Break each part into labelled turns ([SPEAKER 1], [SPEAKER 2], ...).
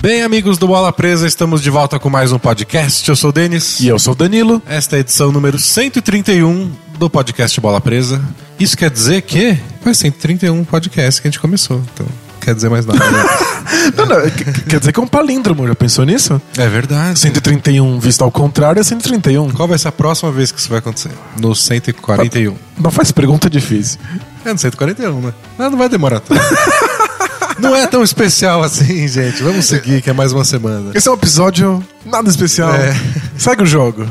[SPEAKER 1] Bem, amigos do Bola Presa, estamos de volta com mais um podcast. Eu sou o Denis.
[SPEAKER 2] E eu sou o Danilo.
[SPEAKER 1] Esta é a edição número 131 do podcast Bola Presa. Isso quer dizer que faz 131 podcasts que a gente começou. Então, não quer dizer mais nada. né?
[SPEAKER 2] Não, não, qu- qu- quer dizer que é um palíndromo, já pensou nisso?
[SPEAKER 1] é verdade.
[SPEAKER 2] 131 visto ao contrário é 131.
[SPEAKER 1] Qual vai ser a próxima vez que isso vai acontecer? No 141.
[SPEAKER 2] Não faz pergunta difícil.
[SPEAKER 1] É no 141, né? Não, não vai demorar tanto. Não é tão especial assim, gente. Vamos seguir, que é mais uma semana.
[SPEAKER 2] Esse é um episódio nada especial.
[SPEAKER 1] É.
[SPEAKER 2] Segue o jogo.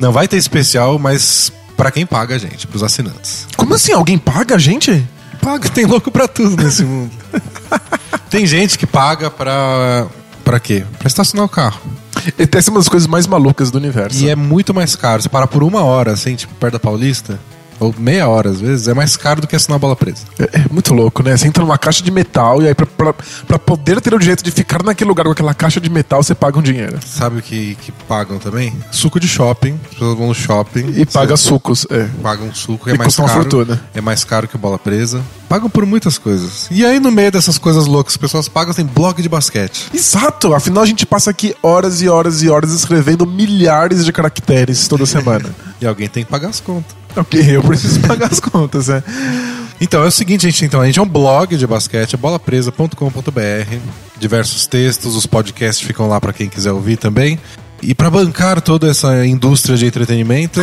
[SPEAKER 1] Não vai ter especial, mas pra quem paga, gente, pros assinantes.
[SPEAKER 2] Como assim? Alguém paga a gente?
[SPEAKER 1] Paga, tem louco pra tudo nesse mundo. tem gente que paga pra. pra quê? Pra estacionar o carro.
[SPEAKER 2] E Essa é uma das coisas mais malucas do universo.
[SPEAKER 1] E é muito mais caro. Você para por uma hora, assim, tipo, perto da Paulista, ou meia hora às vezes, é mais caro do que assinar a bola presa.
[SPEAKER 2] É, é muito louco, né? Você entra numa caixa de metal e aí pra, pra, pra poder ter o direito de ficar naquele lugar com aquela caixa de metal, você paga um dinheiro.
[SPEAKER 1] Sabe o que, que pagam também? Suco de shopping. As pessoas vão no shopping.
[SPEAKER 2] E paga
[SPEAKER 1] você
[SPEAKER 2] sucos. É.
[SPEAKER 1] Paga um suco, é
[SPEAKER 2] E
[SPEAKER 1] mais
[SPEAKER 2] custa uma
[SPEAKER 1] caro.
[SPEAKER 2] fortuna.
[SPEAKER 1] É mais caro que bola presa. Pagam por muitas coisas. E aí, no meio dessas coisas loucas, as pessoas pagam, tem bloco de basquete.
[SPEAKER 2] Exato! Afinal, a gente passa aqui horas e horas e horas escrevendo milhares de caracteres toda semana.
[SPEAKER 1] E alguém tem que pagar as contas.
[SPEAKER 2] ok, eu preciso pagar as contas, né?
[SPEAKER 1] Então, é o seguinte, gente. Então, a gente é um blog de basquete, é bolapresa.com.br. Diversos textos, os podcasts ficam lá pra quem quiser ouvir também. E pra bancar toda essa indústria de entretenimento,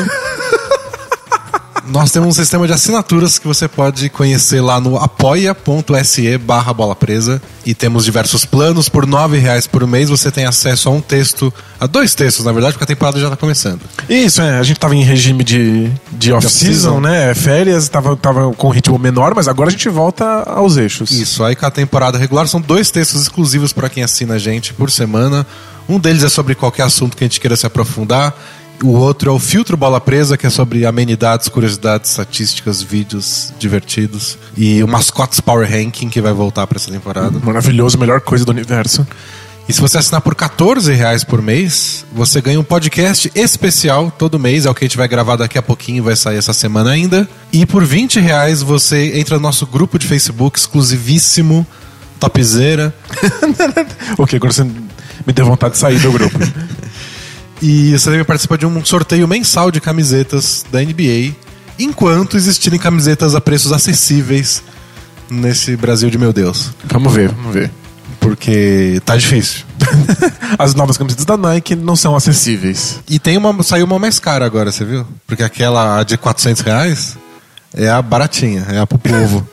[SPEAKER 1] nós temos um sistema de assinaturas que você pode conhecer lá no apoia.se barra bola presa. E temos diversos planos. Por R$ reais por mês, você tem acesso a um texto, a dois textos, na verdade, porque a temporada já tá começando.
[SPEAKER 2] Isso, é, a gente tava em regime de, de off-season,
[SPEAKER 1] off-season.
[SPEAKER 2] né? Férias, tava, tava com um ritmo menor, mas agora a gente volta aos eixos.
[SPEAKER 1] Isso, aí com a temporada regular são dois textos exclusivos para quem assina a gente por semana. Um deles é sobre qualquer assunto que a gente queira se aprofundar. O outro é o Filtro Bola Presa, que é sobre amenidades, curiosidades, estatísticas, vídeos divertidos. E o Mascotes Power Ranking, que vai voltar para essa temporada.
[SPEAKER 2] Maravilhoso, melhor coisa do universo.
[SPEAKER 1] E se você assinar por 14 reais por mês, você ganha um podcast especial todo mês. É o que a gente vai gravar daqui a pouquinho, vai sair essa semana ainda. E por 20 reais você entra no nosso grupo de Facebook exclusivíssimo, topzeira.
[SPEAKER 2] ok, agora você me deu vontade de sair do grupo.
[SPEAKER 1] E você também participa de um sorteio mensal de camisetas da NBA, enquanto existirem camisetas a preços acessíveis nesse Brasil de meu Deus.
[SPEAKER 2] vamos ver, vamos ver.
[SPEAKER 1] Porque tá difícil.
[SPEAKER 2] As novas camisetas da Nike não são acessíveis.
[SPEAKER 1] E tem uma, saiu uma mais cara agora, você viu? Porque aquela de 400 reais é a baratinha, é a pro povo.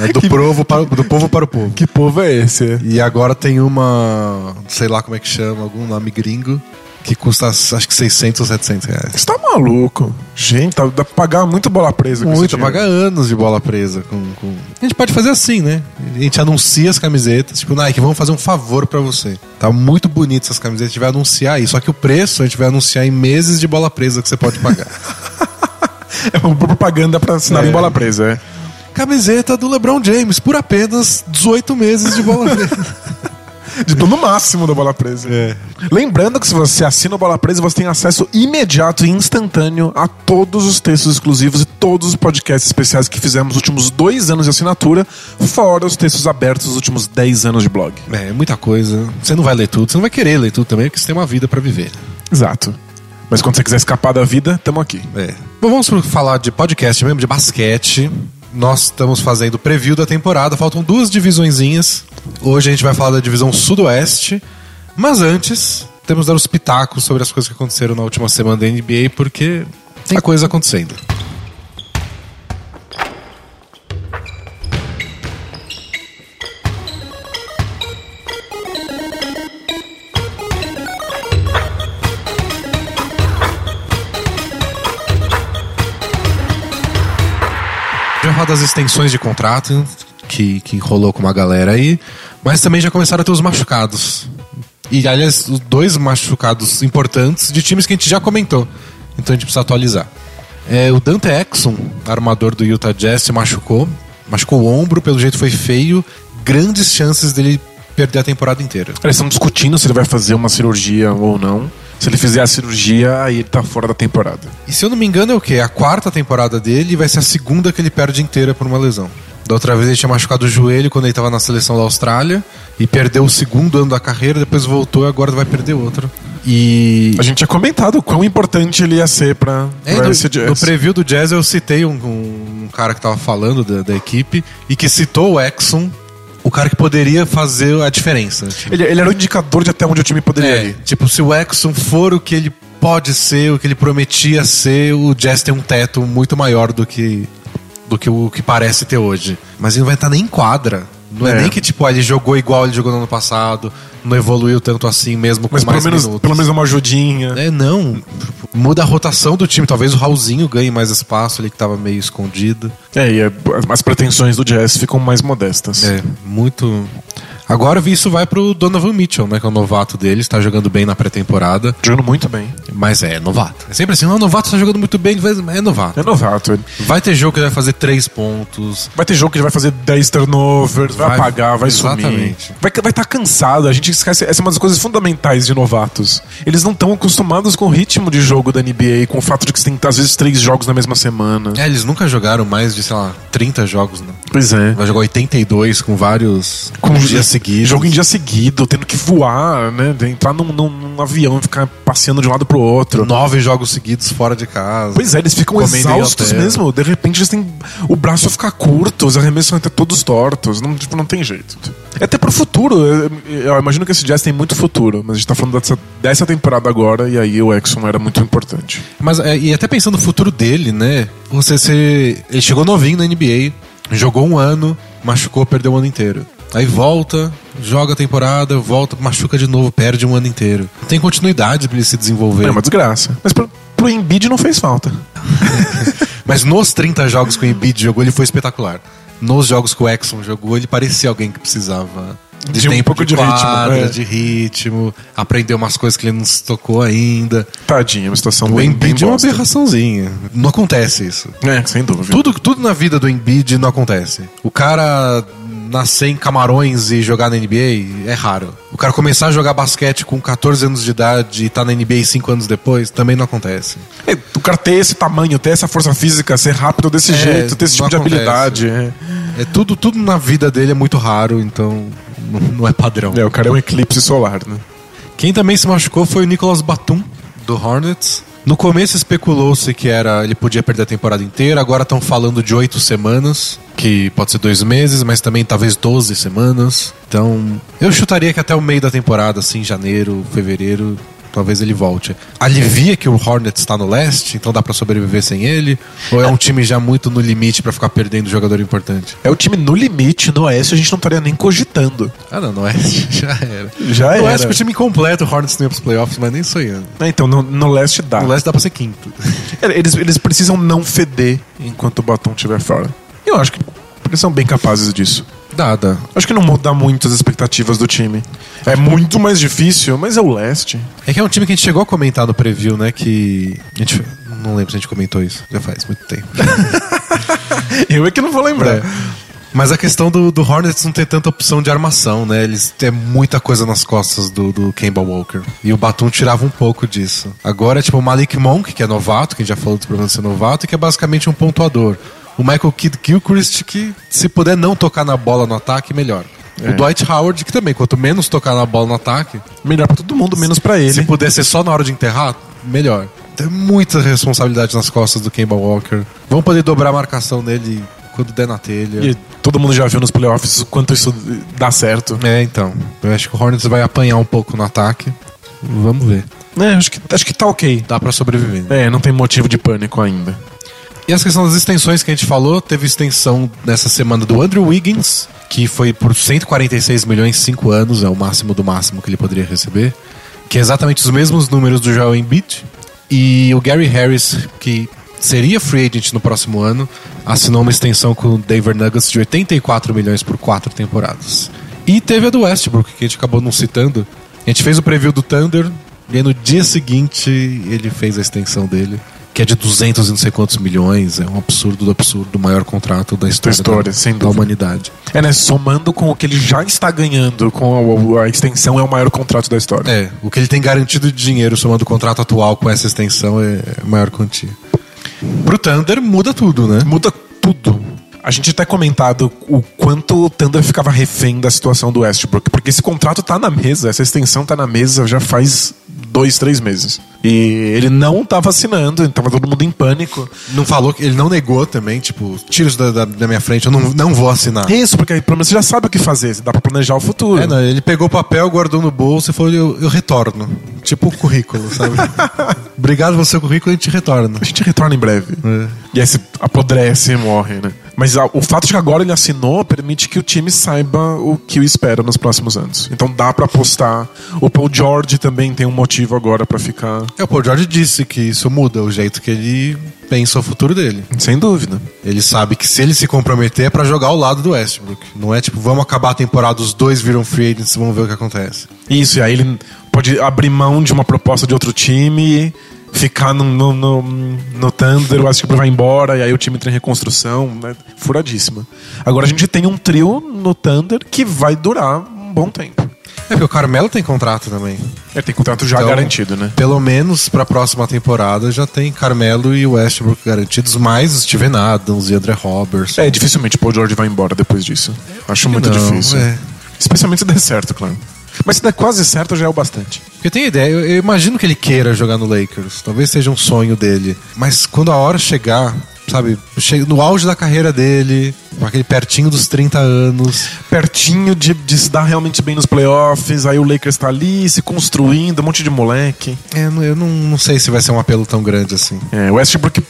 [SPEAKER 1] é do, provo para, do povo para o povo.
[SPEAKER 2] Que povo é esse?
[SPEAKER 1] E agora tem uma, sei lá como é que chama, algum nome gringo, que custa acho que 600 ou 700 reais.
[SPEAKER 2] Você tá maluco? Gente, tá- dá pra pagar muito bola presa com esse
[SPEAKER 1] Muito,
[SPEAKER 2] dinheiro.
[SPEAKER 1] pagar anos de bola presa com, com- A gente pode fazer assim, né? A gente anuncia as camisetas, tipo, Nike, vamos fazer um favor pra você. Tá muito bonito essas camisetas, a gente vai anunciar aí. Só que o preço a gente vai anunciar em meses de bola presa que você pode pagar.
[SPEAKER 2] É uma propaganda pra assinar
[SPEAKER 1] É.
[SPEAKER 2] em bola presa, é.
[SPEAKER 1] Camiseta do LeBron James por apenas 18 meses de bola presa.
[SPEAKER 2] De no máximo da bola presa. Lembrando que se você assina o Bola Presa, você tem acesso imediato e instantâneo a todos os textos exclusivos e todos os podcasts especiais que fizemos nos últimos dois anos de assinatura, fora os textos abertos dos últimos dez anos de blog.
[SPEAKER 1] É, muita coisa. Você não vai ler tudo, você não vai querer ler tudo também, porque você tem uma vida pra viver.
[SPEAKER 2] Exato. Mas quando você quiser escapar da vida, tamo aqui.
[SPEAKER 1] É. Bom, vamos pro- falar de podcast mesmo, de basquete. Nós estamos fazendo o preview da temporada, faltam duas divisõezinhas. Hoje a gente vai falar da divisão sudoeste. Mas antes, temos que dar os pitacos sobre as coisas que aconteceram na última semana da NBA, porque tem coisa acontecendo. Já falar das extensões de contrato que, que rolou com uma galera aí, mas também já começaram a ter os machucados. E aliás, os dois machucados importantes de times que a gente já comentou. Então a gente precisa atualizar. É, o Dante Exxon, armador do Utah Jazz, se machucou. Machucou o ombro, pelo jeito foi feio. Grandes chances dele perder a temporada inteira.
[SPEAKER 2] Eles estão discutindo se ele vai fazer uma cirurgia ou não. Se ele fizer a cirurgia, aí ele tá fora da temporada.
[SPEAKER 1] E se eu não me engano, é o quê? É A quarta temporada dele e vai ser a segunda que ele perde inteira por uma lesão. Da outra vez ele tinha machucado o joelho quando ele estava na seleção da Austrália e perdeu o segundo ano da carreira, depois voltou e agora vai perder outro. E.
[SPEAKER 2] A gente tinha comentado o quão importante ele ia ser pra,
[SPEAKER 1] É,
[SPEAKER 2] pra
[SPEAKER 1] no,
[SPEAKER 2] esse jazz.
[SPEAKER 1] no preview do Jazz eu citei um, um- um cara que tava falando da, da equipe e que citou o Exxon, o cara que poderia fazer a diferença. Tipo,
[SPEAKER 2] Ele, ele era o indicador de até onde o time poderia
[SPEAKER 1] é,
[SPEAKER 2] ir.
[SPEAKER 1] tipo, se o Exxon for o que ele pode ser, o que ele prometia ser, o Jazz tem um teto muito maior do que do que o que parece ter hoje. Mas ele não vai estar nem em quadra. Não é,
[SPEAKER 2] É.
[SPEAKER 1] nem que tipo, ah, ele jogou igual ele jogou no ano passado, não evoluiu tanto assim mesmo com
[SPEAKER 2] Mas pelo
[SPEAKER 1] mais
[SPEAKER 2] menos,
[SPEAKER 1] minutos.
[SPEAKER 2] pelo menos uma ajudinha.
[SPEAKER 1] É, não. Muda a rotação do time. Talvez o Raulzinho ganhe mais espaço ali que tava meio escondido.
[SPEAKER 2] É, e é- as pretensões do Jazz ficam mais modestas.
[SPEAKER 1] É, muito. Agora isso vai pro Donovan Mitchell, né? Que é o novato dele, está jogando bem na pré-temporada.
[SPEAKER 2] Jogando muito bem.
[SPEAKER 1] Mas é, é novato. É sempre assim, não, novato tá jogando muito bem, ele vai- é novato.
[SPEAKER 2] É novato. ele.
[SPEAKER 1] Vai ter jogo que ele vai fazer três pontos.
[SPEAKER 2] Vai ter jogo que ele vai fazer 10 turnovers, vai,
[SPEAKER 1] Vai-
[SPEAKER 2] apagar, vai
[SPEAKER 1] Exatamente.
[SPEAKER 2] sumir. Vai estar cansado. A gente esquece. Essa é uma das coisas fundamentais de novatos. Eles não estão acostumados com o ritmo de jogo da NBA, com o fato de que você tem, às vezes, três jogos na mesma semana.
[SPEAKER 1] É, eles nunca jogaram mais de, sei lá, 30 jogos, né?
[SPEAKER 2] Pois é.
[SPEAKER 1] Vai jogar 82 com vários.
[SPEAKER 2] Com
[SPEAKER 1] dias seguidos.
[SPEAKER 2] Jogo em dia seguido, tendo que voar, né? Entrar num, num- num avião e ficar passeando de um lado pro outro.
[SPEAKER 1] Nove jogos seguidos fora de casa.
[SPEAKER 2] Pois é, eles ficam
[SPEAKER 1] Comendo em
[SPEAKER 2] exaustos
[SPEAKER 1] hotel.
[SPEAKER 2] mesmo. De repente eles têm. O braço vai ficar curto, os arremessos vão estar todos tortos. Não, tipo, não tem jeito. É Até pro futuro. Eu, eu imagino que esse Jazz tem muito futuro, mas a gente tá falando dessa, dessa temporada agora, e aí o Exxon era muito importante.
[SPEAKER 1] Mas é, e até pensando no futuro dele, né? Você se ele chegou novinho na NBA, jogou um ano, machucou, perdeu o ano inteiro. Aí volta, joga a temporada, volta, machuca de novo, perde um ano inteiro. Não Tem continuidade pra ele se desenvolver.
[SPEAKER 2] É uma desgraça. Mas pro, pro Embiid não fez falta.
[SPEAKER 1] Mas nos 30 jogos que o Embiid jogou, ele foi espetacular. Nos jogos que o Exxon jogou, ele parecia alguém que precisava de,
[SPEAKER 2] De um
[SPEAKER 1] tempo
[SPEAKER 2] pouco
[SPEAKER 1] de,
[SPEAKER 2] de ritmo,
[SPEAKER 1] quadra,
[SPEAKER 2] é.
[SPEAKER 1] de ritmo, aprender umas coisas que ele não se tocou ainda.
[SPEAKER 2] Tadinha, uma situação
[SPEAKER 1] O
[SPEAKER 2] bem, bem
[SPEAKER 1] Embiid é uma
[SPEAKER 2] bosta.
[SPEAKER 1] aberraçãozinha. Não acontece isso.
[SPEAKER 2] É, sem dúvida.
[SPEAKER 1] Tudo, tudo na vida do Embiid não acontece. O cara nascer em Camarões e jogar na NBA é raro. O cara começar a jogar basquete com 14 anos de idade e estar na NBA 5 anos depois também não acontece.
[SPEAKER 2] É, o cara ter esse tamanho, ter essa força física, ser rápido desse
[SPEAKER 1] É,
[SPEAKER 2] jeito, ter esse tipo
[SPEAKER 1] não
[SPEAKER 2] de
[SPEAKER 1] acontece.
[SPEAKER 2] habilidade. É.
[SPEAKER 1] É tudo, tudo na vida dele é muito raro, então não, não é padrão.
[SPEAKER 2] É, o cara é um eclipse solar, né?
[SPEAKER 1] Quem também se machucou foi o Nicolas Batum, do Hornets. No começo especulou-se que era ele podia perder a temporada inteira, agora estão falando de oito semanas, que pode ser dois meses, mas também talvez 12 semanas. Então, eu chutaria que até o meio da temporada, assim, janeiro, fevereiro, talvez ele volte. Alivia que o Hornets está no leste, então dá pra sobreviver sem ele? Ou é um time já muito no limite pra ficar perdendo jogador importante?
[SPEAKER 2] É o time no limite, no Oeste, a gente não estaria nem cogitando.
[SPEAKER 1] Ah, não, no oeste já era.
[SPEAKER 2] Já
[SPEAKER 1] no
[SPEAKER 2] era.
[SPEAKER 1] oeste, com o time completo, o Hornets não ia pros playoffs, mas nem sonhando.
[SPEAKER 2] É, então, no, no leste dá.
[SPEAKER 1] No leste dá pra ser quinto.
[SPEAKER 2] Eles, eles precisam não feder enquanto o batom estiver fora. Eu acho que eles são bem capazes disso.
[SPEAKER 1] Dá, dá.
[SPEAKER 2] Acho que não muda muito as expectativas do time. É muito mais difícil, mas é o leste.
[SPEAKER 1] É que é um time que a gente chegou a comentar no preview, né? Que. A gente... Não lembro se a gente comentou isso. Já faz muito tempo.
[SPEAKER 2] Eu é que não vou lembrar.
[SPEAKER 1] É. Mas a questão do, do Hornets não ter tanta opção de armação, né? Eles têm muita coisa nas costas do, do Kemba Walker. E o Batum tirava um pouco disso. Agora é tipo o Malik Monk, que é novato, que a gente já falou do problema de ser novato, e que é basicamente um pontuador. O Michael Kidd Gilchrist, que se puder não tocar na bola no ataque, melhor.
[SPEAKER 2] É.
[SPEAKER 1] O Dwight Howard, que também, quanto menos tocar na bola no ataque,
[SPEAKER 2] Melhor pra todo mundo, menos pra ele.
[SPEAKER 1] Se puder ser só na hora de enterrar, melhor. Tem muita responsabilidade nas costas do Kemba Walker. Vamos poder dobrar a marcação dele quando der na telha.
[SPEAKER 2] E todo mundo já viu nos playoffs o quanto isso dá certo.
[SPEAKER 1] É, então. Eu acho que o Hornets vai apanhar um pouco no ataque. Vamos ver.
[SPEAKER 2] É, acho que, acho que tá ok.
[SPEAKER 1] Dá pra sobreviver. né?
[SPEAKER 2] É, não tem motivo de pânico ainda.
[SPEAKER 1] E as questões das extensões que a gente falou, teve extensão nessa semana do Andrew Wiggins, que foi por 146 milhões em 5 anos, é o máximo do máximo que ele poderia receber, que é exatamente os mesmos números do Joel Embiid. E o Gary Harris, que seria free agent no próximo ano, assinou uma extensão com o Denver Nuggets de 84 milhões por 4 temporadas. E teve a do Westbrook, que a gente acabou não citando. A gente fez o preview do Thunder, e aí no dia seguinte ele fez a extensão dele, que é de 200 e não sei quantos milhões. É um absurdo do absurdo, o maior contrato da história,
[SPEAKER 2] história,
[SPEAKER 1] da,
[SPEAKER 2] sem
[SPEAKER 1] da
[SPEAKER 2] dúvida.
[SPEAKER 1] humanidade.
[SPEAKER 2] É, né? Somando com o que ele já está ganhando, com a, a extensão, é o maior contrato da história.
[SPEAKER 1] É, o que ele tem garantido de dinheiro somando o contrato atual com essa extensão é é a maior quantia. Pro Thunder muda tudo, né?
[SPEAKER 2] Muda tudo. A gente até comentado o quanto o Thunder ficava refém da situação do Westbrook, porque esse contrato tá na mesa, essa extensão tá na mesa já faz dois, três meses. E ele não tava assinando, então tava todo mundo em pânico.
[SPEAKER 1] Não falou que ele não negou também, tipo, tira isso da, da, da minha frente, eu não, não vou assinar.
[SPEAKER 2] É Isso, porque aí pelo menos você já sabe o que fazer, dá pra planejar o futuro.
[SPEAKER 1] É, não, ele pegou o papel, guardou no bolso e falou: eu, eu retorno. Tipo o currículo, sabe? Obrigado pelo seu currículo, a gente retorna.
[SPEAKER 2] A gente retorna em breve.
[SPEAKER 1] É.
[SPEAKER 2] E aí se apodrece e morre, né? Mas a- o fato de que agora ele assinou permite que o time saiba o que o espera nos próximos anos. Então dá pra apostar. O Paul George também tem um motivo agora pra ficar,
[SPEAKER 1] É, o Paul George disse que isso muda o jeito que ele pensa o futuro dele.
[SPEAKER 2] sem dúvida.
[SPEAKER 1] Ele sabe que se ele se comprometer é pra jogar ao lado do Westbrook. Não é tipo, vamos acabar a temporada, os dois viram free agents, vamos ver o que acontece.
[SPEAKER 2] Isso, e aí ele pode abrir mão de uma proposta de outro time, ficar no, no, no, no Thunder, o Westbrook vai embora, e aí o time entra em reconstrução, né? Furadíssima. Agora a gente tem um trio no Thunder que vai durar um bom tempo.
[SPEAKER 1] É porque o Carmelo tem contrato também.
[SPEAKER 2] Ele É, tem contrato já
[SPEAKER 1] Então,
[SPEAKER 2] garantido, né?
[SPEAKER 1] Pelo menos pra próxima temporada já tem Carmelo e Westbrook garantidos, mais o Steven Adams e André Roberts.
[SPEAKER 2] É, dificilmente o Paul George vai embora depois disso. Acho muito
[SPEAKER 1] não,
[SPEAKER 2] difícil.
[SPEAKER 1] é.
[SPEAKER 2] Especialmente se der certo, claro. Mas se der quase certo, já é o bastante.
[SPEAKER 1] Porque tem ideia, eu, eu imagino que ele queira jogar no Lakers, talvez seja um sonho dele, mas quando a hora chegar, sabe, che- no auge da carreira dele, com aquele pertinho dos 30 anos,
[SPEAKER 2] Pertinho de, de se dar realmente bem nos playoffs, aí o Lakers tá ali se construindo, um monte de moleque.
[SPEAKER 1] é, eu não- eu não, não sei se vai ser um apelo tão grande assim.
[SPEAKER 2] É, o Westbrook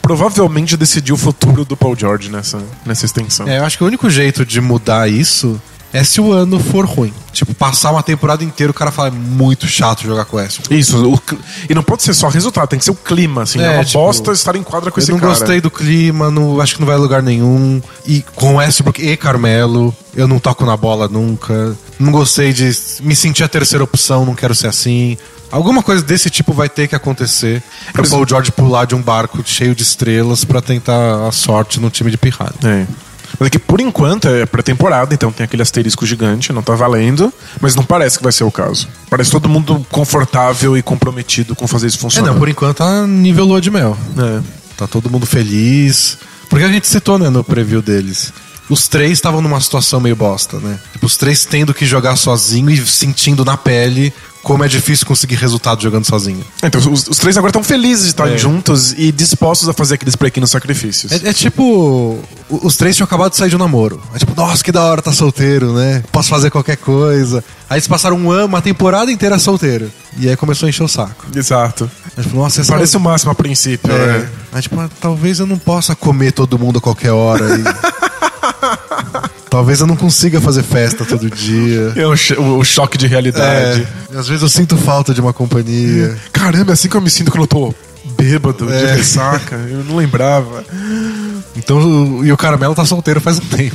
[SPEAKER 2] provavelmente decidiu o futuro do Paul George nessa, nessa extensão.
[SPEAKER 1] É, eu acho que o único jeito de mudar isso é se o ano for ruim. Tipo, passar uma temporada inteira o cara fala, é muito chato jogar com o Westbrook.
[SPEAKER 2] Isso, o cl- e não pode ser só resultado, tem que ser o clima, assim.
[SPEAKER 1] É,
[SPEAKER 2] É, uma
[SPEAKER 1] tipo,
[SPEAKER 2] bosta estar em quadra com
[SPEAKER 1] Eu
[SPEAKER 2] esse
[SPEAKER 1] não
[SPEAKER 2] cara.
[SPEAKER 1] gostei do clima, não, acho que não vai a lugar nenhum. E com Westbrook e Carmelo, eu não toco na bola nunca. Não gostei de me sentir a terceira opção, não quero ser assim. Alguma coisa desse tipo vai ter que acontecer pro
[SPEAKER 2] Mas-
[SPEAKER 1] Paul George pular de um barco cheio de estrelas pra tentar a sorte no time de pirralho.
[SPEAKER 2] É. Mas é que por enquanto é pré-temporada, então tem aquele asterisco gigante, não tá valendo, mas não parece que vai ser o caso. Parece todo mundo confortável e comprometido com fazer isso
[SPEAKER 1] É,
[SPEAKER 2] funcionar.
[SPEAKER 1] não, por enquanto tá nível lua de mel.
[SPEAKER 2] É.
[SPEAKER 1] Tá todo mundo feliz. Porque a gente citou, né, no preview deles. Os três estavam numa situação meio bosta, né? Tipo, os três tendo que jogar sozinho e sentindo na pele como é difícil conseguir resultado jogando sozinho.
[SPEAKER 2] Então os, os três agora estão felizes de estarem
[SPEAKER 1] É.
[SPEAKER 2] juntos e dispostos a fazer aqueles pequenos sacrifícios.
[SPEAKER 1] É, é tipo. o- Os três tinham acabado de sair de um namoro. É tipo, nossa, que da hora tá solteiro, né? Posso fazer qualquer coisa. Aí eles passaram um ano, uma temporada inteira solteiro. E aí começou a encher o saco.
[SPEAKER 2] Exato.
[SPEAKER 1] Aí, tipo, nossa, essa
[SPEAKER 2] Parece o máximo a princípio.
[SPEAKER 1] É.
[SPEAKER 2] né?
[SPEAKER 1] Mas, tipo, mas talvez eu não possa comer todo mundo a qualquer hora. e- talvez eu não consiga fazer festa todo dia.
[SPEAKER 2] É o, cho- o choque de realidade.
[SPEAKER 1] É, às vezes eu sinto falta de uma companhia.
[SPEAKER 2] Caramba, é assim que eu me sinto quando eu tô bêbado,
[SPEAKER 1] É.
[SPEAKER 2] de ressaca. Eu não lembrava.
[SPEAKER 1] Então, o- e o Caramelo tá solteiro faz um tempo.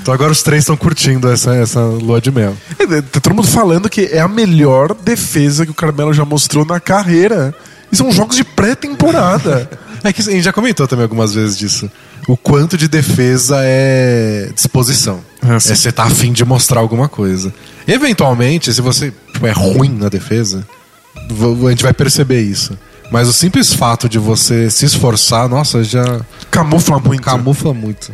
[SPEAKER 1] então agora os três estão curtindo essa, essa lua de mel.
[SPEAKER 2] É, Tá todo mundo falando que é a melhor defesa que o Carmelo já mostrou na carreira. E são jogos de pré-temporada.
[SPEAKER 1] É que a gente já comentou também algumas vezes disso. O quanto de defesa é disposição.
[SPEAKER 2] É,
[SPEAKER 1] É
[SPEAKER 2] sim.
[SPEAKER 1] você tá afim de mostrar alguma coisa. Eventualmente, se você tipo, é ruim na defesa, vo- a gente vai perceber isso. Mas o simples fato de você se esforçar, nossa, já
[SPEAKER 2] Camufla muito.
[SPEAKER 1] camufla muito.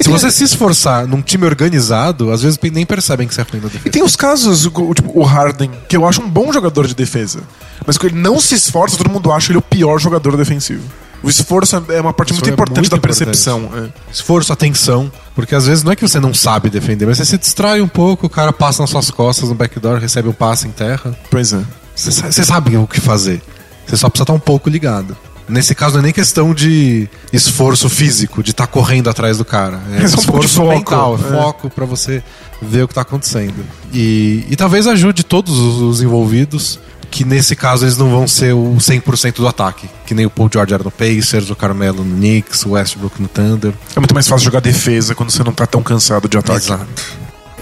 [SPEAKER 1] Se
[SPEAKER 2] um-
[SPEAKER 1] você se esforçar num time organizado, às vezes nem percebem que você é ruim na
[SPEAKER 2] E
[SPEAKER 1] defesa.
[SPEAKER 2] tem os casos, o- o- tipo, o Harden, que eu acho um bom jogador de defesa. Mas quando ele não se esforça, todo mundo acha ele o pior jogador defensivo. O esforço é uma parte
[SPEAKER 1] O
[SPEAKER 2] muito
[SPEAKER 1] esforço é
[SPEAKER 2] importante
[SPEAKER 1] muito
[SPEAKER 2] da
[SPEAKER 1] importante.
[SPEAKER 2] percepção. é.
[SPEAKER 1] Esforço, atenção, porque às vezes não é que você não sabe defender, mas você se distrai um pouco, o cara passa nas suas costas no backdoor, recebe um passe em terra.
[SPEAKER 2] Pois é.
[SPEAKER 1] Você sa- você sabe o que fazer. Você só precisa estar um pouco ligado. Nesse caso não é nem questão de esforço físico, de estar correndo atrás do cara. É
[SPEAKER 2] Mas é um pouco de
[SPEAKER 1] esforço
[SPEAKER 2] foco,
[SPEAKER 1] mental, é
[SPEAKER 2] é.
[SPEAKER 1] foco pra você ver o que tá acontecendo. E, e talvez ajude todos os, os envolvidos, que nesse caso eles não vão ser o 100% do ataque. Que nem o Paul George era no Pacers, o Carmelo no Knicks, o Westbrook no Thunder.
[SPEAKER 2] É muito mais fácil jogar defesa quando você não tá tão cansado de ataque.
[SPEAKER 1] Exato.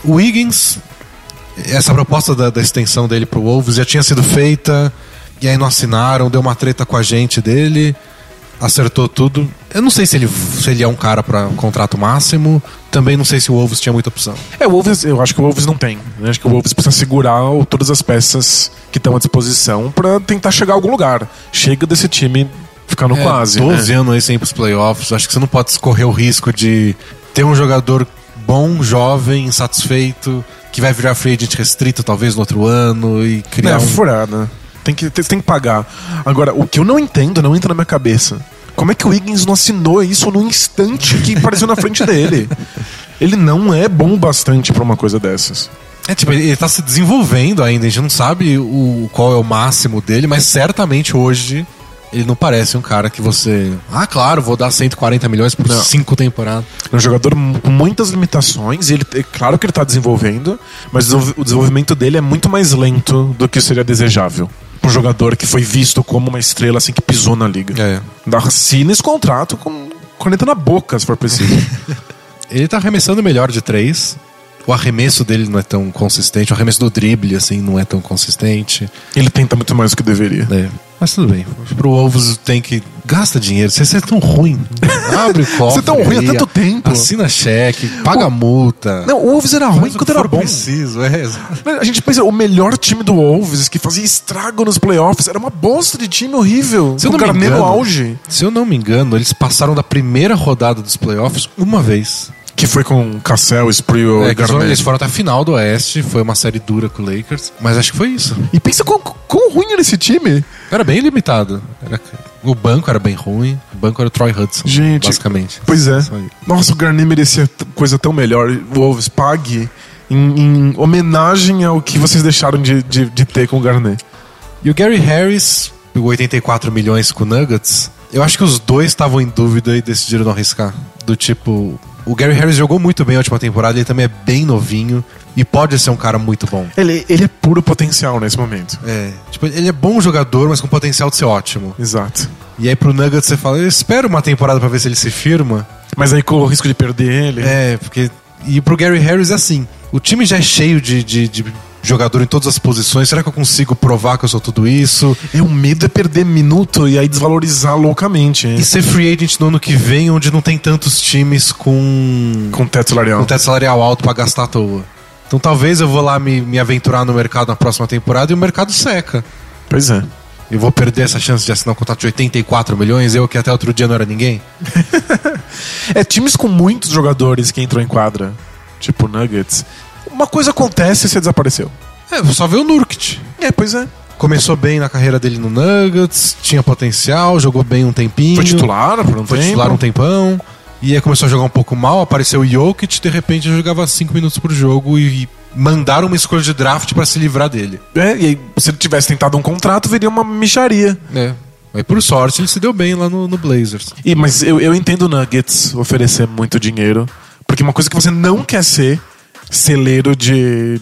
[SPEAKER 1] O Higgins, essa proposta da, da extensão dele pro Wolves já tinha sido feita, e aí não assinaram, deu uma treta com a gente dele, acertou tudo. Eu não sei se ele, se ele é um cara pra contrato máximo, também não sei se o Wolves tinha muita opção.
[SPEAKER 2] É, o Wolves, eu acho que o Wolves não tem. né? Acho que o Wolves precisa segurar o- todas as peças que estão à disposição pra tentar chegar a algum lugar. Chega desse time Ficando
[SPEAKER 1] É,
[SPEAKER 2] quase.
[SPEAKER 1] 12
[SPEAKER 2] né?
[SPEAKER 1] anos aí sem ir pros playoffs. Acho que você não pode correr o risco de ter um jogador bom, jovem, insatisfeito, que vai virar free agent restrito talvez no outro ano e criar
[SPEAKER 2] É,
[SPEAKER 1] um...
[SPEAKER 2] furada. Tem que, tem, tem que pagar. Agora, o que eu não entendo, não entra na minha cabeça. Como é que o Higgins não assinou isso no instante que apareceu na frente dele? Ele não é bom o bastante pra uma coisa dessas.
[SPEAKER 1] É, tipo, ele, ele tá se desenvolvendo ainda, a gente não sabe o, qual é o máximo dele, mas certamente hoje ele não parece um cara que você. Ah, claro, vou dar 140 milhões por
[SPEAKER 2] Não.
[SPEAKER 1] cinco temporadas.
[SPEAKER 2] É um jogador mu- com muitas limitações, e ele, é claro que ele tá desenvolvendo, mas o desenvol- o desenvolvimento dele é muito mais lento do que seria desejável. Um jogador que foi visto como uma estrela assim que pisou na liga.
[SPEAKER 1] É.
[SPEAKER 2] Dá assina esse contrato com corneta na boca, se for preciso.
[SPEAKER 1] Ele tá arremessando melhor de três. O arremesso dele não é tão consistente, o arremesso do drible, assim, não é tão consistente.
[SPEAKER 2] ele tenta muito mais do que deveria.
[SPEAKER 1] né? Mas tudo bem. Pro Wolves tem que. Gasta dinheiro, você você é tão ruim. Abre o cofre.
[SPEAKER 2] Você é tão ruim há
[SPEAKER 1] aí,
[SPEAKER 2] tanto tempo.
[SPEAKER 1] Assina cheque, paga multa.
[SPEAKER 2] Não, o Wolves era ruim
[SPEAKER 1] Faz o
[SPEAKER 2] quando
[SPEAKER 1] que
[SPEAKER 2] era
[SPEAKER 1] for
[SPEAKER 2] bom.
[SPEAKER 1] preciso, é. exato.
[SPEAKER 2] A gente pensa, o melhor time do Wolves, que fazia estrago nos playoffs, era uma bosta de time horrível.
[SPEAKER 1] Se eu
[SPEAKER 2] com
[SPEAKER 1] não me
[SPEAKER 2] Garnett no
[SPEAKER 1] engano-
[SPEAKER 2] auge.
[SPEAKER 1] Se eu não me engano, eles passaram da primeira rodada dos playoffs uma vez.
[SPEAKER 2] Que foi com Cassel, Spreel
[SPEAKER 1] É,
[SPEAKER 2] e
[SPEAKER 1] que eles foram- eles
[SPEAKER 2] Garnett.
[SPEAKER 1] foram até a final do Oeste, foi uma série dura com o Lakers, mas acho que foi isso.
[SPEAKER 2] E pensa quão, quão ruim era esse time.
[SPEAKER 1] Era bem limitado. Era- o banco era bem ruim, o banco era o Troy Hudson,
[SPEAKER 2] Gente,
[SPEAKER 1] basicamente.
[SPEAKER 2] Pois é.
[SPEAKER 1] Isso aí.
[SPEAKER 2] Nossa, o Garnett merecia t- coisa tão melhor. O Wolves, pague em, em homenagem ao que vocês deixaram de, de, de ter com o Garnett.
[SPEAKER 1] E o Gary Harris, pegou 84 milhões com o Nuggets, eu acho que os dois estavam em dúvida e decidiram não arriscar. Do tipo, o Gary Harris jogou muito bem a última temporada, ele também é bem novinho e pode ser um cara muito bom.
[SPEAKER 2] Ele, ele é puro potencial nesse momento.
[SPEAKER 1] É, tipo, ele é bom jogador, mas com potencial de ser ótimo.
[SPEAKER 2] Exato.
[SPEAKER 1] E aí pro Nuggets você fala, eu espero uma temporada pra ver se ele se firma.
[SPEAKER 2] Mas aí com o risco de perder ele.
[SPEAKER 1] É, porque. E pro Gary Harris é assim. O time já é cheio de, de, de jogador em todas as posições. Será que eu consigo provar que eu sou tudo isso?
[SPEAKER 2] É, o medo é perder minuto e aí desvalorizar loucamente.
[SPEAKER 1] E ser free agent no ano que vem, onde não tem tantos times com,
[SPEAKER 2] Com teto
[SPEAKER 1] com
[SPEAKER 2] salarial.
[SPEAKER 1] teto salarial alto pra gastar à toa. Então talvez eu vou lá me, me aventurar no mercado na próxima temporada e o mercado seca.
[SPEAKER 2] Pois é.
[SPEAKER 1] Eu vou perder essa chance de assinar um contrato de 84 milhões, eu que até outro dia não era ninguém?
[SPEAKER 2] É times com muitos jogadores que entram em quadra, tipo Nuggets. Uma coisa acontece e você desapareceu.
[SPEAKER 1] É, só ver o Nurkic.
[SPEAKER 2] É, pois é.
[SPEAKER 1] Começou bem na carreira dele no Nuggets, tinha potencial, jogou bem um tempinho.
[SPEAKER 2] Foi titular por um
[SPEAKER 1] Foi
[SPEAKER 2] tempo.
[SPEAKER 1] titular um tempão. E aí começou a jogar um pouco mal, apareceu o Jokic, de repente jogava 5 minutos por jogo e, e mandaram uma escolha de draft pra se livrar dele.
[SPEAKER 2] É, e aí, se ele tivesse tentado um contrato, viria uma micharia.
[SPEAKER 1] É. Aí por sorte ele se deu bem lá no, no Blazers.
[SPEAKER 2] E, mas eu, eu entendo o Nuggets oferecer muito dinheiro. Porque uma coisa que você não quer ser celeiro de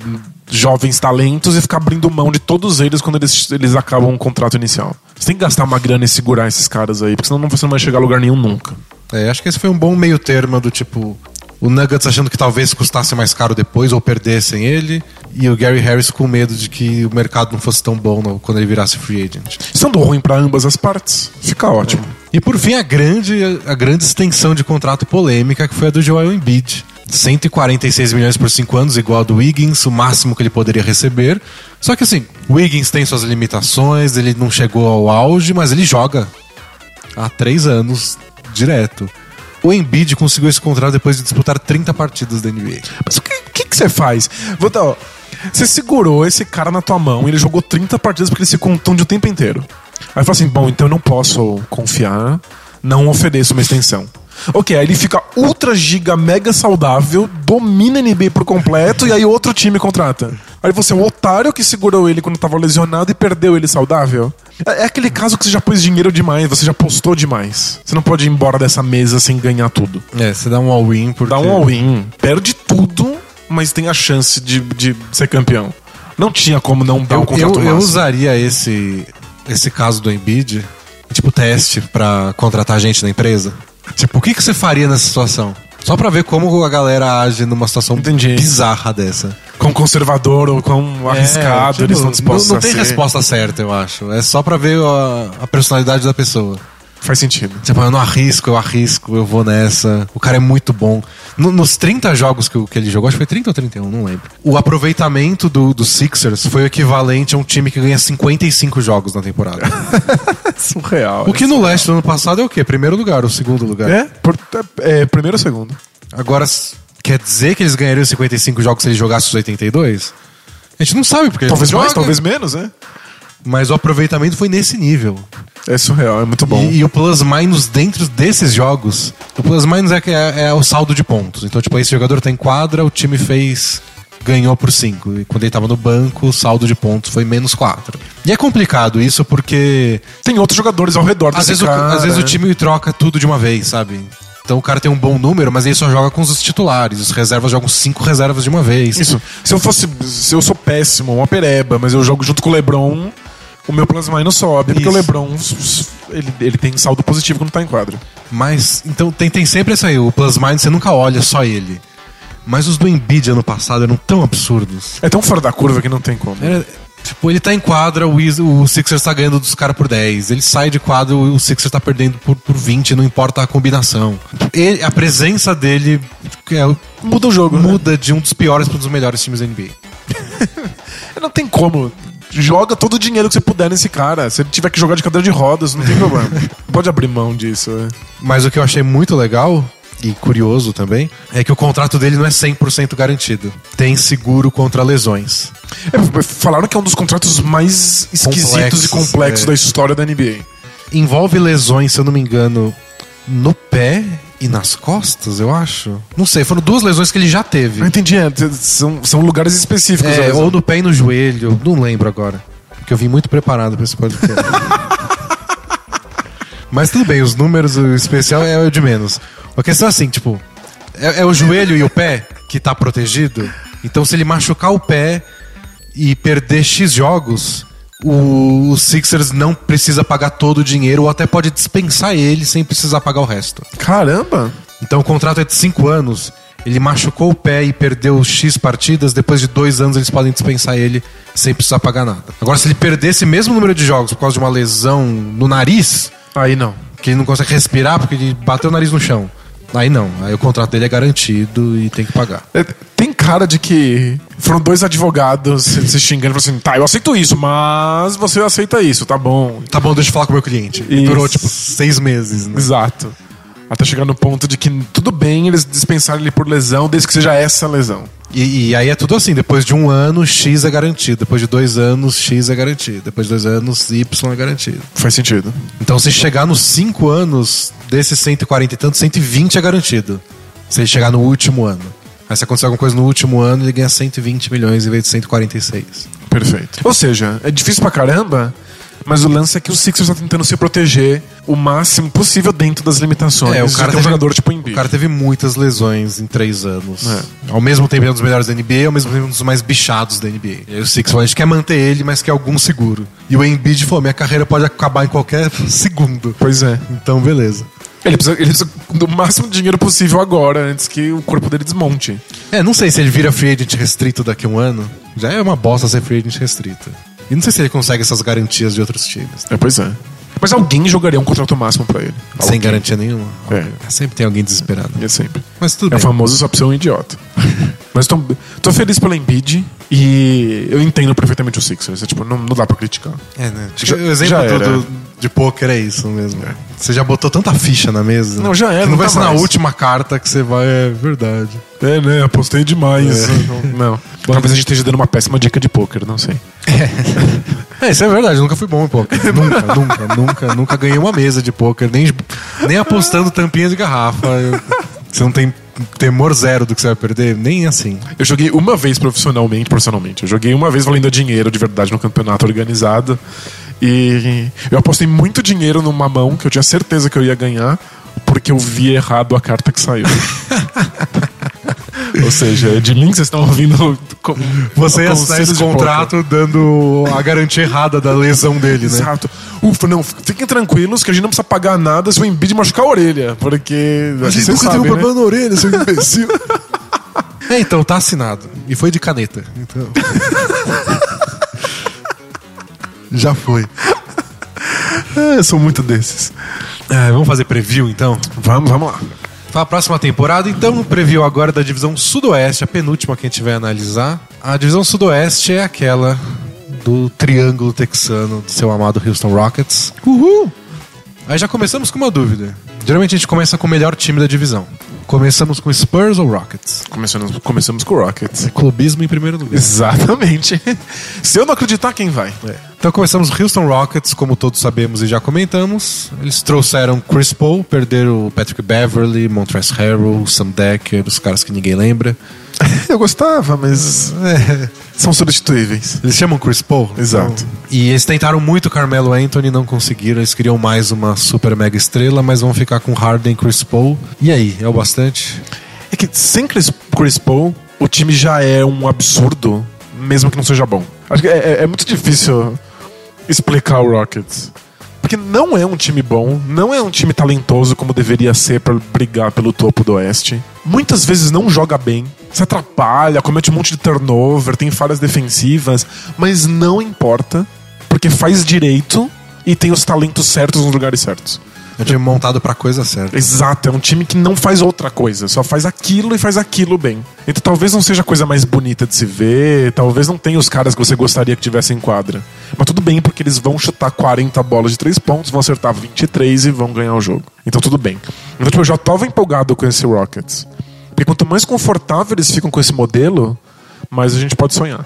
[SPEAKER 2] jovens talentos e ficar abrindo mão de todos eles quando eles, eles acabam o contrato inicial. Você tem que gastar uma grana e segurar esses caras aí, porque senão não- você não vai chegar a lugar nenhum nunca.
[SPEAKER 1] É, acho que esse foi um bom meio termo do tipo. O Nuggets achando que talvez custasse mais caro depois ou perdessem ele. E o Gary Harris com medo de que o mercado não fosse tão bom no- quando ele virasse free agent.
[SPEAKER 2] Sendo ruim pra ambas as partes, fica ótimo.
[SPEAKER 1] E por fim, a grande, a grande extensão de contrato polêmica, que foi a do Joel Embiid. 146 milhões por 5 anos, igual a do Wiggins, o máximo que ele poderia receber. Só que assim, o Wiggins tem suas limitações, ele não chegou ao auge, mas ele joga há 3 anos direto. O Embiid conseguiu esse contrato depois de disputar 30 partidas da NBA.
[SPEAKER 2] Mas o que, o que que você faz? Vou dar, ó. Você segurou esse cara na tua mão e ele jogou 30 partidas porque ele se contunde o tempo inteiro. Aí fala assim: bom, então eu não posso confiar, não ofereço uma extensão. Ok, aí ele fica ultra giga, mega saudável, domina a NBA por completo e aí outro time contrata. Aí você é o otário que segurou ele quando tava lesionado e perdeu ele saudável. É é aquele caso que você já pôs dinheiro demais, você já postou demais. Você não pode ir embora dessa mesa sem ganhar tudo.
[SPEAKER 1] É, você dá um all-in porque...
[SPEAKER 2] Dá um all-in, perde tudo, mas tem a chance de, de ser campeão. Não tinha como não
[SPEAKER 1] Eu,
[SPEAKER 2] dar o É um contrato
[SPEAKER 1] eu- eu
[SPEAKER 2] máximo.
[SPEAKER 1] usaria esse, esse caso do Embiid, tipo teste pra contratar gente na empresa. Tipo, o que, que você faria nessa situação? Só pra ver como a galera age numa situação
[SPEAKER 2] Entendi.
[SPEAKER 1] bizarra dessa.
[SPEAKER 2] Quão conservador ou quão arriscado
[SPEAKER 1] tipo,
[SPEAKER 2] eles estão
[SPEAKER 1] não,
[SPEAKER 2] dispostos
[SPEAKER 1] não
[SPEAKER 2] a
[SPEAKER 1] tem
[SPEAKER 2] ser.
[SPEAKER 1] resposta certa, eu acho. É só pra ver a, a personalidade da pessoa.
[SPEAKER 2] Faz sentido.
[SPEAKER 1] Você fala, eu não arrisco, eu arrisco, eu vou nessa. O cara é muito bom. No- nos 30 jogos que, o- que ele jogou, acho que foi 30 ou 31, não lembro. O aproveitamento do, do Sixers foi o equivalente a um time que ganha 55 jogos na temporada. É
[SPEAKER 2] Surreal.
[SPEAKER 1] O que no leste do ano passado é o quê? Primeiro lugar ou segundo lugar?
[SPEAKER 2] É? Por- é, primeiro ou segundo?
[SPEAKER 1] Agora, s- quer dizer que eles ganhariam 55 jogos se eles jogassem os 82? A gente não sabe, porque
[SPEAKER 2] Talvez
[SPEAKER 1] eles não
[SPEAKER 2] mais,
[SPEAKER 1] jogam.
[SPEAKER 2] talvez menos, né?
[SPEAKER 1] Mas o aproveitamento foi nesse nível.
[SPEAKER 2] É surreal, é muito bom.
[SPEAKER 1] E, e o plus minus dentro desses jogos, o plus minus é, que é, é o saldo de pontos. Então, tipo, esse jogador tá em quadra, o time fez. ganhou por 5. E quando ele tava no banco, o saldo de pontos foi menos 4. E é complicado isso porque.
[SPEAKER 2] Tem outros jogadores ao redor
[SPEAKER 1] Às
[SPEAKER 2] desse
[SPEAKER 1] vezes, o,
[SPEAKER 2] cara. né?
[SPEAKER 1] às vezes o time troca tudo de uma vez, sabe? Então o cara tem um bom número, mas ele só joga com os titulares. Os reservas jogam cinco reservas de uma vez.
[SPEAKER 2] Isso. Se eu fosse. Se eu sou péssimo, uma pereba, mas eu jogo junto com o Lebron, o meu plus minus sobe, porque
[SPEAKER 1] Isso.
[SPEAKER 2] o Lebron s- s- ele, ele tem saldo positivo quando tá em quadro.
[SPEAKER 1] Mas, então tem, tem sempre isso aí. O plus minus, você nunca olha só ele. Mas os do Embiid ano passado eram tão absurdos.
[SPEAKER 2] É tão fora da curva que não tem como.
[SPEAKER 1] Era- tipo, ele tá em quadra, o, Wiz- o Sixers tá ganhando dos caras por 10. Ele sai de quadra, o Sixers tá perdendo por, por 20, não importa a combinação. Ele- a presença dele é,
[SPEAKER 2] Muda o jogo, né?
[SPEAKER 1] muda de um dos piores para um dos melhores times da NBA.
[SPEAKER 2] Não tem como. Joga todo o dinheiro que você puder nesse cara. Se ele tiver que jogar de cadeira de rodas, não tem problema. Pode abrir mão disso. né?
[SPEAKER 1] Mas o que eu achei muito legal e curioso também é que o contrato dele não é 100% garantido. Tem seguro contra lesões.
[SPEAKER 2] É, falaram que é um dos contratos mais esquisitos
[SPEAKER 1] Complexos,
[SPEAKER 2] e complexos
[SPEAKER 1] é.
[SPEAKER 2] da história da NBA.
[SPEAKER 1] Envolve lesões, se eu não me engano, no pé e nas costas, eu acho. Não sei, foram duas lesões que ele já teve.
[SPEAKER 2] Não entendi, é, t- são, são lugares específicos.
[SPEAKER 1] É,
[SPEAKER 2] né?
[SPEAKER 1] ou no pé e no joelho, não lembro agora. Porque eu vim muito preparado pra esse podcast. Mas tudo bem, os números, o especial é o de menos. A questão é assim, tipo, é, é o joelho e o pé que tá protegido. Então se ele machucar o pé e perder X jogos, o, o Sixers não precisa pagar todo o dinheiro ou até pode dispensar ele sem precisar pagar o resto.
[SPEAKER 2] Caramba!
[SPEAKER 1] Então o contrato é de 5 anos. Ele machucou o pé e perdeu X partidas. Depois de dois anos, eles podem dispensar ele sem precisar pagar nada. Agora, se ele perder esse mesmo número de jogos por causa de uma lesão no nariz,
[SPEAKER 2] Aí não.
[SPEAKER 1] que ele não consegue respirar porque ele bateu o nariz no chão, aí não. Aí o contrato dele é garantido e tem que pagar.
[SPEAKER 2] É, Tem cara de que foram dois advogados se se xingando e falaram assim: tá, eu aceito isso, mas você aceita isso, tá bom.
[SPEAKER 1] Tá bom, deixa eu falar com o meu cliente. E
[SPEAKER 2] Isso.
[SPEAKER 1] Durou, tipo, seis meses, né?
[SPEAKER 2] Exato. Até chegar no ponto de que tudo bem eles dispensarem ele por lesão, desde que seja essa lesão.
[SPEAKER 1] E, e aí é tudo assim, depois de um ano, X é garantido. Depois de dois anos, X é garantido. Depois de dois anos, Y é garantido.
[SPEAKER 2] Faz sentido.
[SPEAKER 1] Então, se chegar nos 5 anos, desses 140 e tanto, 120 é garantido. Se ele chegar no último ano. Aí, se acontecer alguma coisa no último ano, ele ganha 120 milhões em vez de 146.
[SPEAKER 2] Perfeito. Ou seja, é difícil pra caramba, mas o lance é que o Sixers tá tentando se proteger o máximo possível dentro das limitações.
[SPEAKER 1] É, o
[SPEAKER 2] de
[SPEAKER 1] cara
[SPEAKER 2] ter um
[SPEAKER 1] teve-
[SPEAKER 2] jogador tipo
[SPEAKER 1] O
[SPEAKER 2] Embiid.
[SPEAKER 1] cara teve muitas lesões em 3 anos.
[SPEAKER 2] É.
[SPEAKER 1] Ao mesmo tempo, ele é um dos melhores da NBA, ao mesmo tempo, um dos mais bichados da NBA. E aí, o Six falou: a gente quer manter ele, mas quer algum seguro. E o Embiid falou: minha carreira pode acabar em qualquer segundo.
[SPEAKER 2] Pois é.
[SPEAKER 1] Então, beleza.
[SPEAKER 2] Ele precisa, ele precisa do máximo de dinheiro possível agora, antes que o corpo dele desmonte.
[SPEAKER 1] É, não sei se ele vira free agent restrito daqui a um ano. Já é uma bosta ser free agent restrito. E não sei se ele consegue essas garantias de outros times.
[SPEAKER 2] É, pois é. Mas alguém jogaria um contrato máximo pra ele.
[SPEAKER 1] Sem garantia nenhuma.
[SPEAKER 2] É.
[SPEAKER 1] Sempre tem alguém desesperado.
[SPEAKER 2] É sempre.
[SPEAKER 1] Mas tudo
[SPEAKER 2] É o
[SPEAKER 1] bem.
[SPEAKER 2] famoso só pra ser um idiota. Mas tô, tô feliz pelo Embiid e eu entendo perfeitamente o Sixers. É, tipo, não, não dá pra criticar.
[SPEAKER 1] É, né? Acho
[SPEAKER 2] Já-
[SPEAKER 1] que o
[SPEAKER 2] já
[SPEAKER 1] exemplo do-
[SPEAKER 2] era.
[SPEAKER 1] do- de pôquer é isso mesmo. Você já botou tanta ficha na mesa.
[SPEAKER 2] Não, já era,
[SPEAKER 1] que Não vai
[SPEAKER 2] nunca
[SPEAKER 1] ser na
[SPEAKER 2] mais.
[SPEAKER 1] última carta que você vai. É verdade.
[SPEAKER 2] É, né? Apostei demais. Não. Talvez a gente esteja dando uma péssima dica de pôquer, não sei.
[SPEAKER 1] É, isso é verdade. eu Nunca fui bom em pôquer. nunca, nunca, nunca, nunca ganhei uma mesa de pôquer. Nem, nem apostando tampinha de garrafa. Eu- você não tem temor zero do que você vai perder? Nem assim.
[SPEAKER 2] Eu joguei uma vez profissionalmente, profissionalmente. Eu joguei uma vez valendo dinheiro de verdade no campeonato organizado. E eu apostei muito dinheiro numa mão que eu tinha certeza que eu ia ganhar, porque eu vi errado a carta que saiu. Ou seja, é de mim vocês estão ouvindo. com-
[SPEAKER 1] Você ia
[SPEAKER 2] conselhos
[SPEAKER 1] assinar esse
[SPEAKER 2] de pouco.
[SPEAKER 1] contrato dando a garantia errada da lesão dele, né?
[SPEAKER 2] Exato. Ufa, não, f- fiquem tranquilos que a gente não precisa pagar nada se o Embiid machucar a orelha, porque. vocês sabem, né?
[SPEAKER 1] na orelha, seu imbecil. É, então, tá assinado. E foi de caneta. Então. Já foi.
[SPEAKER 2] É, eu sou muito desses.
[SPEAKER 1] É, vamos fazer preview então?
[SPEAKER 2] Vamos, vamos lá.
[SPEAKER 1] Para a próxima temporada, então, preview agora da divisão Sudoeste, a penúltima que a gente vai analisar. A divisão Sudoeste é aquela do triângulo texano do seu amado Houston Rockets.
[SPEAKER 2] Uhul!
[SPEAKER 1] Aí já começamos com uma dúvida. Geralmente a gente começa com o melhor time da divisão. Começamos com Spurs ou Rockets?
[SPEAKER 2] Começamos, começamos com o Rockets.
[SPEAKER 1] Clubismo em primeiro lugar.
[SPEAKER 2] Exatamente. Se eu não acreditar, quem vai?
[SPEAKER 1] Então começamos o Houston Rockets, como todos sabemos e já comentamos. Eles trouxeram Chris Paul, perderam o Patrick Beverly, Montrezl Harrell, Sam Decker, os caras que ninguém lembra.
[SPEAKER 2] Eu gostava, mas é, são substituíveis.
[SPEAKER 1] Eles chamam Chris Paul? Então,
[SPEAKER 2] Exato.
[SPEAKER 1] E eles tentaram muito Carmelo Anthony, não conseguiram. Eles queriam mais uma super mega estrela, mas vão ficar com Harden e Chris Paul. E aí, é o bastante?
[SPEAKER 2] É que sem Chris, Chris Paul, o time já é um absurdo, mesmo que não seja bom. Acho que é, é- é muito difícil explicar o Rockets. Porque não é um time bom, não é um time talentoso como deveria ser pra brigar pelo topo do Oeste. Muitas vezes não joga bem, se atrapalha, comete um monte de turnover, tem falhas defensivas, mas não importa, porque faz direito e tem os talentos certos nos lugares certos.
[SPEAKER 1] Eu tinha montado pra coisa certa.
[SPEAKER 2] Exato, é um time que não faz outra coisa, só faz aquilo e faz aquilo bem. Então talvez não seja a coisa mais bonita de se ver, talvez não tenha os caras que você gostaria que tivessem em quadra. Mas tudo bem, porque eles vão chutar 40 bolas de 3 pontos, vão acertar 23 e vão ganhar o jogo. Então tudo bem. Então, tipo, eu já tava empolgado com esse Rockets. Porque quanto mais confortável eles ficam com esse modelo, mais a gente pode sonhar.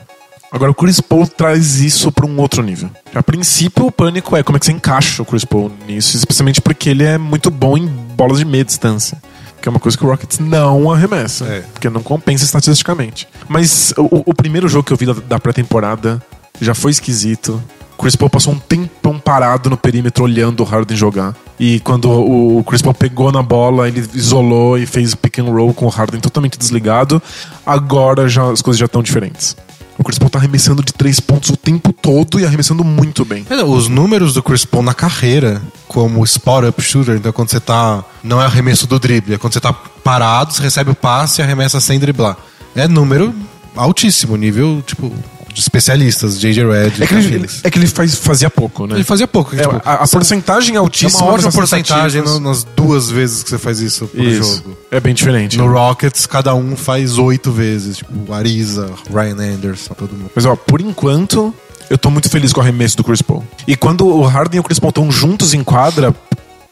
[SPEAKER 2] Agora o Chris Paul traz isso pra um outro nível. A princípio o pânico é como é que você encaixa o Chris Paul nisso, especialmente porque ele é muito bom em bolas de meia distância, que é uma coisa que o Rockets não arremessa,
[SPEAKER 1] É.
[SPEAKER 2] porque não compensa estatisticamente. Mas o, o primeiro jogo que eu vi da, da pré-temporada já foi esquisito. Chris Paul passou um tempão parado no perímetro olhando o Harden jogar. E quando o o Chris Paul pegou na bola, ele isolou e fez pick and roll com o Harden totalmente desligado. Agora já, as coisas já estão diferentes. O Chris Paul tá arremessando de três pontos o tempo todo e arremessando muito bem.
[SPEAKER 1] Mas não, Os números do Chris Paul na carreira, como spot-up shooter, então quando você tá... Não é arremesso do drible, é quando você tá parado, você recebe o passe e arremessa sem driblar. É número altíssimo, nível, tipo, de especialistas, J.J. Redd,
[SPEAKER 2] É que ele,
[SPEAKER 1] aqueles.
[SPEAKER 2] é que ele faz, fazia pouco, né?
[SPEAKER 1] Ele fazia pouco.
[SPEAKER 2] É,
[SPEAKER 1] tipo,
[SPEAKER 2] a, a porcentagem é
[SPEAKER 1] É
[SPEAKER 2] altíssima.
[SPEAKER 1] uma ótima
[SPEAKER 2] mas as
[SPEAKER 1] porcentagem
[SPEAKER 2] tentativas-
[SPEAKER 1] no- nas duas vezes que você faz isso por
[SPEAKER 2] Isso.
[SPEAKER 1] jogo.
[SPEAKER 2] É bem diferente.
[SPEAKER 1] No Rockets, cada um faz oito vezes. Tipo, Ariza, Ryan Anderson, todo mundo.
[SPEAKER 2] Mas ó, por enquanto, eu tô muito feliz com o arremesso do Chris Paul. E quando o Harden e o Chris Paul estão juntos em quadra,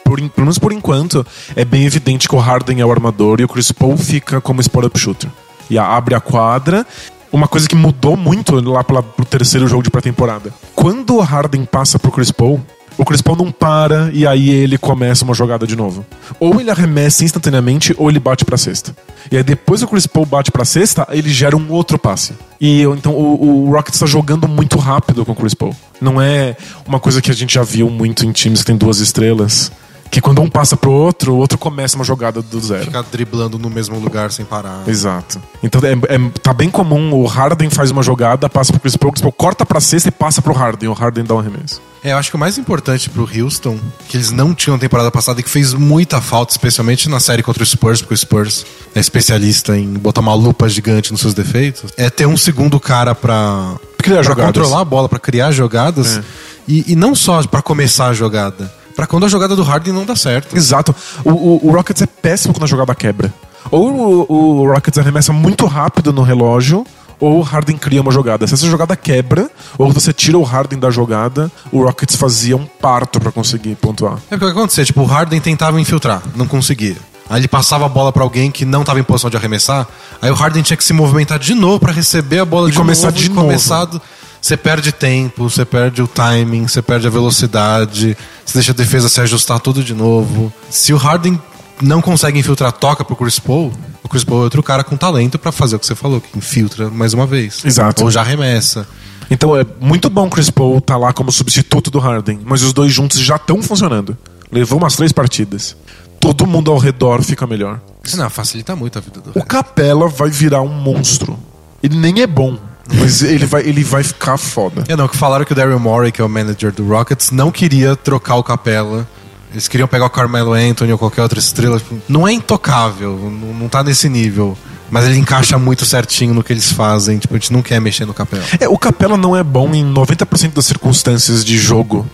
[SPEAKER 2] por, en- pelo menos por enquanto, é bem evidente que o Harden é o armador e o Chris Paul fica como spot-up shooter. E a- abre a quadra. Uma coisa que mudou muito lá pela, pro terceiro jogo de pré-temporada. Quando o Harden passa pro Chris Paul, o Chris Paul não para e aí ele começa uma jogada de novo. Ou ele arremessa instantaneamente ou ele bate pra cesta. E aí depois que o Chris Paul bate pra cesta, ele gera um outro passe. E eu- então o, o Rockets tá jogando muito rápido com o Chris Paul. Não é uma coisa que a gente já viu muito em times que tem duas estrelas. Que quando um passa pro outro, o outro começa uma jogada do zero.
[SPEAKER 1] Ficar driblando no mesmo lugar sem parar.
[SPEAKER 2] Exato. Então é, é- tá bem comum o Harden faz uma jogada, passa pro Chris Paul, o Chris Paul corta pra cesta e passa pro Harden. O Harden dá um arremesso.
[SPEAKER 1] É, eu acho que o mais importante pro Houston, que eles não tinham temporada passada e que fez muita falta, especialmente na série contra o Spurs, porque o Spurs é especialista em botar uma lupa gigante nos seus defeitos, é ter um segundo cara pra,
[SPEAKER 2] Criar
[SPEAKER 1] pra
[SPEAKER 2] jogadas. É.
[SPEAKER 1] controlar a bola, pra criar jogadas. E, e não só pra começar a jogada, pra quando a jogada do Harden não dá certo.
[SPEAKER 2] Exato. O, o- o Rockets é péssimo quando a jogada quebra. Ou o, o Rockets arremessa muito rápido no relógio, ou o Harden cria uma jogada. Se essa jogada quebra, ou você tira o Harden da jogada, o Rockets fazia um parto pra conseguir pontuar.
[SPEAKER 1] É porque o que acontecia, tipo, o Harden tentava infiltrar, não conseguia. Aí ele passava a bola pra alguém que não tava em posição de arremessar, aí o Harden tinha que se movimentar de novo pra receber a bola
[SPEAKER 2] E
[SPEAKER 1] de
[SPEAKER 2] começar
[SPEAKER 1] novo,
[SPEAKER 2] de
[SPEAKER 1] e
[SPEAKER 2] novo.
[SPEAKER 1] começar do- Você perde tempo, você perde o timing, você perde a velocidade, você deixa a defesa se ajustar tudo de novo. Se o Harden não consegue infiltrar, toca pro Chris Paul, o Chris Paul é outro cara com talento pra fazer o que você falou, que infiltra mais uma vez.
[SPEAKER 2] Exato.
[SPEAKER 1] Ou já arremessa.
[SPEAKER 2] Então é muito bom o Chris Paul tá lá como substituto do Harden, mas os dois juntos já estão funcionando. Levou umas três partidas. Todo mundo ao redor fica melhor.
[SPEAKER 1] Isso não, facilita muito a vida do
[SPEAKER 2] O Capela vai virar um monstro. Ele nem é bom, mas ele vai, ele vai ficar foda.
[SPEAKER 1] É, não, que falaram que o Daryl Morey, que é o manager do Rockets, não queria trocar o Capela. Eles queriam pegar o Carmelo Anthony ou qualquer outra estrela. Tipo, Não é intocável, não, não tá nesse nível. Mas ele encaixa muito certinho no que eles fazem. Tipo, a gente não quer mexer no Capela.
[SPEAKER 2] É, o Capela não é bom em 90% das circunstâncias de jogo.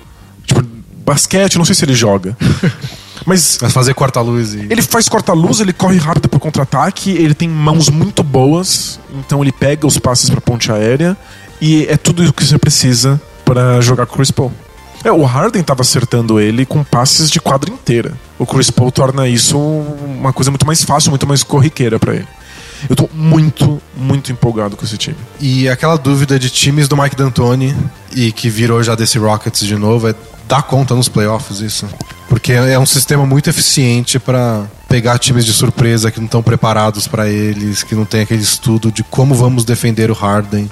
[SPEAKER 2] Tipo, basquete, não sei se ele joga. Mas
[SPEAKER 1] Mas fazer corta-luz e.
[SPEAKER 2] ele faz corta-luz, ele corre rápido pro contra-ataque, ele tem mãos muito boas, então ele pega os passes pra ponte aérea e é tudo o que você precisa pra jogar com o Chris Paul. É, o Harden tava acertando ele com passes de quadra inteira. O Chris Paul torna isso uma coisa muito mais fácil, muito mais corriqueira pra ele. Eu tô muito, muito empolgado com esse time.
[SPEAKER 1] E aquela dúvida de times do Mike D'Antoni e que virou já desse Rockets de novo é dar conta nos playoffs isso. Porque é um sistema muito eficiente pra pegar times de surpresa que não estão preparados pra eles, que não tem aquele estudo de como vamos defender o Harden.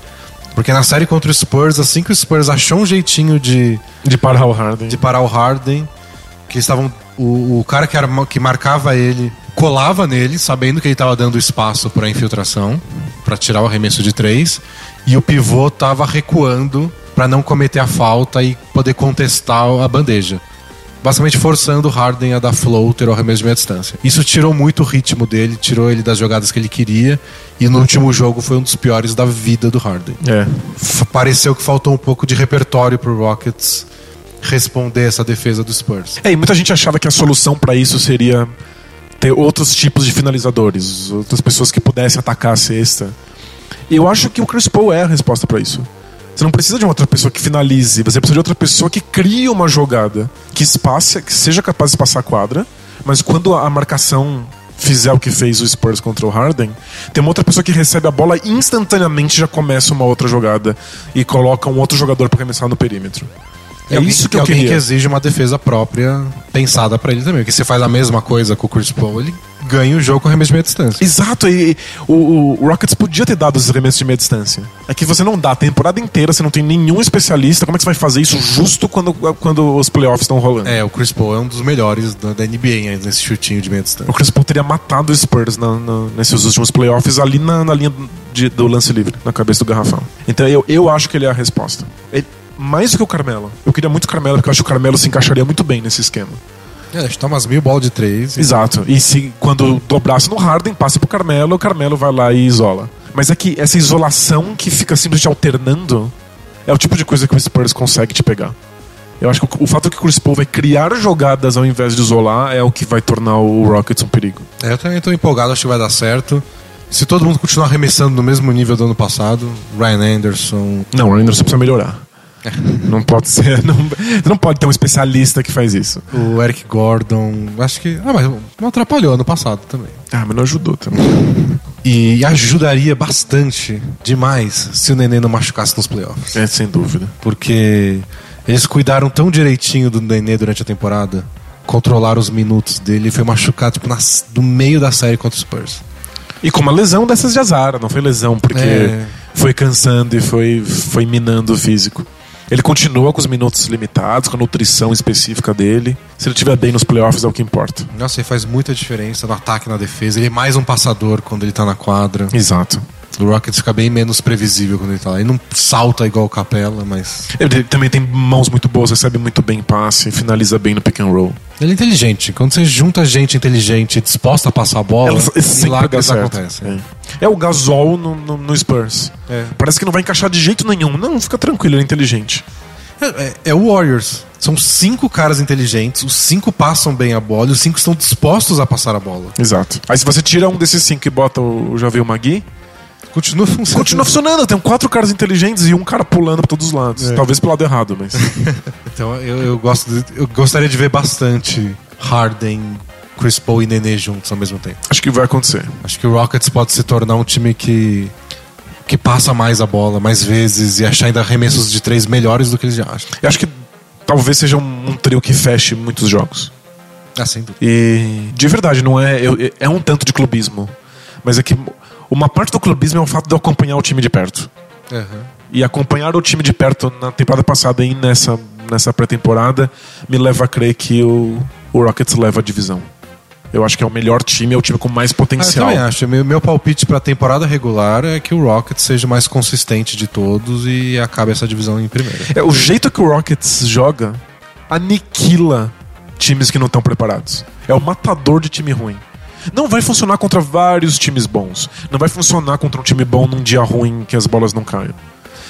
[SPEAKER 1] Porque na série contra o Spurs, assim que o Spurs achou um jeitinho de,
[SPEAKER 2] De parar o Harden.
[SPEAKER 1] de parar o Harden, que eles estavam o, o cara que, arma- que marcava ele colava nele, sabendo que ele estava dando espaço para infiltração, para tirar o arremesso de três, e o pivô estava recuando para não cometer a falta e poder contestar a bandeja. Basicamente forçando o Harden a dar floater ao arremesso de meia distância. Isso tirou muito o ritmo dele, tirou ele das jogadas que ele queria, e no último jogo foi um dos piores da vida do Harden
[SPEAKER 2] É.
[SPEAKER 1] f- pareceu que faltou um pouco de repertório pro Rockets responder essa defesa do Spurs.
[SPEAKER 2] É, e muita gente achava que a solução pra isso seria ter outros tipos de finalizadores, outras pessoas que pudessem atacar a cesta. E eu acho que o Chris Paul é a resposta pra isso. Você não precisa de uma outra pessoa que finalize, você precisa de outra pessoa que crie uma jogada, que espace, que seja capaz de passar a quadra, mas quando a marcação fizer o que fez o Spurs contra o Harden, tem uma outra pessoa que recebe a bola e instantaneamente já começa uma outra jogada e coloca um outro jogador pra arremessar no perímetro. É
[SPEAKER 1] Alguém-
[SPEAKER 2] isso que eu
[SPEAKER 1] alguém
[SPEAKER 2] queria.
[SPEAKER 1] que exige uma defesa própria pensada pra ele também. Porque se faz a mesma coisa com o Chris Paul, ele ganha o jogo com arremesso de meia distância.
[SPEAKER 2] Exato, e o, o- o Rockets podia ter dado os arremessos de meia distância. É que você não dá a temporada inteira, você não tem nenhum especialista. Como é que você vai fazer isso justo quando, quando os playoffs estão rolando?
[SPEAKER 1] É, o Chris Paul é um dos melhores da, da NBA ainda nesse chutinho de meia distância.
[SPEAKER 2] O Chris Paul teria matado o Spurs na- na- nesses últimos playoffs ali na, na linha de- do lance livre, na cabeça do garrafão. Então eu, eu acho que ele é a resposta. Ele- mais do que o Carmelo. Eu queria muito o Carmelo, porque eu acho que o Carmelo se encaixaria muito bem nesse esquema.
[SPEAKER 1] É, chutar umas mil bolas de três. e-
[SPEAKER 2] Exato. E se quando dobrasse no Harden, passa pro Carmelo, o Carmelo vai lá e isola. Mas é que essa isolação que fica simplesmente alternando é o tipo de coisa que o Spurs consegue te pegar. Eu acho que o, o fato que o Chris Paul vai criar jogadas ao invés de isolar é o que vai tornar o Rockets um perigo.
[SPEAKER 1] É, eu também tô empolgado, acho que vai dar certo. Se todo mundo continuar arremessando no mesmo nível do ano passado, Ryan Anderson,
[SPEAKER 2] Não, o Anderson precisa melhorar. Não pode ser. Não, você não pode ter um especialista que faz isso.
[SPEAKER 1] o Eric Gordon, acho que. Ah, mas não atrapalhou ano passado também.
[SPEAKER 2] Ah, mas não ajudou também.
[SPEAKER 1] E ajudaria bastante, demais, se o Nenê não machucasse nos playoffs.
[SPEAKER 2] É, sem dúvida.
[SPEAKER 1] Porque eles cuidaram tão direitinho do Nenê durante a temporada, controlaram os minutos dele e foi machucado tipo, nas- no meio da série contra os Spurs.
[SPEAKER 2] E com uma lesão dessas de azar, não foi lesão porque
[SPEAKER 1] É.
[SPEAKER 2] foi cansando e foi, foi minando o físico. Ele continua com os minutos limitados, com a nutrição específica dele. Se ele estiver bem nos playoffs é o que importa.
[SPEAKER 1] Nossa, ele faz muita diferença no ataque e na defesa. Ele é mais um passador quando ele tá na quadra.
[SPEAKER 2] Exato.
[SPEAKER 1] O Rockets fica bem menos previsível quando ele tá lá. Ele não salta igual o Capela, mas.
[SPEAKER 2] Ele também tem mãos muito boas, recebe muito bem passe, finaliza bem no pick and roll.
[SPEAKER 1] Ele é inteligente. Quando você junta gente inteligente e disposta a passar a bola,
[SPEAKER 2] Elas- eles sempre dá
[SPEAKER 1] milagres
[SPEAKER 2] certo.
[SPEAKER 1] acontecem.
[SPEAKER 2] É. É o Gasol no, no- no Spurs.
[SPEAKER 1] É.
[SPEAKER 2] Parece que não vai encaixar de jeito nenhum. Não, fica tranquilo, ele é inteligente.
[SPEAKER 1] É, é o Warriors. São cinco caras inteligentes, os cinco passam bem a bola e os cinco estão dispostos a passar a bola.
[SPEAKER 2] Exato. Aí se você tira um desses cinco e bota o Javier Magui,
[SPEAKER 1] Continua funcionando.
[SPEAKER 2] Continua funcionando, tem quatro caras inteligentes e um cara pulando pra todos os lados.
[SPEAKER 1] É.
[SPEAKER 2] Talvez pro lado errado, mas.
[SPEAKER 1] Então eu, eu gosto de- eu gostaria de ver bastante Harden, Chris Paul e Nenê juntos ao mesmo tempo.
[SPEAKER 2] acho que vai acontecer.
[SPEAKER 1] Acho que o Rockets pode se tornar um time que que passa mais a bola, mais vezes e achar ainda arremessos de três melhores do que eles já acham.
[SPEAKER 2] E acho que talvez seja um, um trio que feche muitos jogos.
[SPEAKER 1] Ah, sem dúvida.
[SPEAKER 2] E de verdade, não é. eu- é um tanto de clubismo. Mas é que uma parte do clubismo é o fato de eu acompanhar o time de perto.
[SPEAKER 1] Aham.
[SPEAKER 2] E acompanhar o time de perto na temporada passada e nessa, nessa pré-temporada me leva a crer que o, o Rockets leva a divisão. Eu acho que é o melhor time, é o time com mais
[SPEAKER 1] Ah, eu
[SPEAKER 2] potencial.
[SPEAKER 1] também acho. Meu, meu palpite pra temporada regular é que o Rockets seja o mais consistente de todos e acabe essa divisão em primeiro.
[SPEAKER 2] É, o jeito que o Rockets joga aniquila times que não estão preparados. É o matador de time ruim. Não vai funcionar contra vários times bons. Não vai funcionar contra um time bom num dia ruim que as bolas não caiam.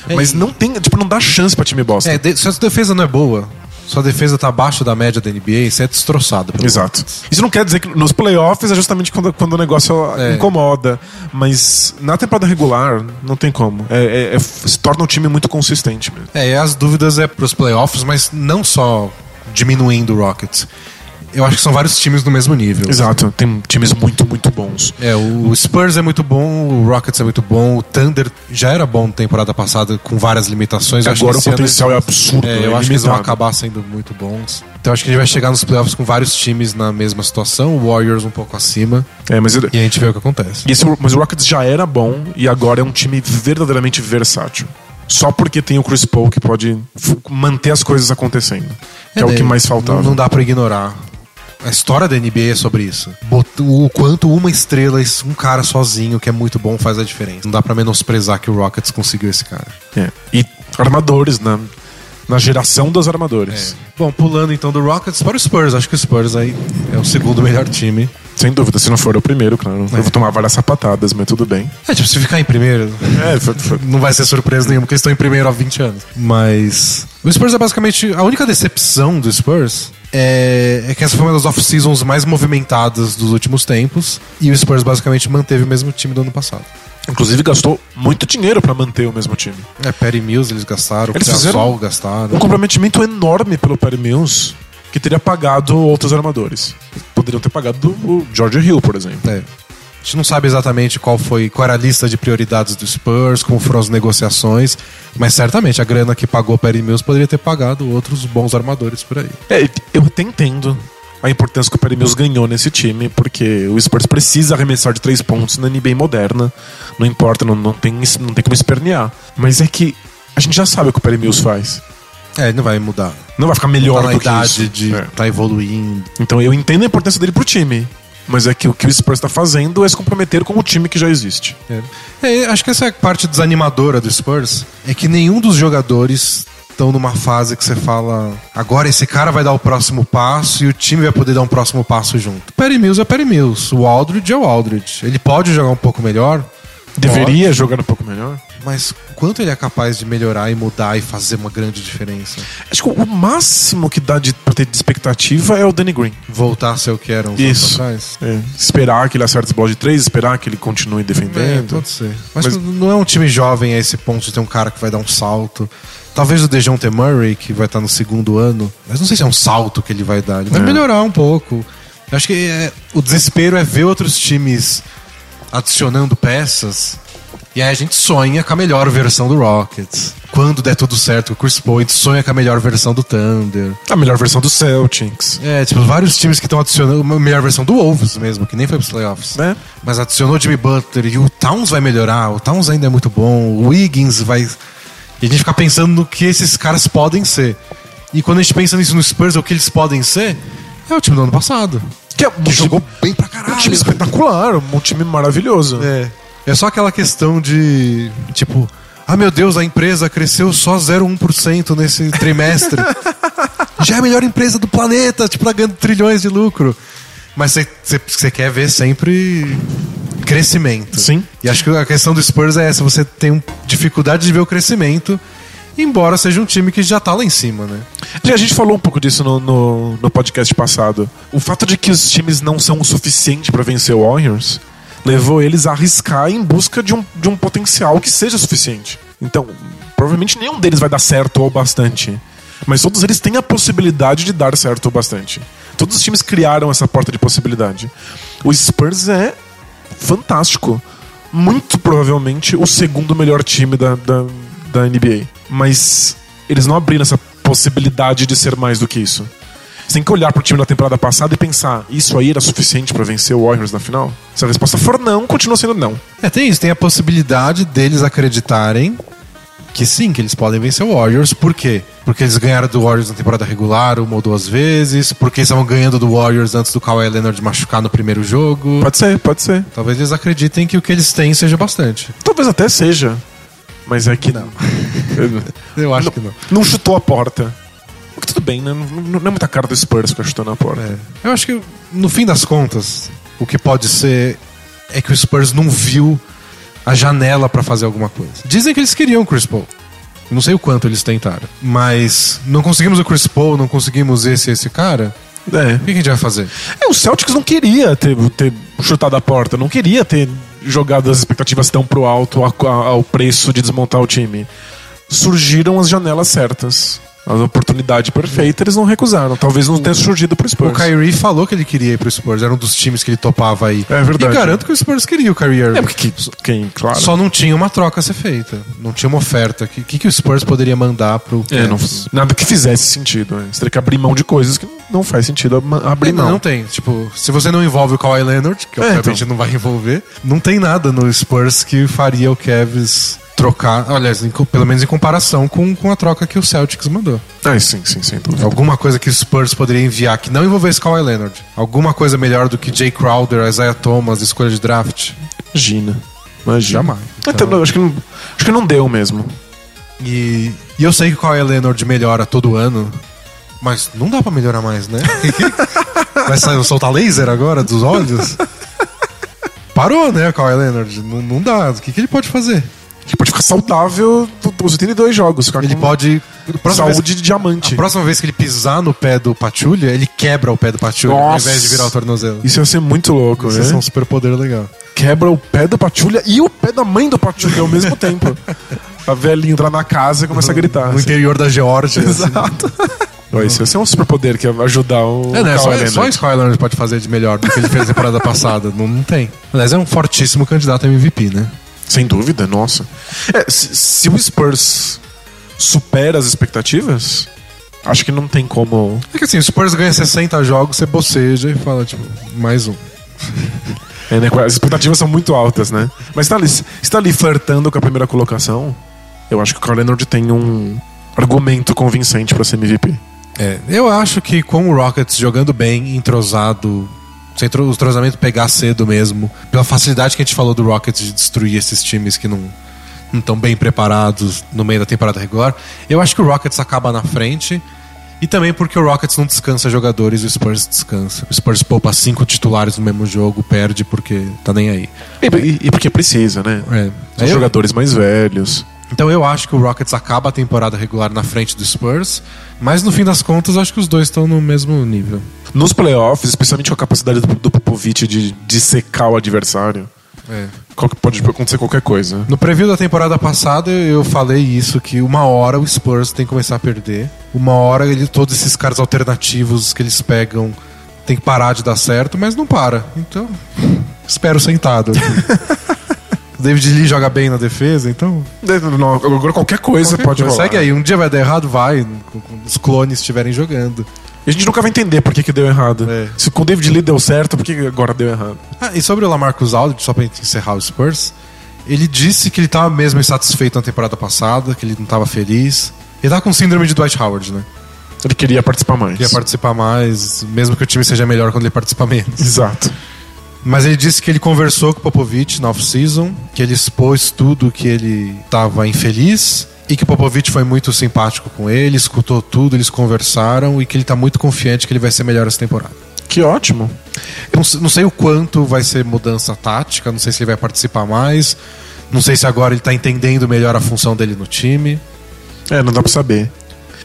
[SPEAKER 1] É,
[SPEAKER 2] Mas
[SPEAKER 1] e-
[SPEAKER 2] não tem, tipo, não dá chance pra time bosta.
[SPEAKER 1] É, de- se a sua defesa não é boa, sua defesa tá abaixo da média da NBA, e você é destroçado. pelo
[SPEAKER 2] Exato. Isso não quer dizer que nos playoffs é justamente quando, quando o negócio
[SPEAKER 1] É.
[SPEAKER 2] incomoda. Mas na temporada regular, não tem como. É- é- é- se torna um time muito consistente mesmo.
[SPEAKER 1] É, e as dúvidas é pros playoffs, mas não só diminuindo o Rockets. Eu acho que são vários times no mesmo nível.
[SPEAKER 2] Exato. Tem times muito, muito bons.
[SPEAKER 1] É, o Spurs é muito bom, o Rockets é muito bom, o Thunder já era bom na temporada passada com várias limitações. Eu acho
[SPEAKER 2] Agora o
[SPEAKER 1] que esse ano
[SPEAKER 2] potencial é absurdo.
[SPEAKER 1] É,
[SPEAKER 2] é
[SPEAKER 1] eu acho que eles vão
[SPEAKER 2] ilimitado.
[SPEAKER 1] acabar sendo muito bons. Então acho que a gente vai chegar nos playoffs com vários times na mesma situação, o Warriors um pouco acima,
[SPEAKER 2] É, mas,
[SPEAKER 1] e a gente vê o que acontece.
[SPEAKER 2] e esse- mas o Rockets já era bom e agora é um time verdadeiramente versátil. Só porque tem o Chris Paul que pode f- manter as coisas acontecendo. Que é, o
[SPEAKER 1] né,
[SPEAKER 2] que mais faltava.
[SPEAKER 1] Não, não dá pra ignorar. A história da NBA é sobre isso. Bot- O quanto uma estrela, esse- um cara sozinho que é muito bom faz a diferença. Não dá pra menosprezar que o Rockets conseguiu esse cara.
[SPEAKER 2] É. E armadores, né? Na geração dos
[SPEAKER 1] É.
[SPEAKER 2] armadores.
[SPEAKER 1] Bom, pulando então do Rockets para o Spurs. Acho que o Spurs aí é É. o segundo melhor time.
[SPEAKER 2] Sem dúvida, se não for o primeiro, claro. Eu vou tomar várias sapatadas, mas tudo bem.
[SPEAKER 1] É, tipo, se ficar em primeiro,
[SPEAKER 2] É, foi, foi-
[SPEAKER 1] não vai ser surpresa nenhuma, porque eles estão em primeiro há 20 anos. Mas. O Spurs é basicamente. A única decepção do Spurs é, é que essa foi uma das off-seasons mais movimentadas dos últimos tempos. E o Spurs basicamente manteve o mesmo time do ano passado.
[SPEAKER 2] Inclusive, gastou muito dinheiro pra manter o mesmo time.
[SPEAKER 1] É, Perry Mills eles gastaram,
[SPEAKER 2] Eles
[SPEAKER 1] eles
[SPEAKER 2] fizeram
[SPEAKER 1] Gasol
[SPEAKER 2] Um
[SPEAKER 1] gastaram.
[SPEAKER 2] comprometimento enorme pelo Perry Mills, que teria pagado outros armadores. Poderiam ter pagado o George Hill, por exemplo.
[SPEAKER 1] É. A gente não sabe exatamente qual foi qual era a lista de prioridades do Spurs, como foram as negociações, mas certamente a grana que pagou o Perry Mills poderia ter pagado outros bons armadores por aí.
[SPEAKER 2] É, eu até entendo a importância que o Perry Mills ganhou nesse time, porque o Spurs precisa arremessar de três pontos na NBA moderna. Não importa, não, não, tem, não tem como espernear. Mas é que a gente já sabe o que o Perry Mills faz.
[SPEAKER 1] É, não vai mudar.
[SPEAKER 2] Não vai ficar
[SPEAKER 1] Tá
[SPEAKER 2] melhor
[SPEAKER 1] na
[SPEAKER 2] do que
[SPEAKER 1] idade
[SPEAKER 2] isso.
[SPEAKER 1] de
[SPEAKER 2] É.
[SPEAKER 1] tá evoluindo.
[SPEAKER 2] Então eu entendo a importância dele pro time. Mas é que o que o Spurs tá fazendo é se comprometer com o time que já existe.
[SPEAKER 1] É, acho que essa é a parte desanimadora do Spurs. É que nenhum dos jogadores estão numa fase que você fala agora esse cara vai dar o próximo passo e o time vai poder dar um próximo passo junto. Perry Mills é Perry Mills, o Aldridge é o Aldridge. Ele pode jogar um pouco melhor,
[SPEAKER 2] Deveria jogar um pouco melhor.
[SPEAKER 1] mas quanto ele é capaz de melhorar e mudar e fazer uma grande diferença?
[SPEAKER 2] Acho que o máximo que dá de, pra ter de expectativa é o Danny Green.
[SPEAKER 1] Voltar a ser o que era uns
[SPEAKER 2] Isso.
[SPEAKER 1] anos atrás?
[SPEAKER 2] É, Esperar que ele acerte esse bola de três, esperar que ele continue
[SPEAKER 1] É,
[SPEAKER 2] defendendo.
[SPEAKER 1] pode ser. Mas,
[SPEAKER 2] Mas-
[SPEAKER 1] não é um time jovem a esse ponto de ter um cara que vai dar um salto. Talvez o Dejounte Murray, que vai estar no segundo ano. Mas não sei se é um salto que ele vai dar. Ele vai
[SPEAKER 2] É.
[SPEAKER 1] melhorar um pouco. Eu acho que é, o desespero é ver outros times adicionando peças. E aí a gente sonha com a melhor versão do Rockets. Quando der tudo certo com o Chris Paul, a gente sonha com a melhor versão do Thunder.
[SPEAKER 2] A melhor versão do Celtics.
[SPEAKER 1] É, tipo, vários times que estão adicionando uma melhor versão do Wolves mesmo, que nem foi pros playoffs.
[SPEAKER 2] Né?
[SPEAKER 1] Mas adicionou o Jimmy Butler e o Towns vai melhorar. O Towns ainda é muito bom. O Wiggins vai. E a gente fica pensando no que esses caras podem ser. E quando a gente pensa nisso no Spurs, o que eles podem ser, é o time do ano passado.
[SPEAKER 2] Que, é um
[SPEAKER 1] Que
[SPEAKER 2] time-
[SPEAKER 1] jogou bem pra
[SPEAKER 2] um
[SPEAKER 1] caralho.
[SPEAKER 2] time espetacular, um time maravilhoso.
[SPEAKER 1] É. É só aquela questão de. Tipo, ah meu Deus, a empresa cresceu só 0,1% nesse trimestre. Já é a melhor empresa do planeta, tipo, tá ganhando trilhões de lucro. Mas você quer ver sempre crescimento.
[SPEAKER 2] Sim.
[SPEAKER 1] E acho que a questão do Spurs é essa: você tem um- dificuldade de ver o crescimento, embora seja um time que já tá lá em cima, né?
[SPEAKER 2] E a gente falou um pouco disso no, no, no podcast passado. O fato de que os times não são o suficiente pra vencer o Warriors levou eles a arriscar em busca de um, de um potencial que seja suficiente. Então, provavelmente nenhum deles vai dar certo ou bastante. Mas todos eles têm a possibilidade de dar certo ou bastante. Todos os times criaram essa porta de possibilidade. O Spurs é fantástico. Muito provavelmente o segundo melhor time da, da, da NBA. Mas eles não abriram essa possibilidade de ser mais do que isso. Você tem que olhar pro time da temporada passada e pensar: isso aí era suficiente pra vencer o Warriors na final? Se a resposta for não, continua sendo não.
[SPEAKER 1] É, tem isso, tem a possibilidade deles acreditarem que sim, que eles podem vencer o Warriors. Por quê? Porque eles ganharam do Warriors na temporada regular uma ou duas vezes, porque eles estavam ganhando do Warriors antes do Kawhi Leonard machucar no primeiro jogo.
[SPEAKER 2] Pode ser, pode ser.
[SPEAKER 1] Talvez eles acreditem que o que eles têm seja bastante.
[SPEAKER 2] Talvez até seja. Mas é que não.
[SPEAKER 1] Eu acho que não.
[SPEAKER 2] Não chutou a porta. O que tudo bem, né? Não, não- não é muita cara do Spurs ficar chutando a porta.
[SPEAKER 1] É. Eu acho que, no fim das contas, o que pode ser é que o Spurs não viu a janela pra fazer alguma coisa. Dizem que eles queriam o Chris Paul. Não sei o quanto eles tentaram. Mas não conseguimos o Chris Paul, não conseguimos esse esse cara.
[SPEAKER 2] É.
[SPEAKER 1] O que que a gente vai fazer?
[SPEAKER 2] É, o Celtics não queria ter, ter chutado a porta, não queria ter jogado as expectativas tão pro alto a- a- ao preço de desmontar o time. Surgiram as janelas certas. A oportunidade perfeita eles não recusaram. Talvez não tenha surgido pro
[SPEAKER 1] O
[SPEAKER 2] Spurs.
[SPEAKER 1] Kyrie falou que ele queria ir pro Spurs, era um dos times que ele topava aí.
[SPEAKER 2] É
[SPEAKER 1] E
[SPEAKER 2] verdade.
[SPEAKER 1] garanto que o Spurs queria o Kyrie Irving.
[SPEAKER 2] É, porque que- quem, claro.
[SPEAKER 1] Só não tinha uma troca a ser feita. Não tinha uma oferta. O que, que, que o Spurs poderia mandar pro
[SPEAKER 2] É, não-
[SPEAKER 1] Cavs?
[SPEAKER 2] nada que fizesse sentido. né? Você teria que abrir mão de coisas que não faz sentido ab- abrir
[SPEAKER 1] não, não
[SPEAKER 2] mão.
[SPEAKER 1] tem. Tipo, se você não envolve o Kawhi Leonard, que
[SPEAKER 2] É,
[SPEAKER 1] obviamente não vai envolver, não tem nada no Spurs que faria o Cavs trocar, aliás, em co- pelo menos em comparação com, com a troca que o Celtics mandou.
[SPEAKER 2] Ah, sim, sim, sem dúvida.
[SPEAKER 1] Alguma coisa que o Spurs poderia enviar que não envolvesse Kawhi Leonard. Alguma coisa melhor do que Jay Crowder, Isaiah Thomas, escolha de draft.
[SPEAKER 2] Imagina. Imagina.
[SPEAKER 1] Jamais.
[SPEAKER 2] Até-
[SPEAKER 1] Então-
[SPEAKER 2] acho, que não, acho que não deu mesmo.
[SPEAKER 1] E, e eu sei é que o Kawhi Leonard melhora todo ano, mas não dá pra melhorar mais, né? Vai sair, soltar laser agora dos olhos? Parou, né, Kawhi Leonard? Não, não dá. O que, que ele pode fazer?
[SPEAKER 2] Ele pode ficar saudável dos 82 jogos. Ficar
[SPEAKER 1] Ele
[SPEAKER 2] com
[SPEAKER 1] pode. Próxima vez,
[SPEAKER 2] saúde de diamante.
[SPEAKER 1] a próxima vez que ele pisar no pé do Patulha, ele quebra o pé do Patulha ao
[SPEAKER 2] Nossa.
[SPEAKER 1] invés de virar o tornozelo.
[SPEAKER 2] Isso ia ser muito louco,
[SPEAKER 1] Isso é
[SPEAKER 2] né?
[SPEAKER 1] um superpoder legal.
[SPEAKER 2] Quebra o pé da Patulha e o pé da mãe do Patulha ao mesmo tempo. A velhinha entrar na casa e começa a gritar.
[SPEAKER 1] No
[SPEAKER 2] assim.
[SPEAKER 1] interior da Geórgia. assim.
[SPEAKER 2] Exato. Ó, Isso ia ser um superpoder que ia ajudar o.
[SPEAKER 1] É, né?
[SPEAKER 2] Kawhi
[SPEAKER 1] Só,
[SPEAKER 2] Leonard.
[SPEAKER 1] só isso que o Leonard pode fazer de melhor do que ele fez na temporada passada. Não, não tem. Aliás, é um fortíssimo candidato a MVP, né?
[SPEAKER 2] Sem dúvida, nossa. É, se, se o Spurs supera as expectativas, acho que não tem como.
[SPEAKER 1] É que assim, o Spurs ganha 60 jogos, você boceja e fala, tipo, mais um.
[SPEAKER 2] É, né, as expectativas são muito altas, né? Mas está ali, se tá ali flertando com a primeira colocação, eu acho que o Carl Leonard tem um argumento convincente para ser MVP.
[SPEAKER 1] É, eu acho que com o Rockets jogando bem, entrosado, se entro- o entrosamento pegar cedo mesmo, pela facilidade que a gente falou do Rockets de destruir esses times que não não estão bem preparados no meio da temporada regular, eu acho que o Rockets acaba na frente. E também porque o Rockets não descansa jogadores, o Spurs descansa. O Spurs poupa cinco titulares no mesmo jogo, perde porque tá nem aí.
[SPEAKER 2] E, e- e porque precisa, né?
[SPEAKER 1] É.
[SPEAKER 2] São
[SPEAKER 1] Eu-
[SPEAKER 2] jogadores mais velhos.
[SPEAKER 1] Então eu acho que o Rockets acaba a temporada regular na frente do Spurs, mas no fim das contas acho que os dois estão no mesmo nível.
[SPEAKER 2] Nos playoffs, especialmente com a capacidade do, do Popovich de, de secar o adversário, qual que pode acontecer qualquer coisa.
[SPEAKER 1] No preview da temporada passada eu falei isso que uma hora o Spurs tem que começar a perder, uma hora ele todos esses caras alternativos que eles pegam tem que parar de dar certo, mas não para. Então espero sentado. aqui. O David Lee joga bem na defesa, então
[SPEAKER 2] Não, agora qualquer coisa
[SPEAKER 1] qualquer
[SPEAKER 2] pode
[SPEAKER 1] coisa.
[SPEAKER 2] rolar.
[SPEAKER 1] Segue aí, um dia vai dar errado, vai, quando os clones estiverem jogando.
[SPEAKER 2] E a gente nunca vai entender por que, que deu errado.
[SPEAKER 1] É.
[SPEAKER 2] Se com o David Lee deu certo, por que que agora deu errado?
[SPEAKER 1] Ah, e sobre o Lamarcus Aldridge, só pra gente encerrar o Spurs, ele disse que ele tava mesmo insatisfeito na temporada passada, que ele não tava feliz. Ele tava com síndrome de Dwight Howard, né?
[SPEAKER 2] Ele queria participar mais.
[SPEAKER 1] Queria participar mais, mesmo que o time seja melhor quando ele participa menos.
[SPEAKER 2] Exato.
[SPEAKER 1] Mas ele disse que ele conversou com o Popovich na off-season, que ele expôs tudo que ele tava infeliz e que o Popovich foi muito simpático com ele, escutou tudo, eles conversaram e que ele tá muito confiante que ele vai ser melhor essa temporada.
[SPEAKER 2] Que ótimo.
[SPEAKER 1] Eu Não, se- não sei o quanto vai ser mudança tática, não sei se ele vai participar mais, não sei se agora ele tá entendendo melhor a função dele no time.
[SPEAKER 2] É, não dá pra saber.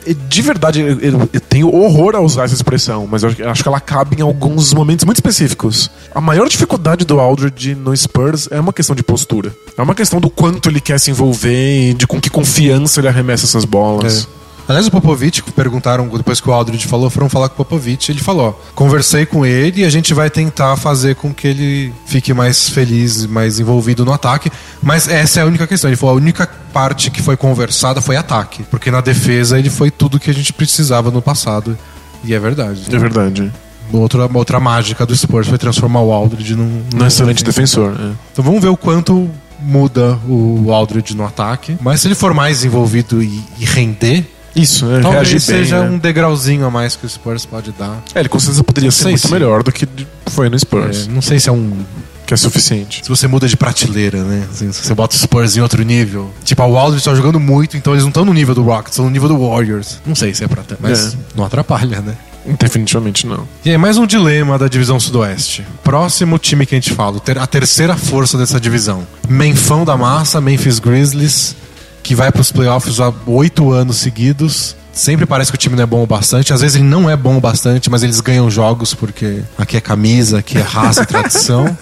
[SPEAKER 2] E, De verdade, eu, eu- eu tenho horror a usar essa expressão, mas eu acho- eu acho que ela cabe em alguns momentos muito específicos. A maior dificuldade do Aldridge no Spurs é uma questão de postura. É uma questão do quanto ele quer se envolver e de com que confiança ele arremessa essas bolas.
[SPEAKER 1] É. Aliás, o Popovich, que perguntaram depois que o Aldridge falou, foram falar com o Popovich. Ele falou: ó, conversei com ele e a gente vai tentar fazer com que ele fique mais feliz, mais envolvido no ataque. Mas essa é a única questão. Ele falou: a única parte que foi conversada foi ataque, porque na defesa ele foi tudo que a gente precisava no passado. E é verdade.
[SPEAKER 2] É, verdade.
[SPEAKER 1] Outra, outra mágica do Spurs foi transformar o Aldridge num,
[SPEAKER 2] Não é excelente defensor. é.
[SPEAKER 1] Então vamos ver o quanto muda o Aldridge no ataque. Mas se ele for mais envolvido e, e render,
[SPEAKER 2] Isso, é,
[SPEAKER 1] talvez
[SPEAKER 2] reagir bem.
[SPEAKER 1] seja
[SPEAKER 2] né?
[SPEAKER 1] um degrauzinho a mais que o Spurs pode dar.
[SPEAKER 2] É, ele com certeza poderia ser
[SPEAKER 1] Sei
[SPEAKER 2] muito
[SPEAKER 1] sim.
[SPEAKER 2] melhor do que foi no Spurs,
[SPEAKER 1] É, não sei se é um.
[SPEAKER 2] que é suficiente.
[SPEAKER 1] Se você muda de prateleira, né? Assim, se você bota o Spurs em outro nível. Tipo, o Aldridge tá jogando muito, então eles não estão no nível do Rockets, estão no nível do Warriors. Não sei se é pra tanto, mas
[SPEAKER 2] É.
[SPEAKER 1] não atrapalha, né?
[SPEAKER 2] Definitivamente não.
[SPEAKER 1] E aí, mais um dilema da divisão Sudoeste. Próximo time que a gente fala, ter- a terceira força dessa divisão. Menfão da massa, Memphis Grizzlies. que vai pros playoffs há oito anos seguidos. Sempre parece que o time não é bom o bastante. Às vezes ele não é bom o bastante, mas eles ganham jogos porque aqui é camisa, aqui é raça e tradição.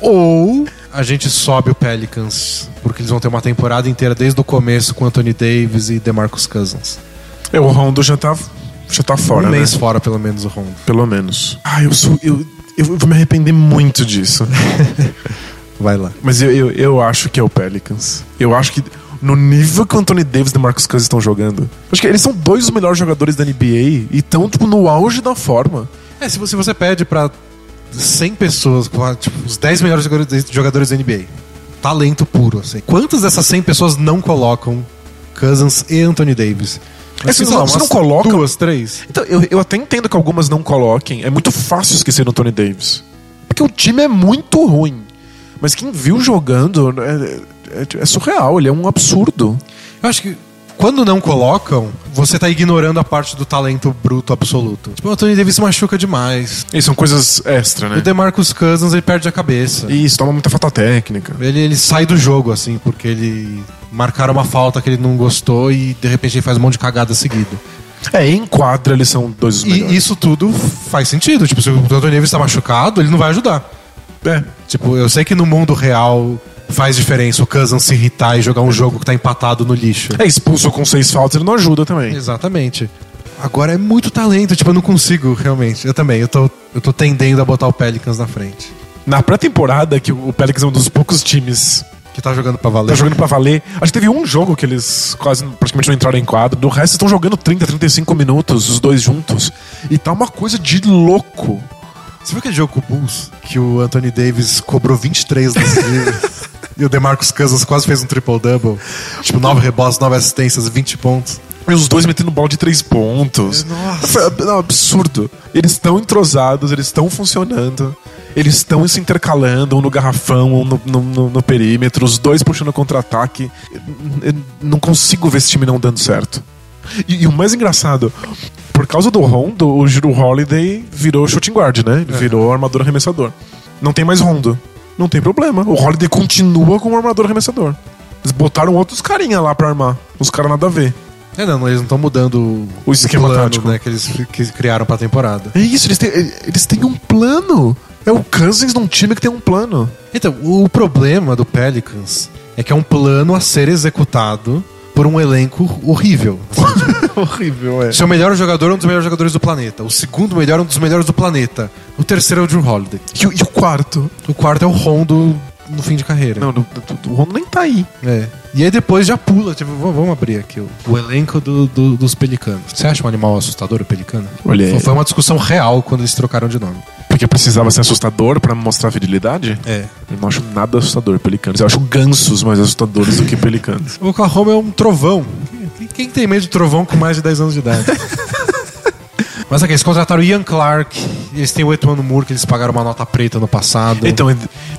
[SPEAKER 1] Ou a gente sobe o Pelicans, porque eles vão ter uma temporada inteira desde o começo com Anthony Davis e DeMarcus Cousins.
[SPEAKER 2] É, o Rondo já tá, já tá fora,
[SPEAKER 1] um
[SPEAKER 2] né?
[SPEAKER 1] mês fora, pelo menos, o Rondo.
[SPEAKER 2] Pelo menos. Ah, eu sou. Eu, eu vou me arrepender muito disso.
[SPEAKER 1] Vai lá.
[SPEAKER 2] Mas eu, eu, eu acho que é o Pelicans. Eu acho que no nível que o Anthony Davis e o Marcus Cousins estão jogando. Acho que eles são dois dos melhores jogadores da NBA e estão, tipo, no auge da forma.
[SPEAKER 1] É, se você, você pede pra 100 pessoas, com a- tipo, os 10 melhores jogadores, jogadores da NBA, talento puro, assim. Quantas dessas 100 pessoas não colocam Cousins e Anthony Davis? Assim,
[SPEAKER 2] É, se
[SPEAKER 1] sei
[SPEAKER 2] não-
[SPEAKER 1] lá,
[SPEAKER 2] se
[SPEAKER 1] umas
[SPEAKER 2] não coloca-
[SPEAKER 1] Duas, três.
[SPEAKER 2] Então, eu, eu até entendo que algumas não coloquem. É muito fácil esquecer do Anthony Davis. Porque o time é muito ruim. Mas quem viu jogando é, é- é surreal, ele é um absurdo.
[SPEAKER 1] Eu acho que quando não colocam, você tá ignorando a parte do talento bruto absoluto. Tipo, o Anthony Davis se machuca demais.
[SPEAKER 2] E são coisas extra, né?
[SPEAKER 1] O DeMarcus Cousins, ele perde a cabeça.
[SPEAKER 2] Isso, toma muita falta técnica.
[SPEAKER 1] Ele, ele sai do jogo, assim, porque ele marcaram uma falta que ele não gostou e de repente ele faz um monte de cagada seguida.
[SPEAKER 2] É, em quadra eles são dois dos melhores.
[SPEAKER 1] E isso tudo faz sentido. Tipo, se o Anthony Davis tá machucado, ele não vai ajudar.
[SPEAKER 2] É.
[SPEAKER 1] Tipo, eu sei que no mundo real faz diferença o Cousins se irritar e jogar um jogo que tá empatado no lixo.
[SPEAKER 2] É, expulso com seis faltas, ele não ajuda também.
[SPEAKER 1] Exatamente. Agora é muito talento, tipo, eu não consigo realmente. Eu também, eu tô, eu tô tendendo a botar o Pelicans na frente.
[SPEAKER 2] Na pré-temporada, que o Pelicans é um dos poucos times
[SPEAKER 1] Que tá jogando pra
[SPEAKER 2] Tá
[SPEAKER 1] valer.
[SPEAKER 2] jogando pra valer. Acho que teve um jogo que eles quase praticamente não entraram em quadro. Do resto, estão jogando 30, 35 minutos, os dois juntos. E tá uma coisa de louco.
[SPEAKER 1] Você viu aquele jogo com o Bulls que o Anthony Davis cobrou 23 das vezes? e o DeMarcus Cousins quase fez um triple-double. Tipo, 9 rebotes, 9 assistências, 20 pontos.
[SPEAKER 2] E os dois metendo bola de três pontos.
[SPEAKER 1] Nossa.
[SPEAKER 2] Foi ab- não, absurdo. Eles estão entrosados, eles estão funcionando. Eles estão se intercalando, um no garrafão, um no, no- no- no perímetro, os dois puxando contra-ataque. Eu- eu Não consigo ver esse time não dando certo. E, e o mais engraçado, por causa do Rondo, o Jiro Holiday virou shooting guard, né? Ele virou armador arremessador. Não tem mais Rondo. Não tem problema. O Holiday continua como armador arremessador. Eles botaram outros carinha lá pra armar. Os caras nada a ver.
[SPEAKER 1] É, não, eles não estão mudando
[SPEAKER 2] O esquema
[SPEAKER 1] plano,
[SPEAKER 2] tático.
[SPEAKER 1] né, que eles que criaram pra temporada.
[SPEAKER 2] É isso, eles têm, eles têm um plano. É o Cousins num time que tem um plano.
[SPEAKER 1] Então, o problema do Pelicans é que é um plano a ser executado por um elenco horrível.
[SPEAKER 2] Horrível, é.
[SPEAKER 1] Seu melhor jogador é um dos melhores jogadores do planeta. O segundo melhor é um dos melhores do planeta. O terceiro é o Drew Holiday.
[SPEAKER 2] E, o- e o quarto?
[SPEAKER 1] O quarto é o Rondo no fim de carreira.
[SPEAKER 2] Não, não, não, o Rondo nem tá aí.
[SPEAKER 1] É. E aí depois já pula, tipo, v- vamos abrir aqui o, o elenco do- do- dos pelicanos. Você acha um animal assustador o pelicano?
[SPEAKER 2] Olha aí.
[SPEAKER 1] Foi- Foi uma discussão real quando eles trocaram de nome.
[SPEAKER 2] Porque precisava ser assustador pra mostrar a fidelidade?
[SPEAKER 1] É.
[SPEAKER 2] Eu não acho nada assustador pelicanos. Eu acho gansos mais assustadores do que pelicanos.
[SPEAKER 1] O Oklahoma é um trovão. Quem, quem tem medo de trovão com mais de 10 anos de idade? Mas aqui, eles contrataram o Ian Clark, eles têm o Etuano Moore, que eles pagaram uma nota preta no passado.
[SPEAKER 2] Então,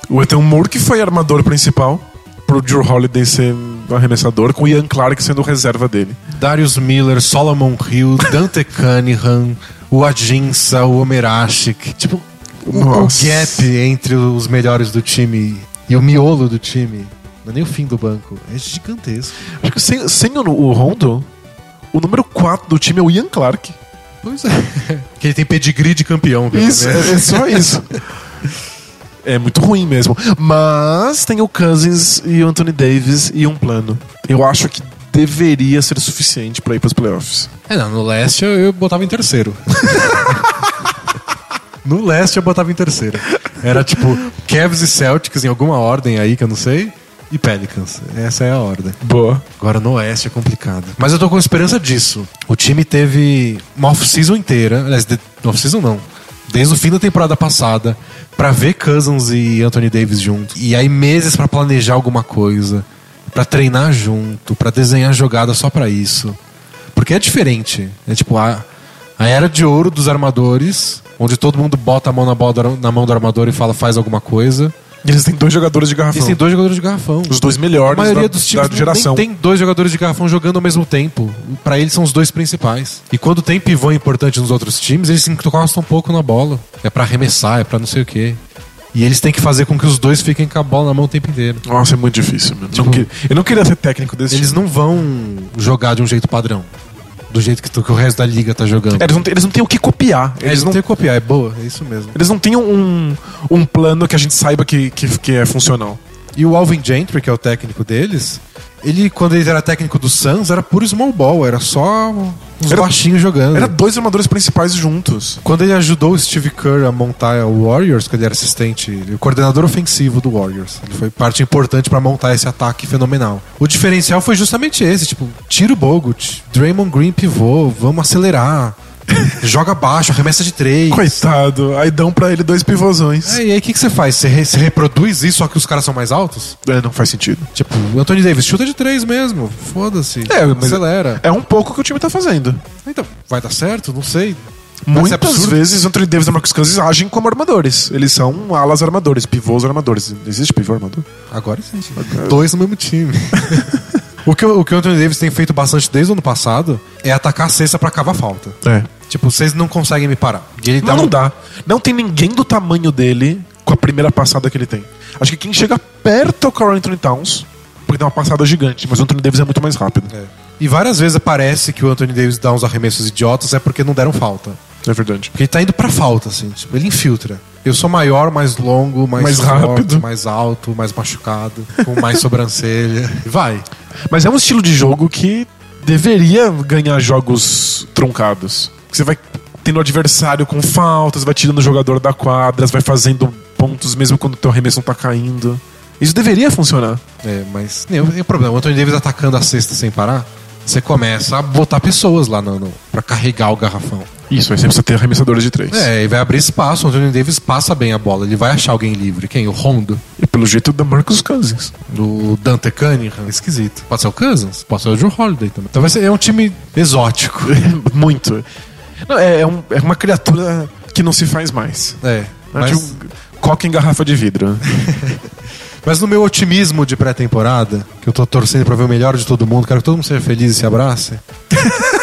[SPEAKER 2] o Ethan Moore que foi armador principal, pro Drew Holiday ser arremessador, com o Ian Clark sendo reserva dele.
[SPEAKER 1] Darius Miller, Solomon Hill, Dante Cunningham, o Adinsa, o Omerashi. que, Tipo, o, o
[SPEAKER 2] Nossa.
[SPEAKER 1] gap entre os melhores do time e o miolo do time, não é nem o fim do banco, é gigantesco.
[SPEAKER 2] Acho que sem, sem o, o Rondo, o número 4 do time é o Ian Clark.
[SPEAKER 1] Pois é. Que ele tem pedigree de campeão, pelo
[SPEAKER 2] Isso,
[SPEAKER 1] menos.
[SPEAKER 2] é, é só isso. É muito ruim mesmo. Mas tem o Cousins e o Anthony Davis e um plano. Eu acho que deveria ser suficiente pra ir pros playoffs.
[SPEAKER 1] É, não, no leste eu, eu botava em terceiro. no leste eu botava em terceiro. Era tipo Cavs e Celtics em alguma ordem aí que eu não sei. E Pelicans. Essa é a ordem.
[SPEAKER 2] Boa.
[SPEAKER 1] Agora no oeste é complicado. Mas eu tô com esperança disso. O time teve uma off-season inteira. Aliás, de, off-season não. Desde o fim da temporada passada. pra ver Cousins e Anthony Davis juntos. E aí meses pra planejar alguma coisa. pra treinar junto. pra desenhar jogada só pra isso. Porque é diferente. É tipo a, a era de ouro dos armadores. Onde todo mundo bota a mão na, bola do ar- na mão do armador e fala faz alguma coisa.
[SPEAKER 2] E eles têm dois jogadores de
[SPEAKER 1] E
[SPEAKER 2] garrafão.
[SPEAKER 1] eles têm dois jogadores de garrafão.
[SPEAKER 2] Os dois
[SPEAKER 1] A
[SPEAKER 2] melhores
[SPEAKER 1] maioria
[SPEAKER 2] da,
[SPEAKER 1] dos times
[SPEAKER 2] da geração.
[SPEAKER 1] nem tem dois jogadores de garrafão jogando ao mesmo tempo. Pra eles são os dois principais. E quando tem pivô importante nos outros times, eles se encostam um pouco na bola. É pra arremessar, é pra não sei o quê. E eles têm que fazer com que os dois fiquem com a bola na mão o tempo inteiro.
[SPEAKER 2] Nossa, é muito difícil, mano. Não que- eu não queria ser técnico desse
[SPEAKER 1] Tipo, Eles
[SPEAKER 2] time.
[SPEAKER 1] não vão jogar de um jeito padrão. Do jeito que, tu- que o resto da liga tá jogando.
[SPEAKER 2] É, eles não. têm- Eles não têm o que copiar.
[SPEAKER 1] É, eles não têm que copiar, é boa, é isso mesmo.
[SPEAKER 2] Eles não têm um, um plano que a gente saiba que, que, que é funcional.
[SPEAKER 1] E o Alvin Gentry, que é o técnico deles, ele, quando ele era técnico do Suns, era puro small ball, era só os
[SPEAKER 2] Era-
[SPEAKER 1] baixinhos jogando.
[SPEAKER 2] Era dois armadores principais juntos.
[SPEAKER 1] Quando ele ajudou o Steve Kerr a montar o Warriors, que ele era assistente, ele- o coordenador ofensivo do Warriors, ele foi parte importante pra montar esse ataque fenomenal. O diferencial foi justamente esse, tipo, tira o Bogut, Draymond Green pivô, vamos acelerar, joga baixo, arremessa de três.
[SPEAKER 2] Coitado, aí dão pra ele dois pivôzões.
[SPEAKER 1] É, e aí o que, que você faz? Você, re- você reproduz isso, só que os caras são mais altos?
[SPEAKER 2] É, não faz sentido.
[SPEAKER 1] Tipo, o Anthony Davis chuta de três mesmo, foda-se,
[SPEAKER 2] É, mas-
[SPEAKER 1] acelera.
[SPEAKER 2] É um pouco o que o time tá fazendo.
[SPEAKER 1] Então, vai dar certo? Não sei. Mas é
[SPEAKER 2] Muitas
[SPEAKER 1] absurdo.
[SPEAKER 2] vezes Anthony Davis e Marcus Cousins agem como armadores. Eles são alas armadores, pivôs armadores. Existe pivô armador?
[SPEAKER 1] Agora existe. Dois no mesmo time. o, que, o o que o Anthony Davis tem feito bastante desde o ano passado é atacar a cesta pra cavar falta.
[SPEAKER 2] É.
[SPEAKER 1] Tipo, vocês não conseguem me parar. E ele dá
[SPEAKER 2] Mas
[SPEAKER 1] um-
[SPEAKER 2] Então não dá. Não tem ninguém do tamanho dele com a primeira passada que ele tem. Acho que quem chega perto é o Carl Anthony Towns, porque tem uma passada gigante, mas o Anthony Davis é muito mais rápido.
[SPEAKER 1] É. E várias vezes parece que o Anthony Davis dá uns arremessos idiotas é porque não deram falta.
[SPEAKER 2] É, verdade.
[SPEAKER 1] Porque ele tá indo pra falta, assim. Tipo, ele infiltra. Eu sou maior, mais longo, mais,
[SPEAKER 2] Mais
[SPEAKER 1] forte,
[SPEAKER 2] rápido.
[SPEAKER 1] mais alto, mais machucado, com mais sobrancelha. E Vai.
[SPEAKER 2] Mas é um estilo de jogo que deveria ganhar jogos truncados. Você vai tendo adversário com faltas, vai tirando o jogador da quadra, vai fazendo pontos mesmo quando o teu arremesso não tá caindo. Isso deveria funcionar.
[SPEAKER 1] É, mas nem tem problema. O Anthony Davis atacando a cesta sem parar, você começa a botar pessoas lá no, no, pra carregar o garrafão.
[SPEAKER 2] Isso, aí você precisa ter arremessadores de três.
[SPEAKER 1] É, e vai abrir espaço. O Anthony Davis passa bem a bola. Ele vai achar alguém livre. Quem? O Rondo?
[SPEAKER 2] E pelo jeito da Marcus Cousins.
[SPEAKER 1] Do Dante Cunningham? Esquisito. Pode ser o Cousins? Pode ser o Drew Holiday também. Então vai ser, é um time exótico.
[SPEAKER 2] Muito. Não, é, é um- é uma criatura que não se faz mais.
[SPEAKER 1] É.
[SPEAKER 2] Mas...
[SPEAKER 1] Mas,
[SPEAKER 2] Tipo, coca em garrafa de vidro.
[SPEAKER 1] mas no meu otimismo de pré-temporada, que eu tô torcendo pra ver o melhor de todo mundo, quero que todo mundo seja feliz e se abrace.
[SPEAKER 2] É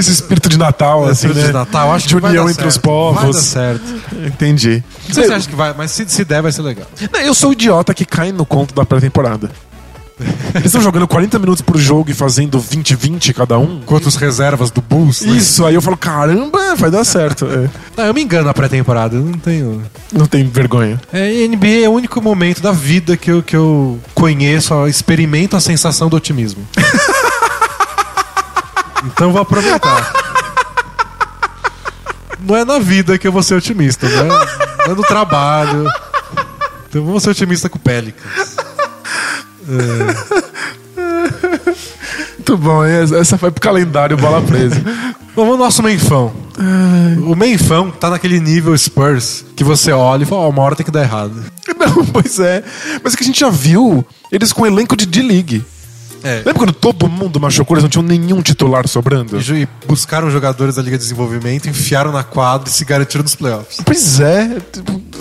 [SPEAKER 2] Esse espírito de Natal, assim,
[SPEAKER 1] Espírito
[SPEAKER 2] né?
[SPEAKER 1] de Natal, acho
[SPEAKER 2] de
[SPEAKER 1] que vai
[SPEAKER 2] união
[SPEAKER 1] dar
[SPEAKER 2] entre os
[SPEAKER 1] certo. Vai dar
[SPEAKER 2] povos.
[SPEAKER 1] certo.
[SPEAKER 2] Entendi.
[SPEAKER 1] Não sei se você acha que vai, mas se, se der, vai ser legal.
[SPEAKER 2] Não, É, eu sou o idiota que cai no conto da pré-temporada. Eles estão jogando 40 minutos por jogo e fazendo 20-20 cada um.
[SPEAKER 1] Quantas reservas do Bulls? né?
[SPEAKER 2] Isso, aí eu falo, caramba, vai dar certo. É.
[SPEAKER 1] Não, eu me engano na pré-temporada, eu não tenho.
[SPEAKER 2] Não tem vergonha.
[SPEAKER 1] É, NBA é o único momento da vida que eu, que eu conheço, ó, experimento a sensação do otimismo. então eu vou aproveitar. Não é na vida que eu vou ser otimista, né? Não é no trabalho. Então eu vou ser otimista com o Pelicans.
[SPEAKER 2] Muito bom, hein? essa foi pro calendário bola presa.
[SPEAKER 1] Vamos ao nosso Menfão. O Menfão tá naquele nível Spurs que você olha e fala, ó, uma hora tem que dar errado.
[SPEAKER 2] Não, pois é. Mas é que a gente já viu eles com elenco de D-League.
[SPEAKER 1] É.
[SPEAKER 2] Lembra quando todo mundo machucou, eles não tinham nenhum titular sobrando?
[SPEAKER 1] E ju- E buscaram jogadores da Liga de Desenvolvimento, enfiaram na quadra e se garantiram nos playoffs.
[SPEAKER 2] Pois é.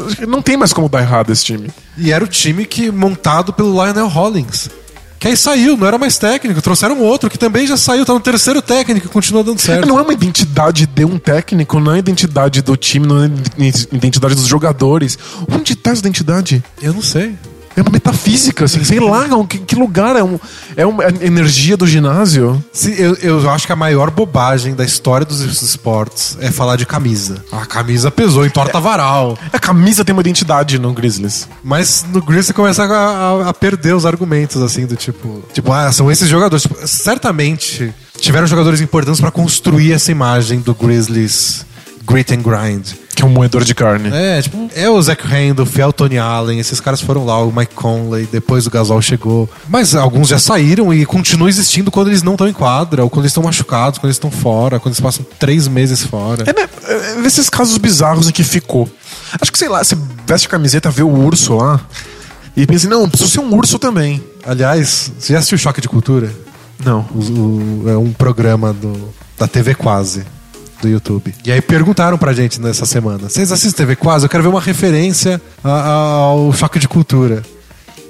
[SPEAKER 2] tipo, Não tem mais como dar errado esse time.
[SPEAKER 1] E era o time que montado pelo Lionel Hollins. Que aí saiu, não era mais técnico, trouxeram outro que também já saiu, tá no terceiro técnico e continua dando certo.
[SPEAKER 2] Não é uma identidade de um técnico, não é identidade do time, não é identidade dos jogadores. Onde tá essa identidade?
[SPEAKER 1] Eu não sei.
[SPEAKER 2] É uma metafísica, assim, sei lá, um- que, que lugar é, um, é uma é energia do ginásio?
[SPEAKER 1] Se- eu, eu acho que a maior bobagem da história dos esportes é falar de camisa. A camisa pesou, entorta varal.
[SPEAKER 2] A camisa tem uma identidade no Grizzlies.
[SPEAKER 1] Mas no Grizzlies você começa a, a- a perder os argumentos, assim, do tipo. Tipo, ah, são esses jogadores. Tipo, certamente tiveram jogadores importantes pra construir essa imagem do Grizzlies grit and grind.
[SPEAKER 2] Que é um moedor de carne.
[SPEAKER 1] É, tipo, é o Zach Randolph, é o Tony Allen, esses caras foram lá, o Mike Conley, depois o Gasol chegou. Mas alguns já saíram e continuam existindo quando eles não estão em quadra, ou quando eles estão machucados, quando eles estão fora, quando eles passam três meses fora.
[SPEAKER 2] É, né? É, é, Esses casos bizarros em que ficou. Acho que, sei lá, você veste a camiseta, vê o urso lá e pensa, não, eu preciso ser um urso também.
[SPEAKER 1] Aliás, você já assistiu Choque de Cultura?
[SPEAKER 2] Não.
[SPEAKER 1] O- o- é um programa do, da TV Quase, do YouTube. E aí perguntaram pra gente nessa semana: vocês assistem TV Quase? Eu quero ver uma referência a- a- ao Choque de Cultura.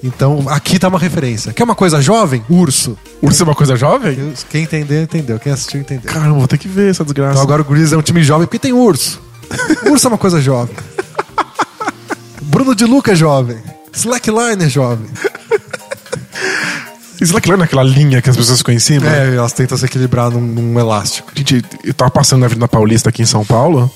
[SPEAKER 1] Então, aqui tá uma referência. Quer uma coisa jovem? Urso.
[SPEAKER 2] Urso é uma coisa jovem?
[SPEAKER 1] Eu- Quem entendeu, entendeu. Quem assistiu, entendeu.
[SPEAKER 2] Caramba, vou ter que
[SPEAKER 3] Então
[SPEAKER 2] ver essa desgraça.
[SPEAKER 1] Então agora o Grizzlies é um time jovem porque tem urso. Urso é uma coisa jovem.
[SPEAKER 3] Bruno de Luca, é jovem. Slackliner, jovem.
[SPEAKER 2] Slackline é aquela linha que as pessoas ficam em cima?
[SPEAKER 3] É, elas tentam se equilibrar num, num elástico.
[SPEAKER 2] Gente, eu tava passando na Avenida Paulista aqui em São Paulo,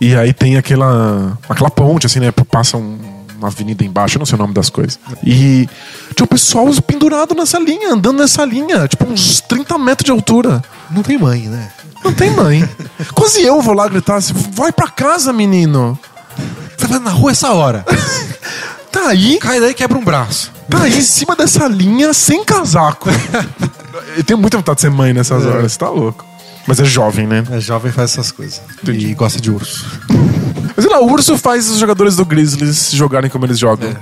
[SPEAKER 2] e aí tem aquela, aquela ponte, assim, né? Passa um- uma avenida embaixo, eu não sei o nome das coisas. E tinha o pessoal pendurado nessa linha, andando nessa linha, tipo uns 30 metros de altura.
[SPEAKER 3] Não tem mãe, né?
[SPEAKER 2] Não tem mãe. Quase eu vou lá gritar assim, vai pra casa, menino.
[SPEAKER 1] Tá vendo na rua essa hora.
[SPEAKER 2] Tá aí,
[SPEAKER 1] Cai daí e quebra um braço.
[SPEAKER 2] tá aí em cima dessa linha, sem casaco. eu tenho muita vontade de ser mãe nessas horas, tá louco. Mas é jovem, né?
[SPEAKER 3] É jovem faz essas coisas.
[SPEAKER 2] Entendi.
[SPEAKER 3] E gosta de urso.
[SPEAKER 2] Mas sei lá, o urso faz os jogadores do Grizzlies jogarem como eles jogam.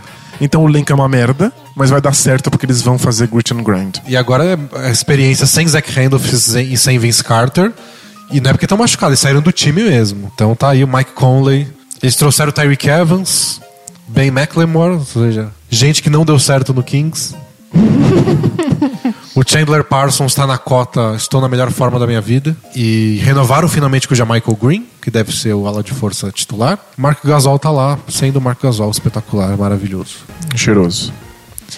[SPEAKER 2] Então o Link é uma merda, mas vai dar certo porque eles vão fazer grit and grind.
[SPEAKER 1] E agora é a experiência sem Zach Randolph e sem Vince Carter. E não é porque estão machucados, eles saíram do time mesmo. Então tá aí o Mike Conley. Eles trouxeram o Tyreek Evans, Ben McLemore, ou seja, gente que não deu certo no Kings. o Chandler Parsons está na cota, estou na melhor forma da minha vida. E renovaram finalmente com o Jamaica Green, que deve ser o ala de força titular. Marco Gasol tá lá, sendo o Marco Gasol espetacular, maravilhoso.
[SPEAKER 2] Cheiroso.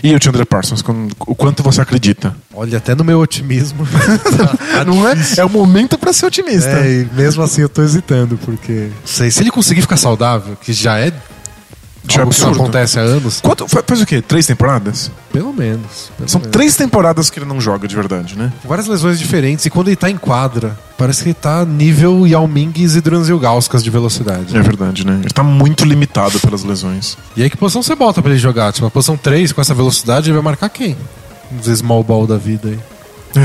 [SPEAKER 2] E o Chandler Parsons, com- o quanto você acredita?
[SPEAKER 1] Olha, até no meu otimismo.
[SPEAKER 2] Não é? É o momento pra ser otimista.
[SPEAKER 3] É, e mesmo assim eu tô hesitando, porque.
[SPEAKER 1] sei. Se ele conseguir ficar saudável, que já é
[SPEAKER 2] Já é
[SPEAKER 1] algo que não
[SPEAKER 2] absurdo.
[SPEAKER 1] acontece há anos,
[SPEAKER 2] Quanto, fa- faz o quê? Três temporadas?
[SPEAKER 1] pelo menos. pelo
[SPEAKER 2] São
[SPEAKER 1] menos.
[SPEAKER 2] três temporadas que ele não joga de verdade, né?
[SPEAKER 1] várias lesões diferentes. E quando ele tá em quadra, parece que ele tá nível Yao Ming e Zidranzilgauskas de velocidade.
[SPEAKER 2] É verdade, né? Ele tá muito limitado pelas lesões.
[SPEAKER 1] E aí que posição você bota pra ele jogar? Tipo, a posição 3, com essa velocidade, ele vai marcar quem? Uns small ball da vida aí.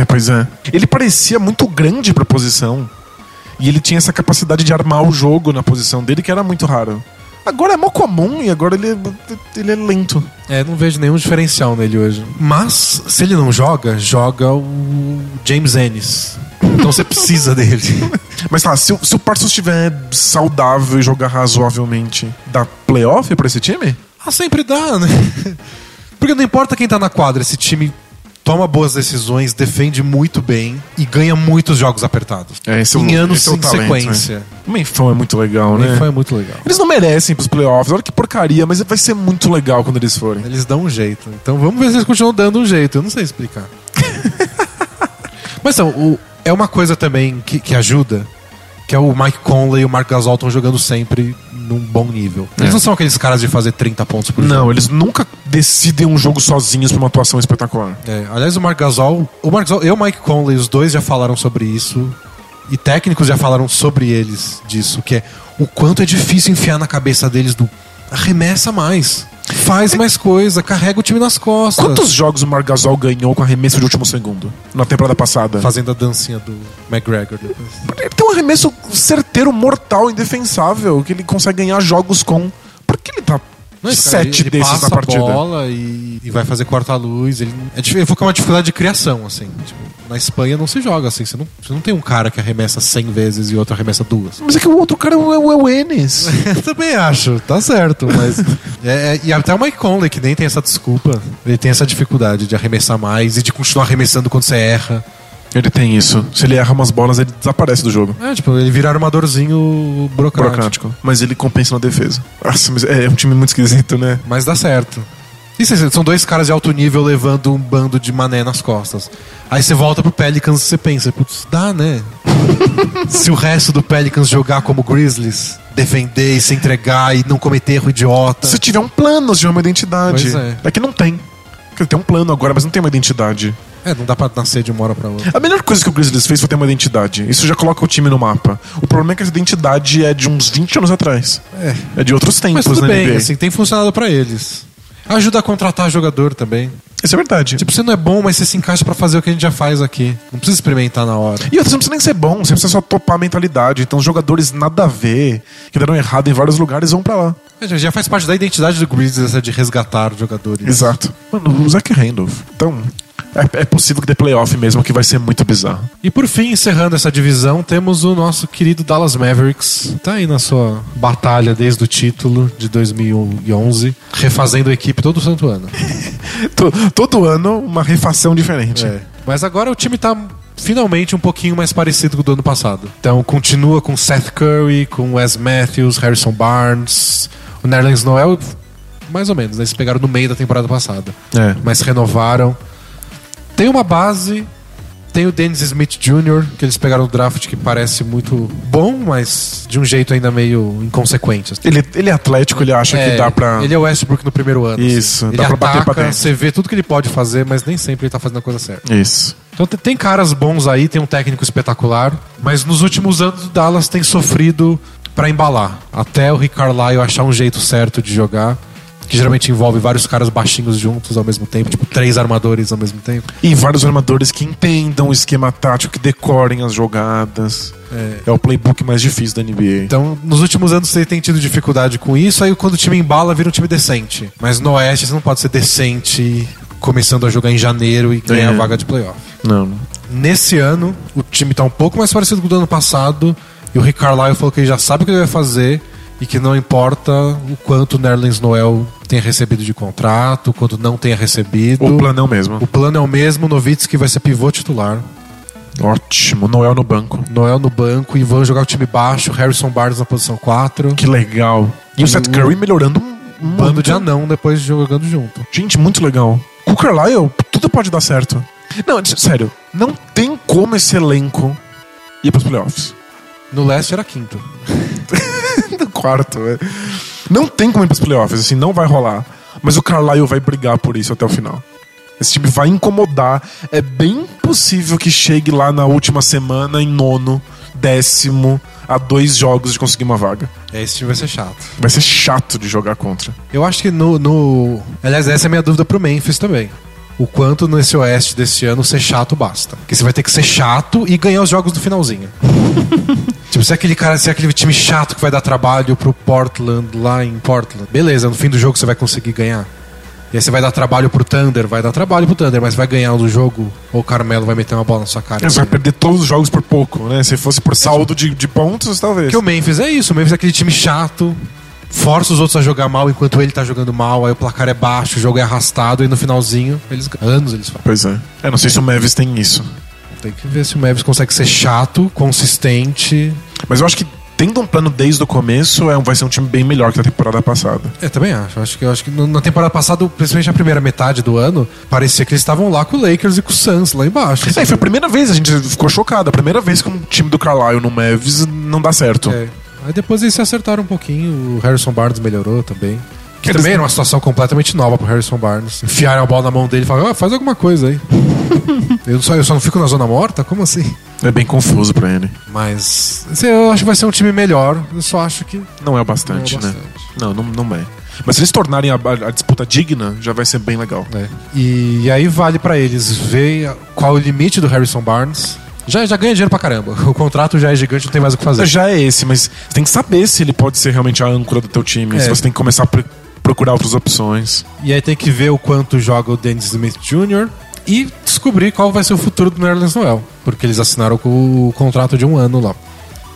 [SPEAKER 2] É, pois é. Ele parecia muito grande pra posição. E ele tinha essa capacidade de armar o jogo na posição dele, que era muito raro. Agora é mó comum e agora ele, é- ele é lento.
[SPEAKER 1] É, não vejo nenhum diferencial nele hoje. Mas, se ele não joga, joga o James Ennis. Então você precisa dele.
[SPEAKER 2] Mas tá, se, o- se o Parsons estiver saudável e jogar razoavelmente, dá playoff pra esse time?
[SPEAKER 1] Ah, sempre dá, né? Porque não importa quem tá na quadra, esse time toma boas decisões, defende muito bem e ganha muitos jogos apertados.
[SPEAKER 2] É, esse
[SPEAKER 1] em anos sem sequência.
[SPEAKER 2] O Menfão é muito legal, né?
[SPEAKER 1] E Foi muito legal.
[SPEAKER 2] Eles não merecem ir pros playoffs, olha que porcaria, mas vai ser muito legal quando eles forem.
[SPEAKER 1] Eles dão um jeito. Então vamos ver se eles continuam dando um jeito. Eu não sei explicar. Mas então, o- é uma coisa também que, que ajuda, que é o Mike Conley e o Mark Gasol estão jogando sempre num bom nível. Eles
[SPEAKER 2] É.
[SPEAKER 1] não são aqueles caras de fazer 30 pontos por jogo.
[SPEAKER 2] Não, eles nunca decidem um jogo sozinhos pra uma atuação espetacular.
[SPEAKER 1] É, aliás, o Mark Gasol, o Mark Gasol e o Mike Conley, os dois já falaram sobre isso. E técnicos já falaram sobre eles disso, que é o quanto é difícil enfiar na cabeça deles do arremessa mais, faz mais coisa, carrega o time nas costas.
[SPEAKER 2] É Quantos jogos o Margasol ganhou com arremesso de último segundo na temporada passada?
[SPEAKER 1] Fazendo a dancinha do McGregor depois.
[SPEAKER 2] Ele tem um arremesso certeiro, mortal, indefensável, que ele consegue ganhar jogos com. Por que ele tá
[SPEAKER 1] Não, esse cara,
[SPEAKER 2] sete
[SPEAKER 1] ele- ele
[SPEAKER 2] desses
[SPEAKER 1] passa
[SPEAKER 2] na partida?
[SPEAKER 1] A bola e, e vai fazer corta-luz. Ele, é, difí- foi com uma dificuldade de criação, assim. Tipo, na Espanha não se joga assim. Você não, você não tem um cara que arremessa 100 vezes e outro arremessa duas.
[SPEAKER 2] Mas é que o outro cara é o, é o Enes.
[SPEAKER 1] Eu também acho, tá certo, mas. É, é, e até o Mike Conley, que nem tem essa desculpa, ele tem essa dificuldade de arremessar mais e de continuar arremessando quando você erra.
[SPEAKER 2] ele tem isso. Se ele erra umas bolas, ele desaparece do jogo.
[SPEAKER 1] É, tipo, ele vira armadorzinho burocrático.
[SPEAKER 2] Burocrático. Mas ele compensa na defesa. Nossa, mas é, é um time muito esquisito, né?
[SPEAKER 1] Mas dá certo. E cê- cê- são dois caras de alto nível levando um bando de mané nas costas. Aí você volta pro Pelicans e você pensa, putz, dá, né? se o resto do Pelicans jogar como Grizzlies, defender e se entregar e não cometer erro idiota.
[SPEAKER 2] Se tiver um plano, se tiver uma identidade.
[SPEAKER 1] É. Pois é.
[SPEAKER 2] é que não tem. Porque ele tem um plano agora, mas não tem uma identidade.
[SPEAKER 1] É, não dá pra nascer de uma hora pra outra.
[SPEAKER 2] A melhor coisa que o Grizzlies fez foi ter uma identidade. Isso já coloca o time no mapa. O problema é que essa identidade é de uns 20 anos atrás. É, de outros tempos
[SPEAKER 1] Mas tudo
[SPEAKER 2] na
[SPEAKER 1] bem,
[SPEAKER 2] NBA.
[SPEAKER 1] assim, tem funcionado pra eles. Ajuda a contratar jogador também.
[SPEAKER 2] Isso é verdade.
[SPEAKER 1] Tipo, você não é bom, mas você se encaixa pra fazer o que a gente já faz aqui. Não precisa experimentar na hora.
[SPEAKER 2] E outra, você não precisa nem ser bom, você precisa só topar a mentalidade. Então os jogadores nada a ver, que deram errado em vários lugares, vão pra lá.
[SPEAKER 1] É, Já já faz parte da identidade do Grizzlies essa de resgatar jogadores.
[SPEAKER 2] Exato. Mano, o Zach Randolph. Então, é, é possível que dê playoff mesmo, que vai ser muito bizarro.
[SPEAKER 1] E por fim, encerrando essa divisão, temos o nosso querido Dallas Mavericks. Tá aí na sua batalha desde o título de 2011, refazendo a equipe todo santo ano.
[SPEAKER 2] To- Todo ano, uma refação diferente.
[SPEAKER 1] É. Mas agora o time tá finalmente um pouquinho mais parecido com o do ano passado. Então continua com Seth Curry, com Wes Matthews, Harrison Barnes, o Nerlens Noel mais ou menos, né? Eles pegaram no meio da temporada passada.
[SPEAKER 2] É.
[SPEAKER 1] Mas renovaram. Tem uma base, tem o Dennis Smith Jr., que eles pegaram no draft que parece muito bom, mas de um jeito ainda meio inconsequente. assim.
[SPEAKER 2] Ele, ele é atlético, ele acha que
[SPEAKER 1] É,
[SPEAKER 2] dá pra.
[SPEAKER 1] Ele é o Westbrook no primeiro ano. assim.
[SPEAKER 2] Isso,
[SPEAKER 1] Ele
[SPEAKER 2] dá pra bater
[SPEAKER 1] ataca,
[SPEAKER 2] pra dentro.
[SPEAKER 1] Você vê tudo que ele pode fazer, mas nem sempre ele tá fazendo a coisa certa.
[SPEAKER 2] Isso.
[SPEAKER 1] Então te- tem caras bons aí, tem um técnico espetacular, mas nos últimos anos o Dallas tem sofrido pra embalar. Até o Rick Carlisle achar um jeito certo de jogar, que geralmente envolve vários caras baixinhos juntos ao mesmo tempo, tipo três armadores ao mesmo tempo.
[SPEAKER 2] E vários armadores que entendam o esquema tático, que decorem as jogadas. É, Tá. o playbook mais difícil da NBA.
[SPEAKER 1] Então, nos últimos anos você tem tido dificuldade com isso, aí quando o time embala vira um time decente. Mas no Oeste você não pode ser decente começando a jogar em janeiro e ganhar a
[SPEAKER 2] É.
[SPEAKER 1] vaga de playoff.
[SPEAKER 2] Não, não.
[SPEAKER 1] Nesse ano, o time tá um pouco mais parecido com o do ano passado. E o Rick Carlisle falou que ele já sabe o que ele vai fazer e que não importa o quanto o Nerlens Noel tenha recebido de contrato, o quanto não tenha recebido.
[SPEAKER 2] O planão mesmo.
[SPEAKER 1] O plano é o mesmo, o Nowitzki vai ser pivô titular,
[SPEAKER 2] Ótimo. Noel no banco.
[SPEAKER 1] Noel no banco, e vão jogar o time baixo, Harrison Barnes na posição 4.
[SPEAKER 2] Que legal. E o Seth Curry melhorando um um
[SPEAKER 1] Bando
[SPEAKER 2] monte.
[SPEAKER 1] de anão depois jogando junto.
[SPEAKER 2] Gente, muito legal. Com o Carlisle, tudo pode dar certo. Não, de- sério. Não tem como esse elenco ir pros playoffs.
[SPEAKER 1] No leste era quinto.
[SPEAKER 2] do quarto, velho. Não tem como ir pros playoffs, assim, não vai rolar. Mas o Carlisle vai brigar por isso até o final. Esse time vai incomodar. É bem possível que chegue lá na última semana, em nono, décimo, a dois jogos de conseguir uma vaga.
[SPEAKER 1] É, esse time vai ser chato.
[SPEAKER 2] Vai ser chato de jogar contra.
[SPEAKER 1] Eu acho que no, no. Aliás, essa é a minha dúvida pro Memphis também. O quanto nesse Oeste desse ano ser chato basta. Porque você vai ter que ser chato e ganhar os jogos do finalzinho. tipo, se é aquele cara, se é aquele time chato que vai dar trabalho pro Portland lá em Portland. Beleza, no fim do jogo você vai conseguir ganhar. E aí você vai dar trabalho pro Thunder, vai dar trabalho pro Thunder, mas vai ganhar o jogo ou o Carmelo vai meter uma bola na sua cara.
[SPEAKER 2] É,
[SPEAKER 1] assim.
[SPEAKER 2] Você vai perder todos os jogos por pouco, né? Se fosse por saldo de, de pontos, talvez.
[SPEAKER 1] Porque o Memphis é isso, o Memphis é aquele time chato, força os outros a jogar mal enquanto ele tá jogando mal, aí o placar é baixo, o jogo é arrastado, e no finalzinho, eles ganham. anos eles falam.
[SPEAKER 2] Pois é. Eu não sei se o Mavis tem isso.
[SPEAKER 1] Tem que ver se o Memphis consegue ser chato, consistente.
[SPEAKER 2] Mas eu acho que tendo um plano desde o começo, é, um- vai ser um time bem melhor que a temporada passada.
[SPEAKER 1] Eu também acho. Acho que, acho que no- na temporada passada, principalmente na primeira metade do ano, parecia que eles estavam lá com o Lakers e com o Suns lá embaixo. assim.
[SPEAKER 2] É, foi a primeira vez, a gente ficou chocado. A primeira vez que um time do Carlisle no Mavis não dá certo.
[SPEAKER 1] É. Aí depois eles se acertaram um pouquinho, o Harrison Barnes melhorou também. Que
[SPEAKER 2] Eles-
[SPEAKER 1] também era uma situação completamente nova pro Harrison Barnes. Enfiaram a bola na mão dele e falaram, ah, faz alguma coisa aí. eu, só, eu só não fico na zona morta? Como assim?
[SPEAKER 2] É, bem confuso pra ele.
[SPEAKER 1] Mas assim, eu acho que vai ser um time melhor. Eu só acho que
[SPEAKER 2] Não é o
[SPEAKER 1] não é
[SPEAKER 2] bastante, né?
[SPEAKER 1] bastante.
[SPEAKER 2] Não, não, não é. Mas se eles tornarem a, a- a disputa digna, já vai ser bem legal.
[SPEAKER 1] né? E, aí vale pra eles ver qual é o limite do Harrison Barnes. Já, já ganha dinheiro pra caramba. O contrato já é gigante, não tem mais o que fazer.
[SPEAKER 2] Já é esse, mas você tem que saber se ele pode ser realmente a âncora do teu time.
[SPEAKER 1] É.
[SPEAKER 2] Se você tem que começar a pro- procurar outras opções.
[SPEAKER 1] E aí tem que ver o quanto joga o Dennis Smith Jr. e descobrir qual vai ser o futuro do Nerlens Noel. Porque eles assinaram com o contrato de um ano lá.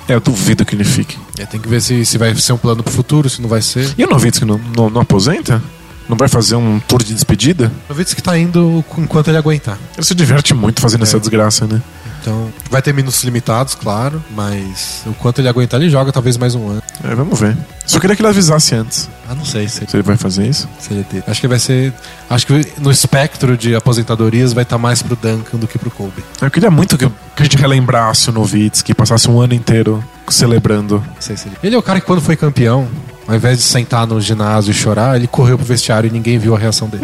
[SPEAKER 2] É, eu duvido que ele fique.
[SPEAKER 1] E aí tem que ver se, se vai ser um plano pro futuro, se não vai ser.
[SPEAKER 2] E o Novitsky não, não, não aposenta? Não vai fazer um tour de despedida?
[SPEAKER 1] Eu vi que tá indo enquanto ele aguentar.
[SPEAKER 2] Ele se diverte muito fazendo essa desgraça, né?
[SPEAKER 1] Então, vai ter minutos limitados, claro, mas o quanto ele aguentar, ele joga talvez mais um ano.
[SPEAKER 2] É, vamos ver. Só queria que ele avisasse antes.
[SPEAKER 1] Ah, não sei se,
[SPEAKER 2] Se ele vai fazer isso.
[SPEAKER 1] se ele tem. Acho que vai ser. Acho que no espectro de aposentadorias vai estar mais pro Duncan do que pro Kobe.
[SPEAKER 2] Eu queria muito que, que a gente relembrasse o Novitsky, passasse um ano inteiro celebrando.
[SPEAKER 1] Não sei se ele... ele é o cara que quando foi campeão, ao invés de sentar no ginásio e chorar, ele correu pro vestiário e ninguém viu a reação dele.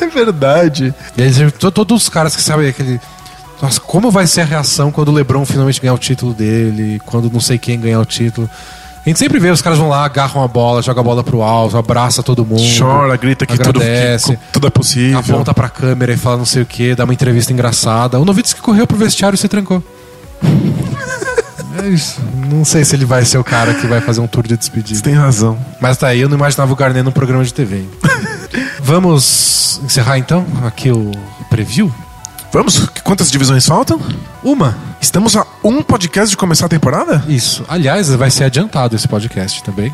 [SPEAKER 2] É verdade.
[SPEAKER 1] e aí, to- todos os caras que sabem aquele. Nossa, como vai ser a reação quando o Lebron finalmente ganhar o título dele, quando não sei quem ganhar o título. A gente sempre vê, os caras vão lá, agarram a bola, jogam a bola pro alto, abraça todo mundo.
[SPEAKER 2] Chora, grita que tudo,
[SPEAKER 1] Agradece.
[SPEAKER 2] que tudo é possível.
[SPEAKER 1] aponta pra câmera e fala não sei o que, dá uma entrevista engraçada. O Novitsky correu pro vestiário e se trancou. É isso. Não sei se ele vai ser o cara que vai fazer um tour de
[SPEAKER 2] Você
[SPEAKER 1] despedida.
[SPEAKER 2] tem razão.
[SPEAKER 1] Mas tá aí, eu não imaginava o Garnet num programa de TV. hein? Vamos encerrar então aqui o preview?
[SPEAKER 2] Vamos? Quantas divisões faltam?
[SPEAKER 1] Uma.
[SPEAKER 2] Estamos a um podcast de começar a temporada?
[SPEAKER 1] Isso. Aliás, vai ser adiantado esse podcast também.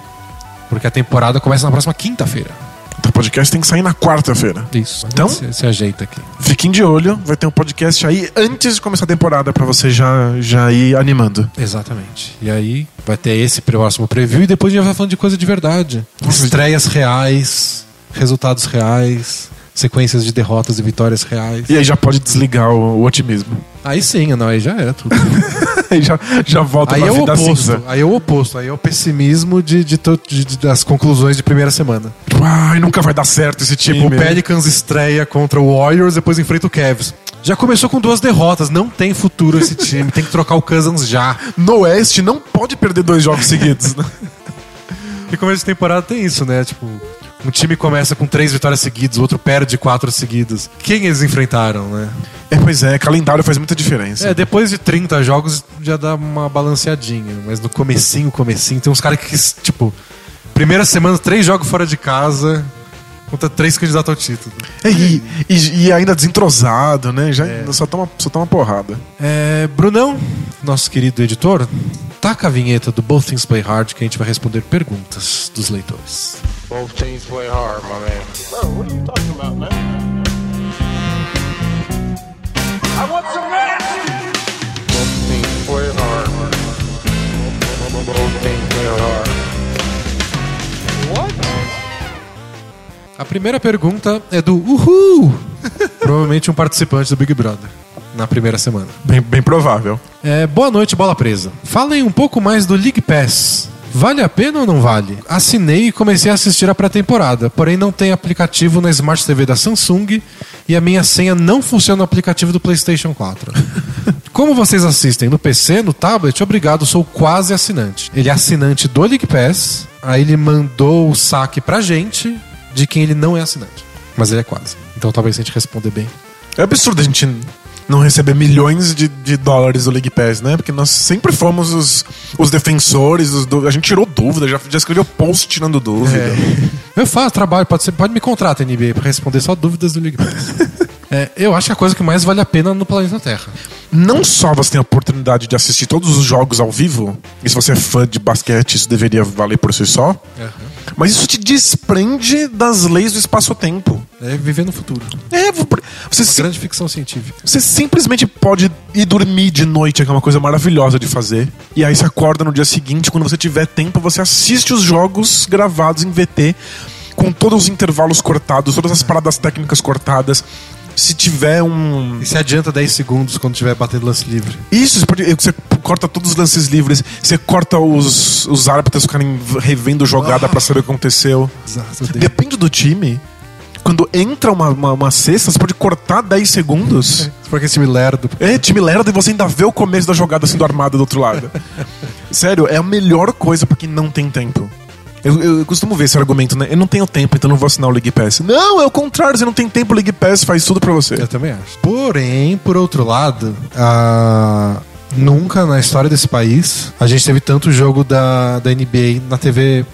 [SPEAKER 1] Porque a temporada começa na próxima quinta-feira.
[SPEAKER 2] Então, O podcast tem que sair na quarta-feira.
[SPEAKER 1] Isso.
[SPEAKER 2] Então?
[SPEAKER 1] Se, se ajeita aqui.
[SPEAKER 2] Fiquem de olho, vai ter um podcast aí antes de começar a temporada pra você já, já ir animando.
[SPEAKER 1] Exatamente. E aí vai ter esse próximo preview e depois a gente vai falando de coisa de verdade.
[SPEAKER 2] Nossa,
[SPEAKER 1] Estreias reais, resultados reais, sequências de derrotas e vitórias reais.
[SPEAKER 2] E aí já pode desligar o, o otimismo.
[SPEAKER 1] Aí sim, não, aí já era tudo.
[SPEAKER 2] Aí já, já volta
[SPEAKER 1] Aí
[SPEAKER 2] pra
[SPEAKER 1] é o
[SPEAKER 2] vida
[SPEAKER 1] oposto.
[SPEAKER 2] cinza.
[SPEAKER 1] Aí é o oposto. Aí é o pessimismo de, de to- de- de- das conclusões de primeira semana.
[SPEAKER 2] Ai, nunca vai dar certo esse time.
[SPEAKER 1] Tipo, o
[SPEAKER 2] meu.
[SPEAKER 1] Pelicans estreia contra o Warriors, depois enfrenta o Cavs. Já começou com duas derrotas, não tem futuro esse time, tem que trocar o Cousins já.
[SPEAKER 2] No Oeste não pode perder dois jogos seguidos, né?
[SPEAKER 1] Porque começo de temporada tem isso, né? Tipo, um time começa com três vitórias seguidas, o outro perde quatro seguidas. Quem eles enfrentaram, né?
[SPEAKER 2] É, pois é, calendário faz muita diferença.
[SPEAKER 1] É, depois de 30 jogos já dá uma balanceadinha. Mas no comecinho, comecinho, tem uns caras que, tipo, primeira semana, três jogos fora de casa, contra três candidatos ao título.
[SPEAKER 2] É, e, e- e ainda desentrosado, né? Já só, toma, só toma porrada.
[SPEAKER 1] É, Brunão, nosso querido editor, taca a vinheta do Both Things Play Hard que a gente vai responder perguntas dos leitores.
[SPEAKER 4] Both teams play hard, my man. Bro, what are you talking about, man? I want some rest! Both teams play hard. Both teams play hard.
[SPEAKER 1] A primeira pergunta é do Uhul! Provavelmente um participante do Big Brother na primeira semana.
[SPEAKER 2] Bem, bem provável.
[SPEAKER 1] É, boa noite, bola presa. Falem um pouco mais do League Pass. Vale a pena ou não vale? Assinei e comecei a assistir a pré-temporada, porém não tem aplicativo na Smart TV da Samsung e a minha senha não funciona no aplicativo do PlayStation 4. Como vocês assistem? No PC, no tablet? Obrigado, sou quase assinante. Ele é assinante do League Pass, aí ele mandou o saque pra gente de quem ele não é assinante. Mas ele é quase. Então talvez se a gente responder bem.
[SPEAKER 2] É absurdo a gente não receber milhões de, de dólares do League Pass, né? Porque nós sempre fomos os, os defensores, os du- a gente tirou dúvida, já, já escreveu post tirando dúvida.
[SPEAKER 1] Eu faço trabalho, pode, ser, pode me contratar NBA pra responder só dúvidas do League Pass. É, eu acho que a coisa que mais vale a pena no planeta Terra.
[SPEAKER 2] Não só você tem a oportunidade de assistir todos os jogos ao vivo, e se você é fã de basquete, isso deveria valer por si só,
[SPEAKER 1] É,
[SPEAKER 2] mas isso te desprende das leis do espaço-tempo.
[SPEAKER 1] É viver no futuro.
[SPEAKER 2] É, vo- você
[SPEAKER 1] Uma
[SPEAKER 2] se
[SPEAKER 1] grande ficção científica.
[SPEAKER 2] Você simplesmente pode ir dormir de noite, que é uma coisa maravilhosa de fazer. E aí você acorda no dia seguinte, quando você tiver tempo, você assiste os jogos gravados em VT, com todos os intervalos cortados, todas
[SPEAKER 1] É.
[SPEAKER 2] as paradas técnicas cortadas. Se tiver um.
[SPEAKER 1] E se adianta 10 segundos quando tiver batendo lance livre.
[SPEAKER 2] Isso, você, pode- você corta todos os lances livres, você corta os, os árbitros ficarem revendo jogada
[SPEAKER 1] Ah.
[SPEAKER 2] pra saber o que aconteceu.
[SPEAKER 1] Exato.
[SPEAKER 2] Depende do time. Quando entra uma, uma, uma cesta, você pode cortar 10 segundos.
[SPEAKER 1] Porque esse time lerdo.
[SPEAKER 2] É, time lerdo e você ainda vê o começo da jogada sendo armada do outro lado. Sério, é a melhor coisa pra quem não tem tempo. Eu, eu- eu costumo ver esse argumento, né? Eu não tenho tempo, então não vou assinar o League Pass. Não, é o contrário, você não tem tempo, o League Pass faz tudo pra você.
[SPEAKER 1] Eu também acho. Porém, por outro lado, ah, nunca na história desse país a gente teve tanto jogo da, da NBA na TV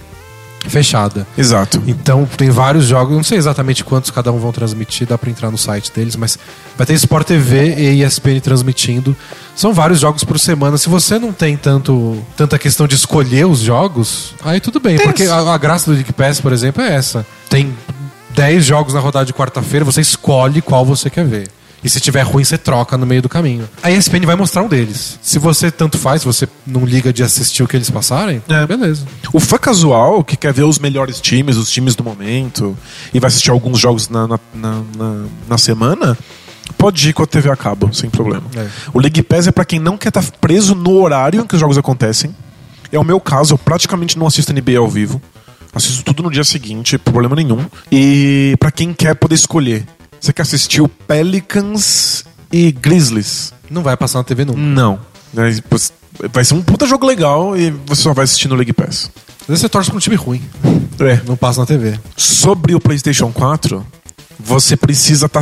[SPEAKER 1] fechada.
[SPEAKER 2] Exato.
[SPEAKER 1] Então tem vários jogos, eu não sei exatamente quantos cada um vão transmitir, dá pra entrar no site deles, mas vai ter Sport TV e ESPN transmitindo. São vários jogos por semana. Se você não tem tanto tanta questão de escolher os jogos, aí tudo bem, porque a, a graça do League Pass, por exemplo, é essa. Tem 10 jogos na rodada de quarta-feira, você escolhe qual você quer ver. E se tiver ruim, você troca no meio do caminho. A ESPN vai mostrar um deles. Se você tanto faz, se você não liga de assistir o que eles passarem,
[SPEAKER 2] É.
[SPEAKER 1] beleza.
[SPEAKER 2] O fã casual, que quer ver os melhores times, os times do momento, e vai assistir alguns jogos na, na, na- na- na semana, pode ir com a TV a cabo, sem problema.
[SPEAKER 1] É.
[SPEAKER 2] O League Pass é pra quem não quer estar preso no horário em que os jogos acontecem. É o meu caso, eu praticamente não assisto NBA ao vivo. Assisto tudo no dia seguinte, problema nenhum. E pra quem quer poder escolher, você quer assistir o Pelicans e Grizzlies?
[SPEAKER 1] Não vai passar na TV nunca.
[SPEAKER 2] Não. Mas, pois, Vai ser um puta jogo legal e você só vai assistir no League Pass.
[SPEAKER 1] Às vezes você torce pra um time ruim.
[SPEAKER 2] É.
[SPEAKER 1] Não passa na TV.
[SPEAKER 2] Sobre o PlayStation 4, você precisa estar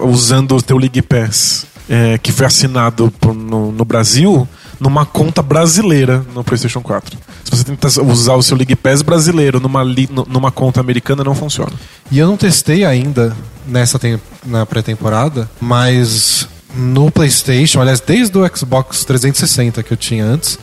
[SPEAKER 2] usando o teu League Pass, é, que foi assinado por- no, no Brasil, numa conta brasileira no PlayStation 4. Se você tentar usar o seu League Pass brasileiro numa, li- nu- numa conta americana, não funciona.
[SPEAKER 1] E eu não testei ainda nessa tem- na pré-temporada, mas no PlayStation, aliás, desde o Xbox 360 que eu tinha antes,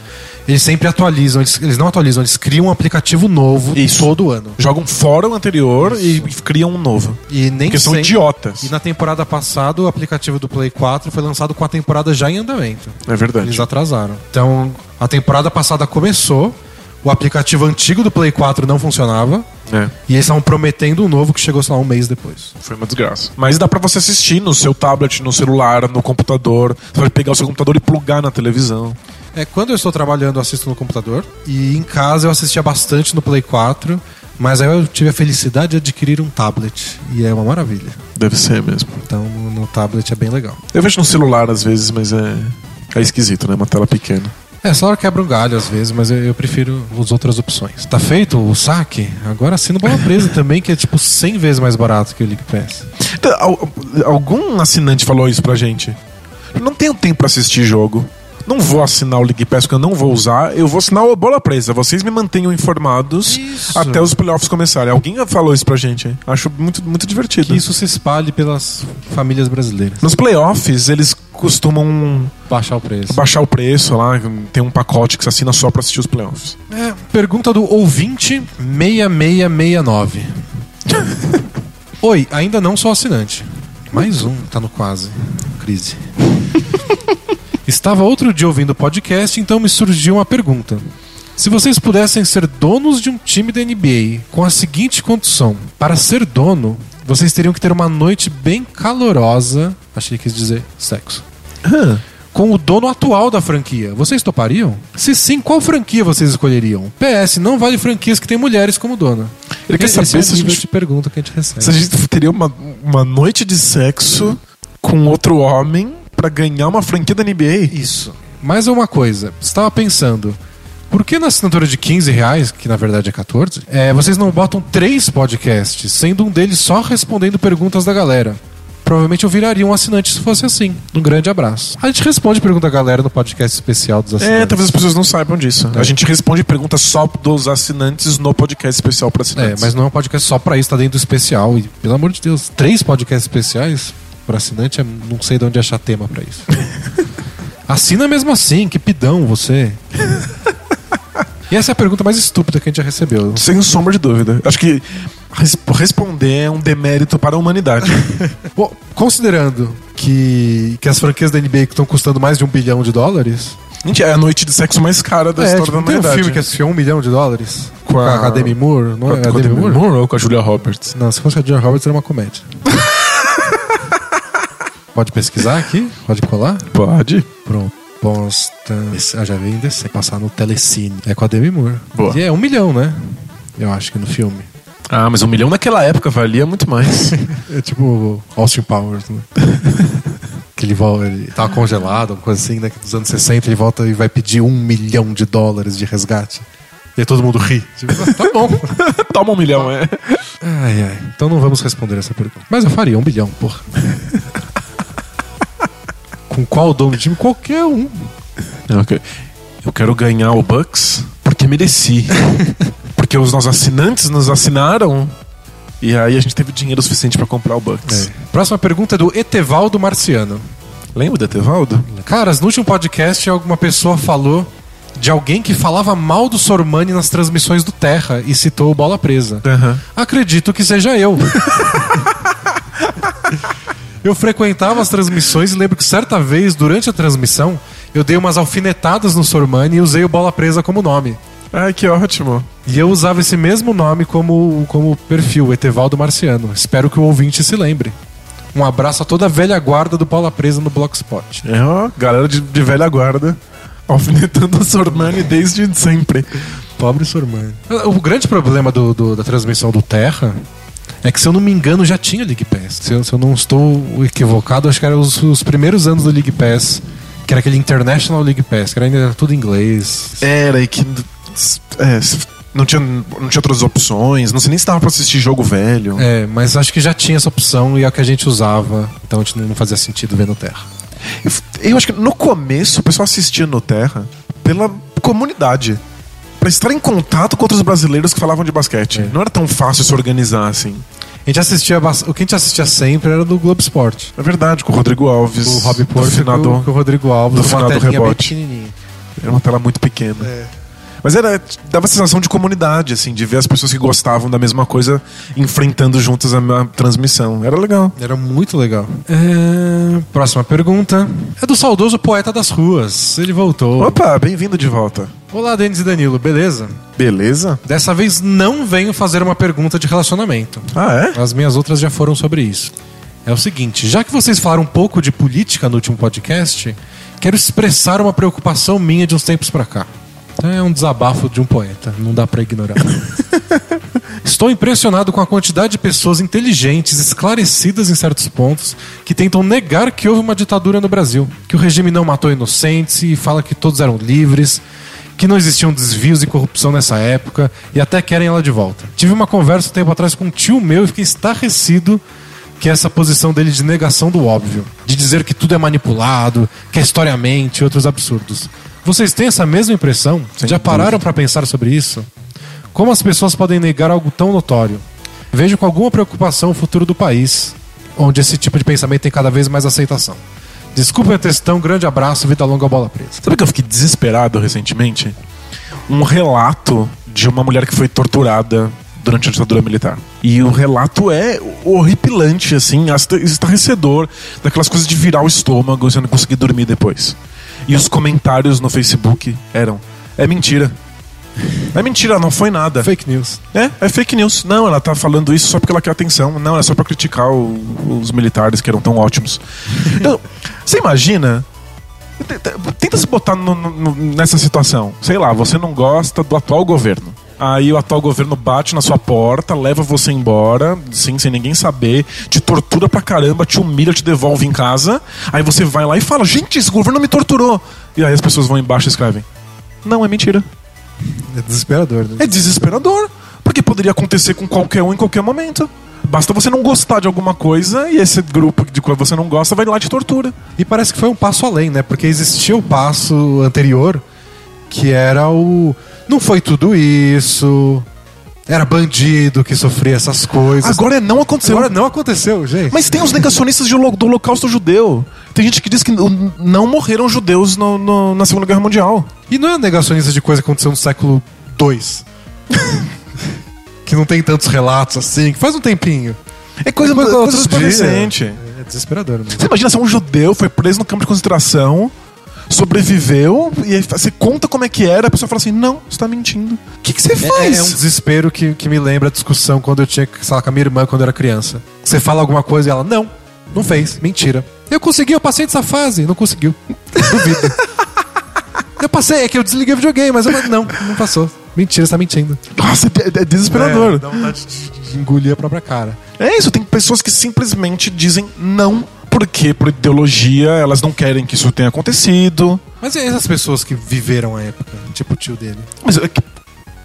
[SPEAKER 1] eles sempre atualizam, eles, eles não atualizam, eles criam um aplicativo novo
[SPEAKER 2] Isso.
[SPEAKER 1] todo ano.
[SPEAKER 2] Jogam fora o um anterior e criam um novo.
[SPEAKER 1] E nem
[SPEAKER 2] Porque são
[SPEAKER 1] sempre-
[SPEAKER 2] idiotas.
[SPEAKER 1] E na temporada passada, o aplicativo do Play 4 foi lançado com a temporada já em andamento.
[SPEAKER 2] É verdade.
[SPEAKER 1] Eles atrasaram. Então, a temporada passada começou, o aplicativo antigo do Play 4 não funcionava,
[SPEAKER 2] É.
[SPEAKER 1] e eles estavam prometendo um novo que chegou, sei lá, um mês depois.
[SPEAKER 2] Foi uma desgraça. Mas dá pra você assistir no seu tablet, no celular, no computador. Você vai pegar o seu computador e plugar na televisão.
[SPEAKER 1] É, quando eu estou trabalhando, eu assisto no computador, e em casa eu assistia bastante no Play 4, mas aí eu tive a felicidade de adquirir um tablet, e é uma maravilha.
[SPEAKER 2] Deve ser mesmo.
[SPEAKER 1] Então, no tablet é bem legal.
[SPEAKER 2] Eu vejo no celular às vezes, mas é. É esquisito, né? Uma tela pequena.
[SPEAKER 1] É, só quebra um galho às vezes, mas eu, eu prefiro as outras opções. Tá feito o saque? Agora assina o Bola Presa também, que é tipo 100 vezes mais barato que o League Pass.
[SPEAKER 2] Então, al- Algum assinante falou isso pra gente. Eu não tenho tempo pra assistir jogo. Não vou assinar o League Pass porque eu não vou usar. Eu vou assinar o Bola Presa. Vocês me mantenham informados
[SPEAKER 1] Isso.
[SPEAKER 2] até os playoffs começarem. Alguém falou isso pra gente. hein? Acho muito, muito divertido.
[SPEAKER 1] Que isso se espalhe pelas famílias brasileiras.
[SPEAKER 2] Nos playoffs, eles costumam
[SPEAKER 1] Baixar o preço.
[SPEAKER 2] baixar o preço lá, tem um pacote que você assina só pra assistir os playoffs.
[SPEAKER 1] É, pergunta do ouvinte 6669. Oi, ainda não sou assinante. Mais um, tá no quase. Crise. Estava outro dia ouvindo o podcast, então me surgiu uma pergunta. Se vocês pudessem ser donos de um time da NBA com a seguinte condição: para ser dono, vocês teriam que ter uma noite bem calorosa. Achei que quis dizer sexo com o dono atual da franquia. Vocês topariam? Se sim, qual franquia vocês escolheriam? PS, não vale franquias que têm mulheres como dona.
[SPEAKER 2] Ele quer
[SPEAKER 1] Esse
[SPEAKER 2] saber
[SPEAKER 1] é o
[SPEAKER 2] se a
[SPEAKER 1] nível
[SPEAKER 2] gente-
[SPEAKER 1] de pergunta que a gente recebe.
[SPEAKER 2] Se a gente teria uma, uma noite de sexo com outro homem pra ganhar uma franquia da NBA.
[SPEAKER 1] Isso. Mais uma coisa, estava pensando. Por que na assinatura de 15 reais, que na verdade é 14, é, vocês não botam três podcasts, sendo um deles só respondendo perguntas da galera? Provavelmente eu viraria um assinante se fosse assim. Um grande abraço. A gente responde pergunta da galera no podcast especial dos assinantes.
[SPEAKER 2] É, talvez as pessoas não saibam disso. A gente responde perguntas só dos assinantes no podcast especial
[SPEAKER 1] É,
[SPEAKER 2] pra assinantes.
[SPEAKER 1] mas não é um podcast só pra isso, tá dentro do especial. E, pelo amor de Deus, três podcasts especiais pra assinante, eu não sei de onde achar tema pra isso. Assina mesmo assim, que pidão você. E essa é a pergunta mais estúpida que a gente já recebeu.
[SPEAKER 2] Sem um sombra de dúvida. Acho que res- responder é um demérito para a humanidade.
[SPEAKER 1] Bom, considerando que, que as franquias da NBA que estão custando mais de um bilhão de dólares.
[SPEAKER 2] Gente, é a noite de sexo mais cara da
[SPEAKER 1] É,
[SPEAKER 2] história
[SPEAKER 1] tipo,
[SPEAKER 2] da
[SPEAKER 1] não tem um
[SPEAKER 2] humanidade.
[SPEAKER 1] filme que assistiu um milhão de dólares
[SPEAKER 2] Com a-
[SPEAKER 1] com a Demi Moore, não
[SPEAKER 2] com
[SPEAKER 1] é?
[SPEAKER 2] a, com a Demi Moore? ou com a Julia Roberts?
[SPEAKER 1] Não, se fosse a Julia Roberts era uma comédia. Pode pesquisar aqui? Pode colar?
[SPEAKER 2] Pode.
[SPEAKER 1] Proposta. Ah, já vi ainda sem passar no Telecine. É com a Demi Moore.
[SPEAKER 2] Boa.
[SPEAKER 1] E é um milhão, né? Eu acho que no filme.
[SPEAKER 2] Ah, mas um milhão naquela época valia muito mais.
[SPEAKER 1] É tipo Austin Powers, né? que ele, volta, ele tá congelado, uma coisa assim, né? Que dos anos 60 ele volta e vai pedir um milhão de dólares de resgate. E aí todo mundo ri. Tipo, "Ah, tá bom.
[SPEAKER 2] Toma um milhão, é.
[SPEAKER 1] Ai, ai. Então não vamos responder essa pergunta. Mas eu faria um bilhão, porra. Com qual dono de time? Qualquer um.
[SPEAKER 2] Não, ok. Eu quero ganhar o Bucks porque mereci. porque os nossos assinantes nos assinaram e aí a gente teve dinheiro suficiente pra comprar o Bucks.
[SPEAKER 1] Próxima pergunta é do Etevaldo Marciano.
[SPEAKER 2] Lembra do Etevaldo?
[SPEAKER 1] Caras, no último podcast alguma pessoa falou de alguém que falava mal do Sormani nas transmissões do Terra e citou o Bola Presa.
[SPEAKER 2] Aham.
[SPEAKER 1] Acredito que seja eu. eu frequentava as transmissões e lembro que certa vez, durante a transmissão, eu dei umas alfinetadas no Sormani e usei o Bola Presa como nome.
[SPEAKER 2] Ai, que ótimo.
[SPEAKER 1] E eu usava esse mesmo nome como, como perfil, Etevaldo Marciano. Espero que o ouvinte se lembre. Um abraço a toda a velha guarda do Paula Presa no Blogspot.
[SPEAKER 2] É, ó, galera de, de velha guarda. Alfinetando a Sormani desde sempre.
[SPEAKER 1] Pobre Sormani. O grande problema do, do- da transmissão do Terra é que, se eu não me engano, já tinha League Pass. Se eu, se eu não estou equivocado, acho que eram os, os primeiros anos do League Pass, que era aquele International League Pass, que era ainda tudo em inglês.
[SPEAKER 2] Era, e que. é, não, tinha, não tinha outras opções. Não sei nem se dava pra assistir jogo velho.
[SPEAKER 1] É, mas acho que já tinha essa opção e é a que a gente usava, então a gente não fazia sentido ver no Terra.
[SPEAKER 2] Eu, f- eu acho que no começo o pessoal assistia no Terra pela comunidade.
[SPEAKER 1] É.
[SPEAKER 2] Pra estar em contato com outros brasileiros que falavam de basquete. Não era tão fácil se organizar assim.
[SPEAKER 1] gente assistia, bas- o que a gente assistia sempre era do Globo Esporte.
[SPEAKER 2] É verdade, com o Rodrigo Alves.
[SPEAKER 1] O Rob
[SPEAKER 2] do
[SPEAKER 1] Porto e
[SPEAKER 2] finador.
[SPEAKER 1] com, com o Rodrigo
[SPEAKER 2] do
[SPEAKER 1] Alves, uma
[SPEAKER 2] finado
[SPEAKER 1] telinha bem
[SPEAKER 2] rebote.
[SPEAKER 1] pequenininha.
[SPEAKER 2] Era uma tela muito pequena.
[SPEAKER 3] É.
[SPEAKER 2] Mas era, dava a sensação de comunidade, assim, de ver as pessoas que gostavam da mesma coisa enfrentando juntas a, a transmissão. Era legal.
[SPEAKER 1] Era muito legal. É, Próxima pergunta. É do saudoso poeta das ruas. Ele voltou.
[SPEAKER 2] Opa, bem-vindo de volta.
[SPEAKER 1] Olá, Denis e Danilo, beleza?
[SPEAKER 2] Beleza?
[SPEAKER 1] Dessa vez não venho fazer uma pergunta de relacionamento.
[SPEAKER 2] Ah, é?
[SPEAKER 1] As minhas outras já foram sobre isso. É o seguinte, já que vocês falaram um pouco de política no último podcast, quero expressar uma preocupação minha de uns tempos pra cá. É um desabafo de um poeta, não dá pra ignorar. Estou impressionado com a quantidade de pessoas inteligentes, esclarecidas em certos pontos, que tentam negar que houve uma ditadura no Brasil, que o regime não matou inocentes e fala que todos eram livres, que não existiam desvios e corrupção nessa época e até querem ela de volta. Tive uma conversa um tempo atrás com um tio meu e fiquei estarrecido que é essa posição dele de negação do óbvio, de dizer que tudo é manipulado, que a história mente e outros absurdos. Vocês têm essa mesma impressão? Já pararam pra pensar sobre isso? Como as pessoas podem negar algo tão notório? Vejo com alguma preocupação o futuro do país, onde esse tipo de pensamento tem cada vez mais aceitação. Desculpa a textão, grande abraço, vida longa, bola presa.
[SPEAKER 2] Sabe que eu fiquei desesperado recentemente? Um relato de uma mulher que foi torturada durante a ditadura militar. E o relato é horripilante, assim, asta- estarrecedor, daquelas coisas de virar o estômago e você não conseguir dormir depois. E os comentários no Facebook eram: é mentira. É mentira, não foi nada.
[SPEAKER 1] Fake news.
[SPEAKER 2] É, é fake news. Não, ela tá falando isso só porque ela quer atenção. Não, é só pra criticar o- os militares que eram tão ótimos. Então, você imagina? Tenta- Tenta se botar no- no- nessa situação. Sei lá, você não gosta do atual governo. Aí o atual governo bate na sua porta, leva você embora, sim, sem ninguém saber, te tortura pra caramba, te humilha, te devolve em casa. Aí você vai lá e fala: Gente, esse governo me torturou. E aí as pessoas vão embaixo e escrevem: Não, é mentira.
[SPEAKER 3] É desesperador, né?
[SPEAKER 2] É desesperador, porque poderia acontecer com qualquer um em qualquer momento. Basta você não gostar de alguma coisa e esse grupo de qual você não gosta vai lá e te tortura.
[SPEAKER 1] E parece que foi um passo além, né? Porque existia o passo anterior, que era o. Não foi tudo isso. Era bandido que sofria essas coisas.
[SPEAKER 2] Agora é não aconteceu.
[SPEAKER 1] Agora não aconteceu, gente.
[SPEAKER 2] Mas tem os negacionistas de holo- do Holocausto Judeu. Tem gente que diz que n- não morreram judeus no- no- na Segunda Guerra Mundial.
[SPEAKER 1] E não é negacionista de coisa que aconteceu no século II. que não tem tantos relatos assim, que faz um tempinho.
[SPEAKER 2] É coisa,
[SPEAKER 1] Depois do
[SPEAKER 2] coisa
[SPEAKER 1] outro
[SPEAKER 2] super
[SPEAKER 1] dia.
[SPEAKER 2] recente.
[SPEAKER 1] É desesperador, mesmo.
[SPEAKER 2] Você imagina se um judeu foi preso no campo de concentração, sobreviveu, e aí você conta como é que era, a pessoa fala assim: não, você tá mentindo. O que, que você
[SPEAKER 1] É,
[SPEAKER 2] faz?
[SPEAKER 1] é um desespero que, que me lembra a discussão quando eu tinha, sei lá, com a minha irmã quando eu era criança. Você fala alguma coisa e ela, não, não fez, mentira. Eu consegui, eu passei dessa fase. Não conseguiu. Duvido. eu passei, é que eu desliguei o videogame, mas eu não, não passou. Mentira, você tá mentindo.
[SPEAKER 2] Nossa, é, é desesperador.
[SPEAKER 1] dá vontade de, de engolir a própria cara.
[SPEAKER 2] É isso, tem pessoas que simplesmente dizem não, porque por ideologia elas não querem que isso tenha acontecido.
[SPEAKER 1] Mas e essas pessoas que viveram a época? Tipo o tio dele.
[SPEAKER 2] Mas é que-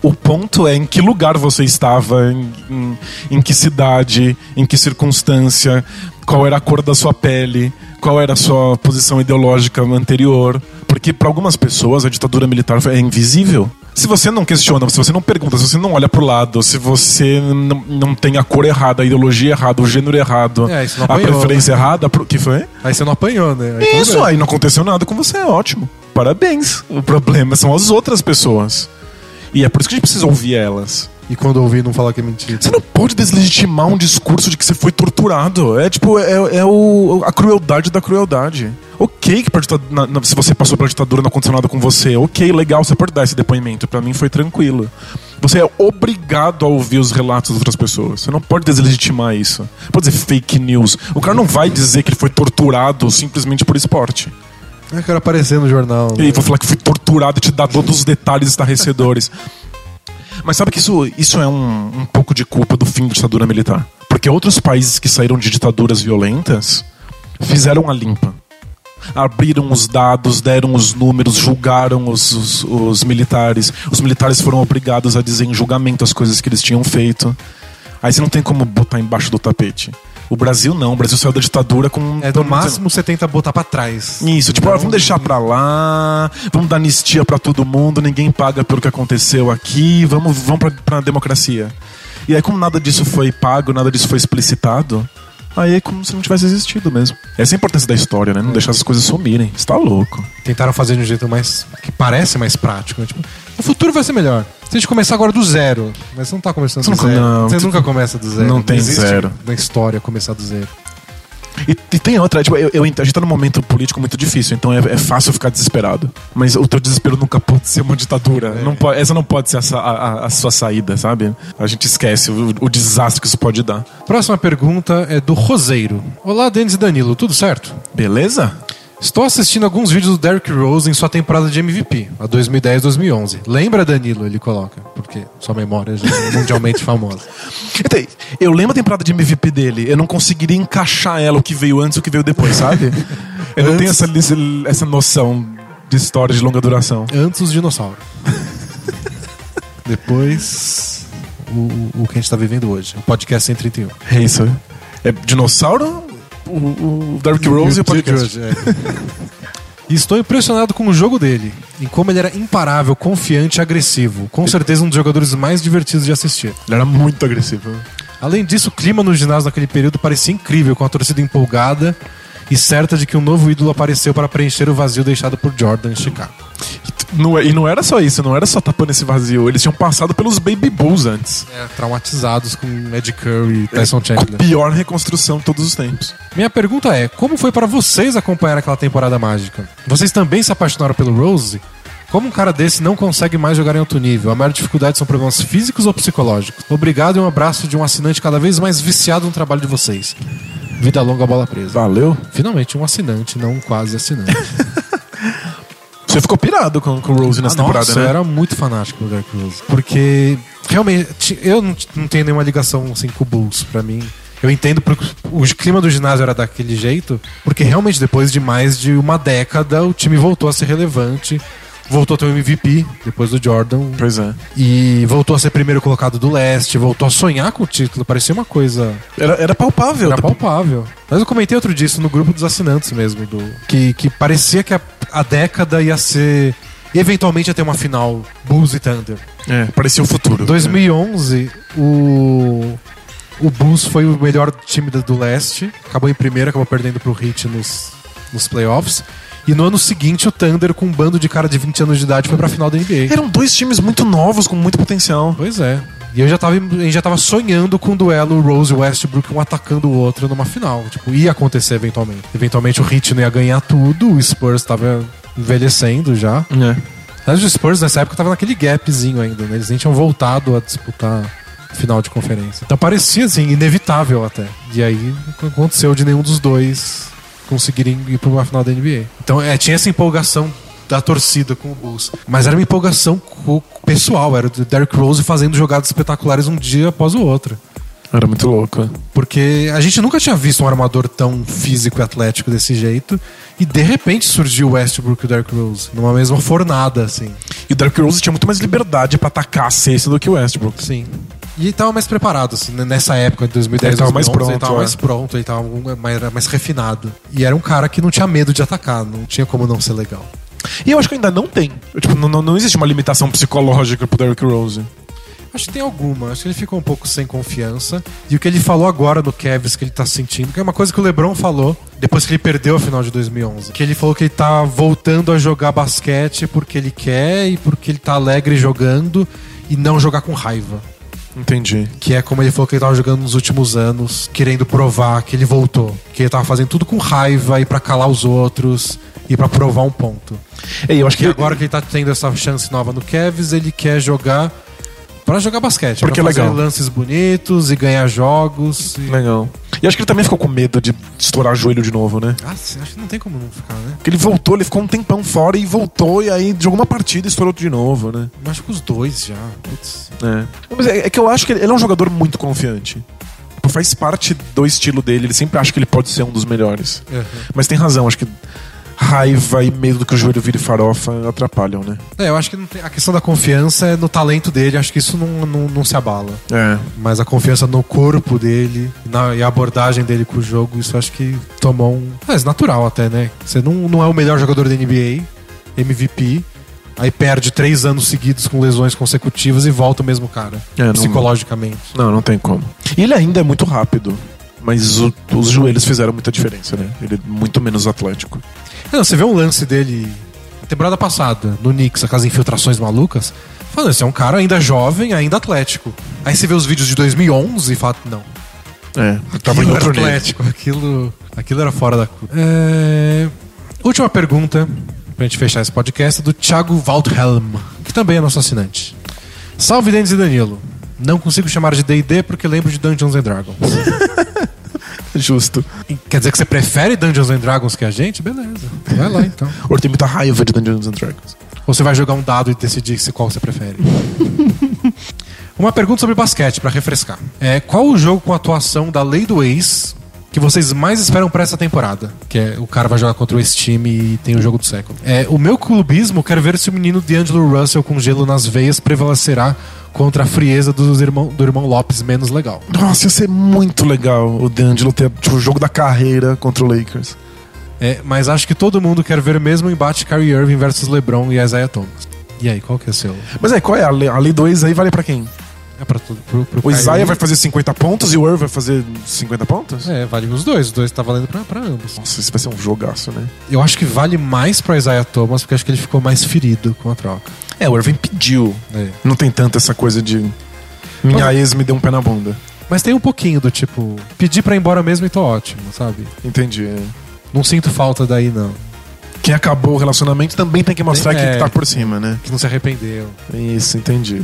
[SPEAKER 2] o ponto é em que lugar você estava, em, em- em que cidade, em que circunstância, qual era a cor da sua pele, qual era a sua posição ideológica anterior. Porque para algumas pessoas a ditadura militar é invisível. Se você não questiona, se você não pergunta, se você não olha pro lado, se você não, não tem a cor errada, a ideologia errada, o gênero errado,
[SPEAKER 1] É, isso não
[SPEAKER 2] a
[SPEAKER 1] apanhou,
[SPEAKER 2] preferência errada, pro- que foi?
[SPEAKER 1] Aí você não apanhou, né? Aí tudo
[SPEAKER 2] Isso,
[SPEAKER 1] bem.
[SPEAKER 2] aí não aconteceu nada com você, é ótimo. Parabéns. O problema são as outras pessoas. E é por isso que a gente precisa ouvir elas.
[SPEAKER 1] E quando ouvir, não falar que é mentira.
[SPEAKER 2] Você não pode deslegitimar um discurso de que você foi torturado. É tipo, é, é o, a crueldade da crueldade. Ok, que pra dita- na- na- se você passou pela ditadura não aconteceu nada com você. Ok, legal, você pode dar esse depoimento. Pra mim foi tranquilo. Você é obrigado a ouvir os relatos das outras pessoas. Você não pode deslegitimar isso. Não Pode dizer fake news. O cara não vai dizer que ele foi torturado simplesmente por esporte.
[SPEAKER 1] É Eu quero aparecer no jornal. né?
[SPEAKER 2] E aí vou falar que fui torturado e te dar todos os detalhes estarrecedores. Mas sabe que isso, isso é um, um pouco de culpa do fim da ditadura militar. Porque outros países que saíram de ditaduras violentas fizeram a limpa. Abriram os dados, deram os números, julgaram os, os- os militares. Os militares foram obrigados a dizer em julgamento as coisas que eles tinham feito. Aí você não tem como botar embaixo do tapete. O Brasil não. O Brasil saiu da ditadura com.
[SPEAKER 1] É, no máximo você tenta botar pra trás.
[SPEAKER 2] Isso, tipo, ah, vamos deixar pra lá, vamos dar anistia pra todo mundo, ninguém paga pelo que aconteceu aqui, vamos, vamos pra, pra democracia. E aí, como nada disso foi pago, nada disso foi explicitado, aí é como se não tivesse existido mesmo. Essa é a importância da história, né? Não deixar essas coisas sumirem. Você tá louco.
[SPEAKER 1] Tentaram fazer de um jeito mais. que parece mais prático. né? Tipo, o futuro vai ser melhor. Se a gente começar agora do zero. Mas você não tá começando
[SPEAKER 2] Você
[SPEAKER 1] do
[SPEAKER 2] nunca-
[SPEAKER 1] zero.
[SPEAKER 2] não,
[SPEAKER 1] você
[SPEAKER 2] tu-
[SPEAKER 1] nunca começa do zero.
[SPEAKER 2] não tem
[SPEAKER 1] existe
[SPEAKER 2] zero.
[SPEAKER 1] Na história começar do zero.
[SPEAKER 2] E, e tem outra, tipo, eu, eu ent- a gente tá num momento político muito difícil, então é, é fácil ficar desesperado. Mas o teu desespero nunca pode ser uma ditadura. Não po- essa não pode ser a, sa- a- a- a sua saída, sabe? A gente esquece o, o desastre que isso pode dar.
[SPEAKER 1] Próxima pergunta é do Roseiro. Olá, Denis e Danilo, tudo certo?
[SPEAKER 2] Beleza?
[SPEAKER 1] Estou assistindo alguns vídeos do Derrick Rose em sua temporada de MVP, a 2010-2011. Lembra, Danilo? Ele coloca, porque sua memória já é mundialmente famosa.
[SPEAKER 2] Então, eu lembro a temporada de MVP dele, eu não conseguiria encaixar ela, o que veio antes e o que veio depois, sabe? eu não tenho essa, li- essa noção de história de longa duração.
[SPEAKER 1] Antes os dinossauros. Depois, o, o- o que a gente está vivendo hoje. O podcast 131.
[SPEAKER 2] É isso. É dinossauro, o, o Derrick Rose e o podcast.
[SPEAKER 1] hoje, é. E estou impressionado com o jogo dele, em como ele era imparável, confiante e agressivo. Com certeza um dos jogadores mais divertidos de assistir.
[SPEAKER 2] Ele era muito agressivo.
[SPEAKER 1] Além disso, o clima no ginásio naquele período parecia incrível, com a torcida empolgada e certa de que um novo ídolo apareceu para preencher o vazio deixado por Jordan em Chicago.
[SPEAKER 2] Não é- e não era só isso, não era só tapando esse vazio. Eles tinham passado pelos Baby Bulls antes.
[SPEAKER 1] É, Traumatizados com Ed Curry e Tyson
[SPEAKER 2] Com a
[SPEAKER 1] Chandler.
[SPEAKER 2] pior reconstrução de todos os tempos.
[SPEAKER 1] É. Minha pergunta é: como foi para vocês acompanhar aquela temporada mágica? Vocês também se apaixonaram pelo Rose? Como um cara desse não consegue mais jogar em alto nível? A maior dificuldade são problemas físicos ou psicológicos? Obrigado e um abraço de um assinante cada vez mais viciado no trabalho de vocês. Vida longa, bola presa.
[SPEAKER 2] Valeu.
[SPEAKER 1] Finalmente, um assinante, não um quase assinante.
[SPEAKER 2] Você ficou pirado com, com o Rose nessa
[SPEAKER 1] Ah,
[SPEAKER 2] temporada,
[SPEAKER 1] nossa,
[SPEAKER 2] né?
[SPEAKER 1] Eu era muito fanático do Derrick Rose. Porque, realmente, ti- eu não, t- não tenho nenhuma ligação assim, com o Bulls, pra mim. Eu entendo porque o clima do ginásio era daquele jeito, porque realmente depois de mais de uma década o time voltou a ser relevante, voltou a ter o MVP depois do Jordan
[SPEAKER 2] Pois é.
[SPEAKER 1] e voltou a ser primeiro colocado do leste, voltou a sonhar com o título, parecia uma coisa
[SPEAKER 2] Era, era palpável.
[SPEAKER 1] era palpável. Mas eu comentei outro dia isso no grupo dos assinantes mesmo, do que, que parecia que a, a década ia ser. Eventualmente ia ter uma final Bulls e Thunder.
[SPEAKER 2] É, parecia o futuro.
[SPEAKER 1] 2011, o. O Bulls foi o melhor time do- do leste. Acabou em primeiro, acabou perdendo pro Heat nos, nos playoffs. E no ano seguinte, o Thunder, com um bando de cara de 20 anos de idade, foi pra final da NBA.
[SPEAKER 2] Eram dois times muito novos, com muito potencial.
[SPEAKER 1] Pois é. E eu já tava, eu já tava sonhando com um duelo Rose e Westbrook, um atacando o outro numa final. Tipo, ia acontecer eventualmente. Eventualmente o Heat não ia ganhar tudo, o Spurs tava envelhecendo já.
[SPEAKER 2] É.
[SPEAKER 1] Mas o Spurs nessa época tava naquele gapzinho ainda, né? Eles nem tinham voltado a disputar final de conferência. Então parecia, assim, inevitável até. E aí não aconteceu de nenhum dos dois conseguirem ir pra uma final da NBA. Então é, tinha essa empolgação da torcida com o Bulls. Mas era uma empolgação co- pessoal, era o Derrick Rose fazendo jogadas espetaculares um dia após o outro.
[SPEAKER 2] Era muito louco. é.
[SPEAKER 1] Porque a gente nunca tinha visto um armador tão físico e atlético desse jeito. E de repente surgiu o Westbrook e o Derrick Rose, numa mesma fornada, assim.
[SPEAKER 2] E o Derrick Rose tinha muito mais liberdade pra atacar a cesta do que o Westbrook.
[SPEAKER 1] Sim. E ele tava mais preparado, assim, né? nessa época, de 2010,
[SPEAKER 2] Ele tava
[SPEAKER 1] 2011,
[SPEAKER 2] mais pronto,
[SPEAKER 1] ele tava
[SPEAKER 2] é.
[SPEAKER 1] mais pronto, ele tava um- mais, era mais refinado. E era um cara que não tinha medo de atacar, não tinha como não ser legal.
[SPEAKER 2] E eu acho que ainda não tem. Eu, Tipo, não, não, não existe uma limitação psicológica pro Derrick Rose.
[SPEAKER 1] Acho que tem alguma, acho que ele ficou um pouco sem confiança. E o que ele falou agora no Cavs, que ele tá sentindo, que é uma coisa que o LeBron falou depois que ele perdeu a final de 2011. Que ele falou que ele tá voltando a jogar basquete porque ele quer e porque ele tá alegre jogando e não jogar com raiva.
[SPEAKER 2] Entendi.
[SPEAKER 1] Que é como ele falou que ele tava jogando nos últimos anos, querendo provar que ele voltou. Que ele tava fazendo tudo com raiva e pra calar os outros e pra provar um ponto.
[SPEAKER 2] É, eu acho
[SPEAKER 1] Que agora que ele tá tendo essa chance nova no Cavs, ele quer jogar pra jogar basquete,
[SPEAKER 2] Porque
[SPEAKER 1] pra
[SPEAKER 2] é
[SPEAKER 1] fazer
[SPEAKER 2] legal.
[SPEAKER 1] lances bonitos e ganhar jogos. e-
[SPEAKER 2] Legal. E acho que ele também ficou com medo de estourar joelho de novo, né?
[SPEAKER 1] Ah, sim, acho que não tem como não ficar, né?
[SPEAKER 2] Porque ele voltou, ele ficou um tempão fora e voltou, e aí jogou uma partida e estourou de novo, né?
[SPEAKER 1] Eu Acho que os dois já. Putz.
[SPEAKER 2] É. Mas é, é que eu acho que ele, ele é um jogador muito confiante. Tipo, Faz parte do estilo dele, ele sempre acha que ele pode ser um dos melhores. Mas tem razão, acho que raiva e medo do que o joelho vire farofa atrapalham, né?
[SPEAKER 1] É, eu acho que não tem- a questão da confiança é no talento dele, acho que isso não, não, não se abala.
[SPEAKER 2] É.
[SPEAKER 1] mas a confiança no corpo dele na- e a abordagem dele com o jogo, isso acho que tomou um. Mas natural até, né? Você não, não é o melhor jogador da NBA, MVP, Aí perde três anos seguidos com lesões consecutivas e volta o mesmo cara.
[SPEAKER 2] É, não-
[SPEAKER 1] psicologicamente.
[SPEAKER 2] Não, não tem como. E ele ainda é muito rápido. Mas o- os joelhos fizeram muita diferença, né? Ele é muito menos atlético.
[SPEAKER 1] Não, você vê um lance dele na temporada passada, no Knicks, aquelas infiltrações malucas. Falando, esse é um cara ainda jovem, ainda atlético. Aí você vê os vídeos de 2011 e fala, não.
[SPEAKER 2] É, tava
[SPEAKER 1] Aquilo
[SPEAKER 2] em
[SPEAKER 1] era
[SPEAKER 2] outro nível.
[SPEAKER 1] atlético, aquilo, aquilo era fora da curva. É, Última pergunta, pra gente fechar esse podcast, é do Thiago Waldhelm, que também é nosso assinante. Salve, Denis e Danilo. Não consigo chamar de D&D porque lembro de Dungeons and Dragons.
[SPEAKER 2] É Justo.
[SPEAKER 1] E Quer dizer que você prefere Dungeons and Dragons que a gente? Beleza, vai lá então.
[SPEAKER 2] Ou tem muita raiva de Dungeons and Dragons.
[SPEAKER 1] Ou você vai jogar um dado e decidir se qual você prefere. Uma pergunta sobre basquete, pra refrescar. É, qual o jogo com a atuação da Lei do Ex que vocês mais esperam pra essa temporada? Que é o cara vai jogar contra o ex-time e tem o jogo do século. É, o meu clubismo quer ver se o menino D'Angelo Russell com gelo nas veias prevalecerá contra a frieza dos irmão, do irmão Lopes menos legal.
[SPEAKER 2] Nossa, ia ser muito legal o D'Angelo ter tipo, o jogo da carreira contra o Lakers.
[SPEAKER 1] É, mas acho que todo mundo quer ver mesmo o embate Kyrie Irving versus LeBron e Isaiah Thomas. E aí, qual que é o seu?
[SPEAKER 2] Mas aí, qual é? A lei, a lei 2 aí vale pra quem?
[SPEAKER 1] É pra tudo, pro, pro
[SPEAKER 2] O
[SPEAKER 1] Kyrie?
[SPEAKER 2] Isaiah vai fazer 50 pontos e o Irv vai fazer 50 pontos?
[SPEAKER 1] É, vale os dois. Os dois tá valendo pra, pra ambos.
[SPEAKER 2] Nossa, isso vai ser um jogaço, né?
[SPEAKER 1] Eu acho que vale mais pra Isaiah Thomas, porque acho que ele ficou mais ferido com a troca.
[SPEAKER 2] É, o Irving pediu.
[SPEAKER 1] É.
[SPEAKER 2] Não tem tanto essa coisa de. Minha ex me deu um pé na bunda.
[SPEAKER 1] Mas tem um pouquinho do tipo, pedi pra ir embora mesmo e tô ótimo, sabe?
[SPEAKER 2] Entendi. é.
[SPEAKER 1] Não sinto falta daí, não.
[SPEAKER 2] Quem acabou o relacionamento também tem que mostrar
[SPEAKER 1] Tem-
[SPEAKER 2] quem
[SPEAKER 1] é.
[SPEAKER 2] que tá por cima, né?
[SPEAKER 1] Que não se arrependeu.
[SPEAKER 2] Isso, entendi.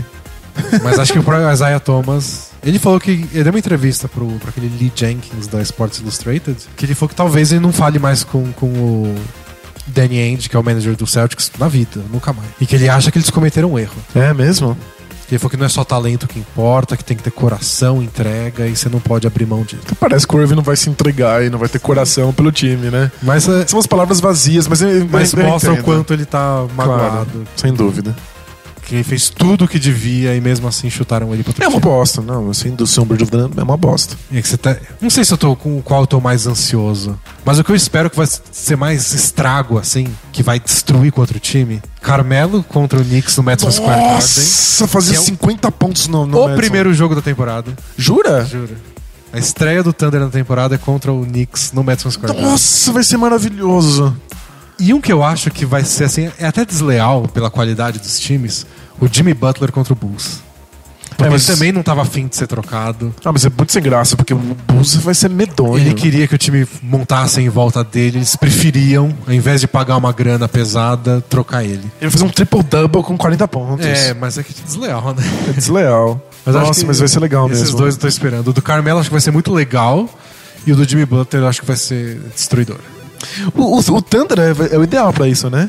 [SPEAKER 1] Mas acho que pro Isaiah Thomas. Ele falou que. Ele deu uma entrevista pro, pra aquele Lee Jenkins da Sports Illustrated. Que ele falou que talvez ele não fale mais com, com o Danny Ainge, que é o manager do Celtics, na vida, nunca mais. E que ele acha que eles cometeram um erro.
[SPEAKER 2] É mesmo?
[SPEAKER 1] Ele falou que não é só talento que importa, que tem que ter coração, entrega e você não pode abrir mão disso.
[SPEAKER 2] Então parece que o Irving não vai se entregar e não vai ter coração pelo time, né?
[SPEAKER 1] Mas, é,
[SPEAKER 2] São as palavras vazias, mas, eu-
[SPEAKER 1] mas
[SPEAKER 2] eu- eu
[SPEAKER 1] mostra o
[SPEAKER 2] entendo.
[SPEAKER 1] quanto ele tá magoado.
[SPEAKER 2] Claro, sem dúvida.
[SPEAKER 1] Que ele fez tudo o que devia e mesmo assim chutaram ele pra outro
[SPEAKER 2] É uma
[SPEAKER 1] time.
[SPEAKER 2] bosta, não. Sem dú- sombra de dúvida, é uma bosta.
[SPEAKER 1] É que você tá- Não sei se eu tô com o qual eu tô mais ansioso. Mas o que eu espero que vai ser mais estrago, assim, que vai destruir contra o time. Carmelo contra o Knicks no Madison Square Garden.
[SPEAKER 2] Nossa, fazer
[SPEAKER 1] Que é o-
[SPEAKER 2] 50 pontos no, no
[SPEAKER 1] O
[SPEAKER 2] Madison.
[SPEAKER 1] primeiro jogo da temporada.
[SPEAKER 2] Jura?
[SPEAKER 1] Juro. A estreia do Thunder na temporada é contra o Knicks no Madison Square Garden.
[SPEAKER 2] Nossa, vai ser maravilhoso.
[SPEAKER 1] E um que eu acho que vai ser assim, é até desleal pela qualidade dos times, o Jimmy Butler contra o Bulls. Porque
[SPEAKER 2] É, mas-
[SPEAKER 1] ele também não tava afim de ser trocado.
[SPEAKER 2] Ah, mas é muito sem graça, porque o Bulls vai ser medonho.
[SPEAKER 1] Ele queria que o time montasse em volta dele, eles preferiam, ao invés de pagar uma grana pesada, trocar ele.
[SPEAKER 2] Ele vai fazer um triple-double com 40 pontos.
[SPEAKER 1] É, mas é que desleal, né?
[SPEAKER 2] É desleal.
[SPEAKER 1] Mas acho
[SPEAKER 2] Nossa,
[SPEAKER 1] que
[SPEAKER 2] mas vai ser legal
[SPEAKER 1] Esses
[SPEAKER 2] mesmo. né?
[SPEAKER 1] dois eu tô esperando. O do Carmelo acho que vai ser muito legal, e o do Jimmy Butler eu acho que vai ser destruidor.
[SPEAKER 2] O, o, o Thunder é, é o ideal pra isso, né?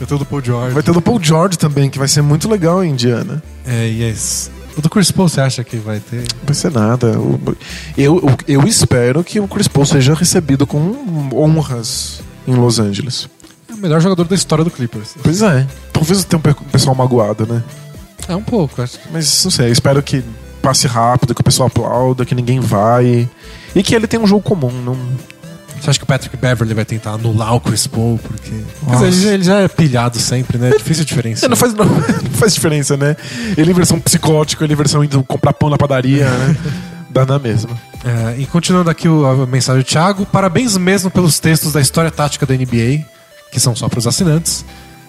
[SPEAKER 1] Eu tô do Paul George.
[SPEAKER 2] Vai ter o do Paul George também, que vai ser muito legal em Indiana.
[SPEAKER 1] É, yes. O do Chris Paul você acha que vai ter?
[SPEAKER 2] Não vai ser nada. O- Eu, o- eu espero que o Chris Paul seja recebido com honras em Los Angeles.
[SPEAKER 1] É o melhor jogador da história do Clippers.
[SPEAKER 2] Pois é. Talvez tenha um pe- pessoal magoado, né?
[SPEAKER 1] É um pouco, acho que.
[SPEAKER 2] Mas não sei, espero que passe rápido, que o pessoal aplauda, que ninguém vai. E que ele tenha um jogo comum. Não...
[SPEAKER 1] Você acha que o Patrick Beverly vai tentar anular o Chris Paul? Porque. Quer
[SPEAKER 2] Nossa.
[SPEAKER 1] dizer, ele, já- ele já é pilhado sempre, né? É difícil diferenciar.
[SPEAKER 2] É, não, faz, não, faz diferença, né? Ele em versão psicótico, ele em versão indo comprar pão na padaria, né? Dá na mesma.
[SPEAKER 1] É, e continuando aqui o- a mensagem do Thiago, parabéns mesmo pelos textos da história tática da NBA, que são só para os assinantes.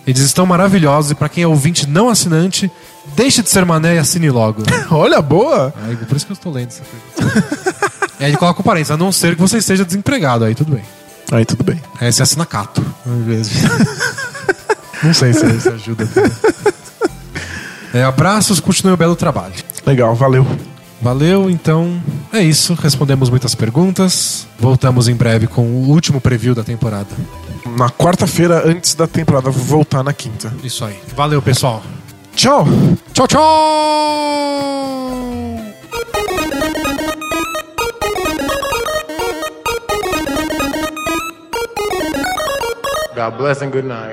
[SPEAKER 1] Eles estão maravilhosos e para quem é ouvinte não assinante, deixe de ser mané e assine logo.
[SPEAKER 2] Olha, boa!
[SPEAKER 1] Aí, por isso que eu estou lendo essa pergunta. e aí ele coloca o parênteses, a não ser que você esteja desempregado, aí tudo bem.
[SPEAKER 2] Aí tudo bem.
[SPEAKER 1] Aí É, você assina Cato. Não sei se isso ajuda. É, abraços, continue o belo trabalho.
[SPEAKER 2] Legal, valeu.
[SPEAKER 1] Valeu, então é isso. Respondemos muitas perguntas. Voltamos em breve com o último preview da temporada.
[SPEAKER 2] Na quarta-feira, antes da temporada, vou voltar na quinta.
[SPEAKER 1] Isso aí. Valeu, pessoal.
[SPEAKER 2] Tchau!
[SPEAKER 1] Tchau, tchau!
[SPEAKER 4] God bless and good night.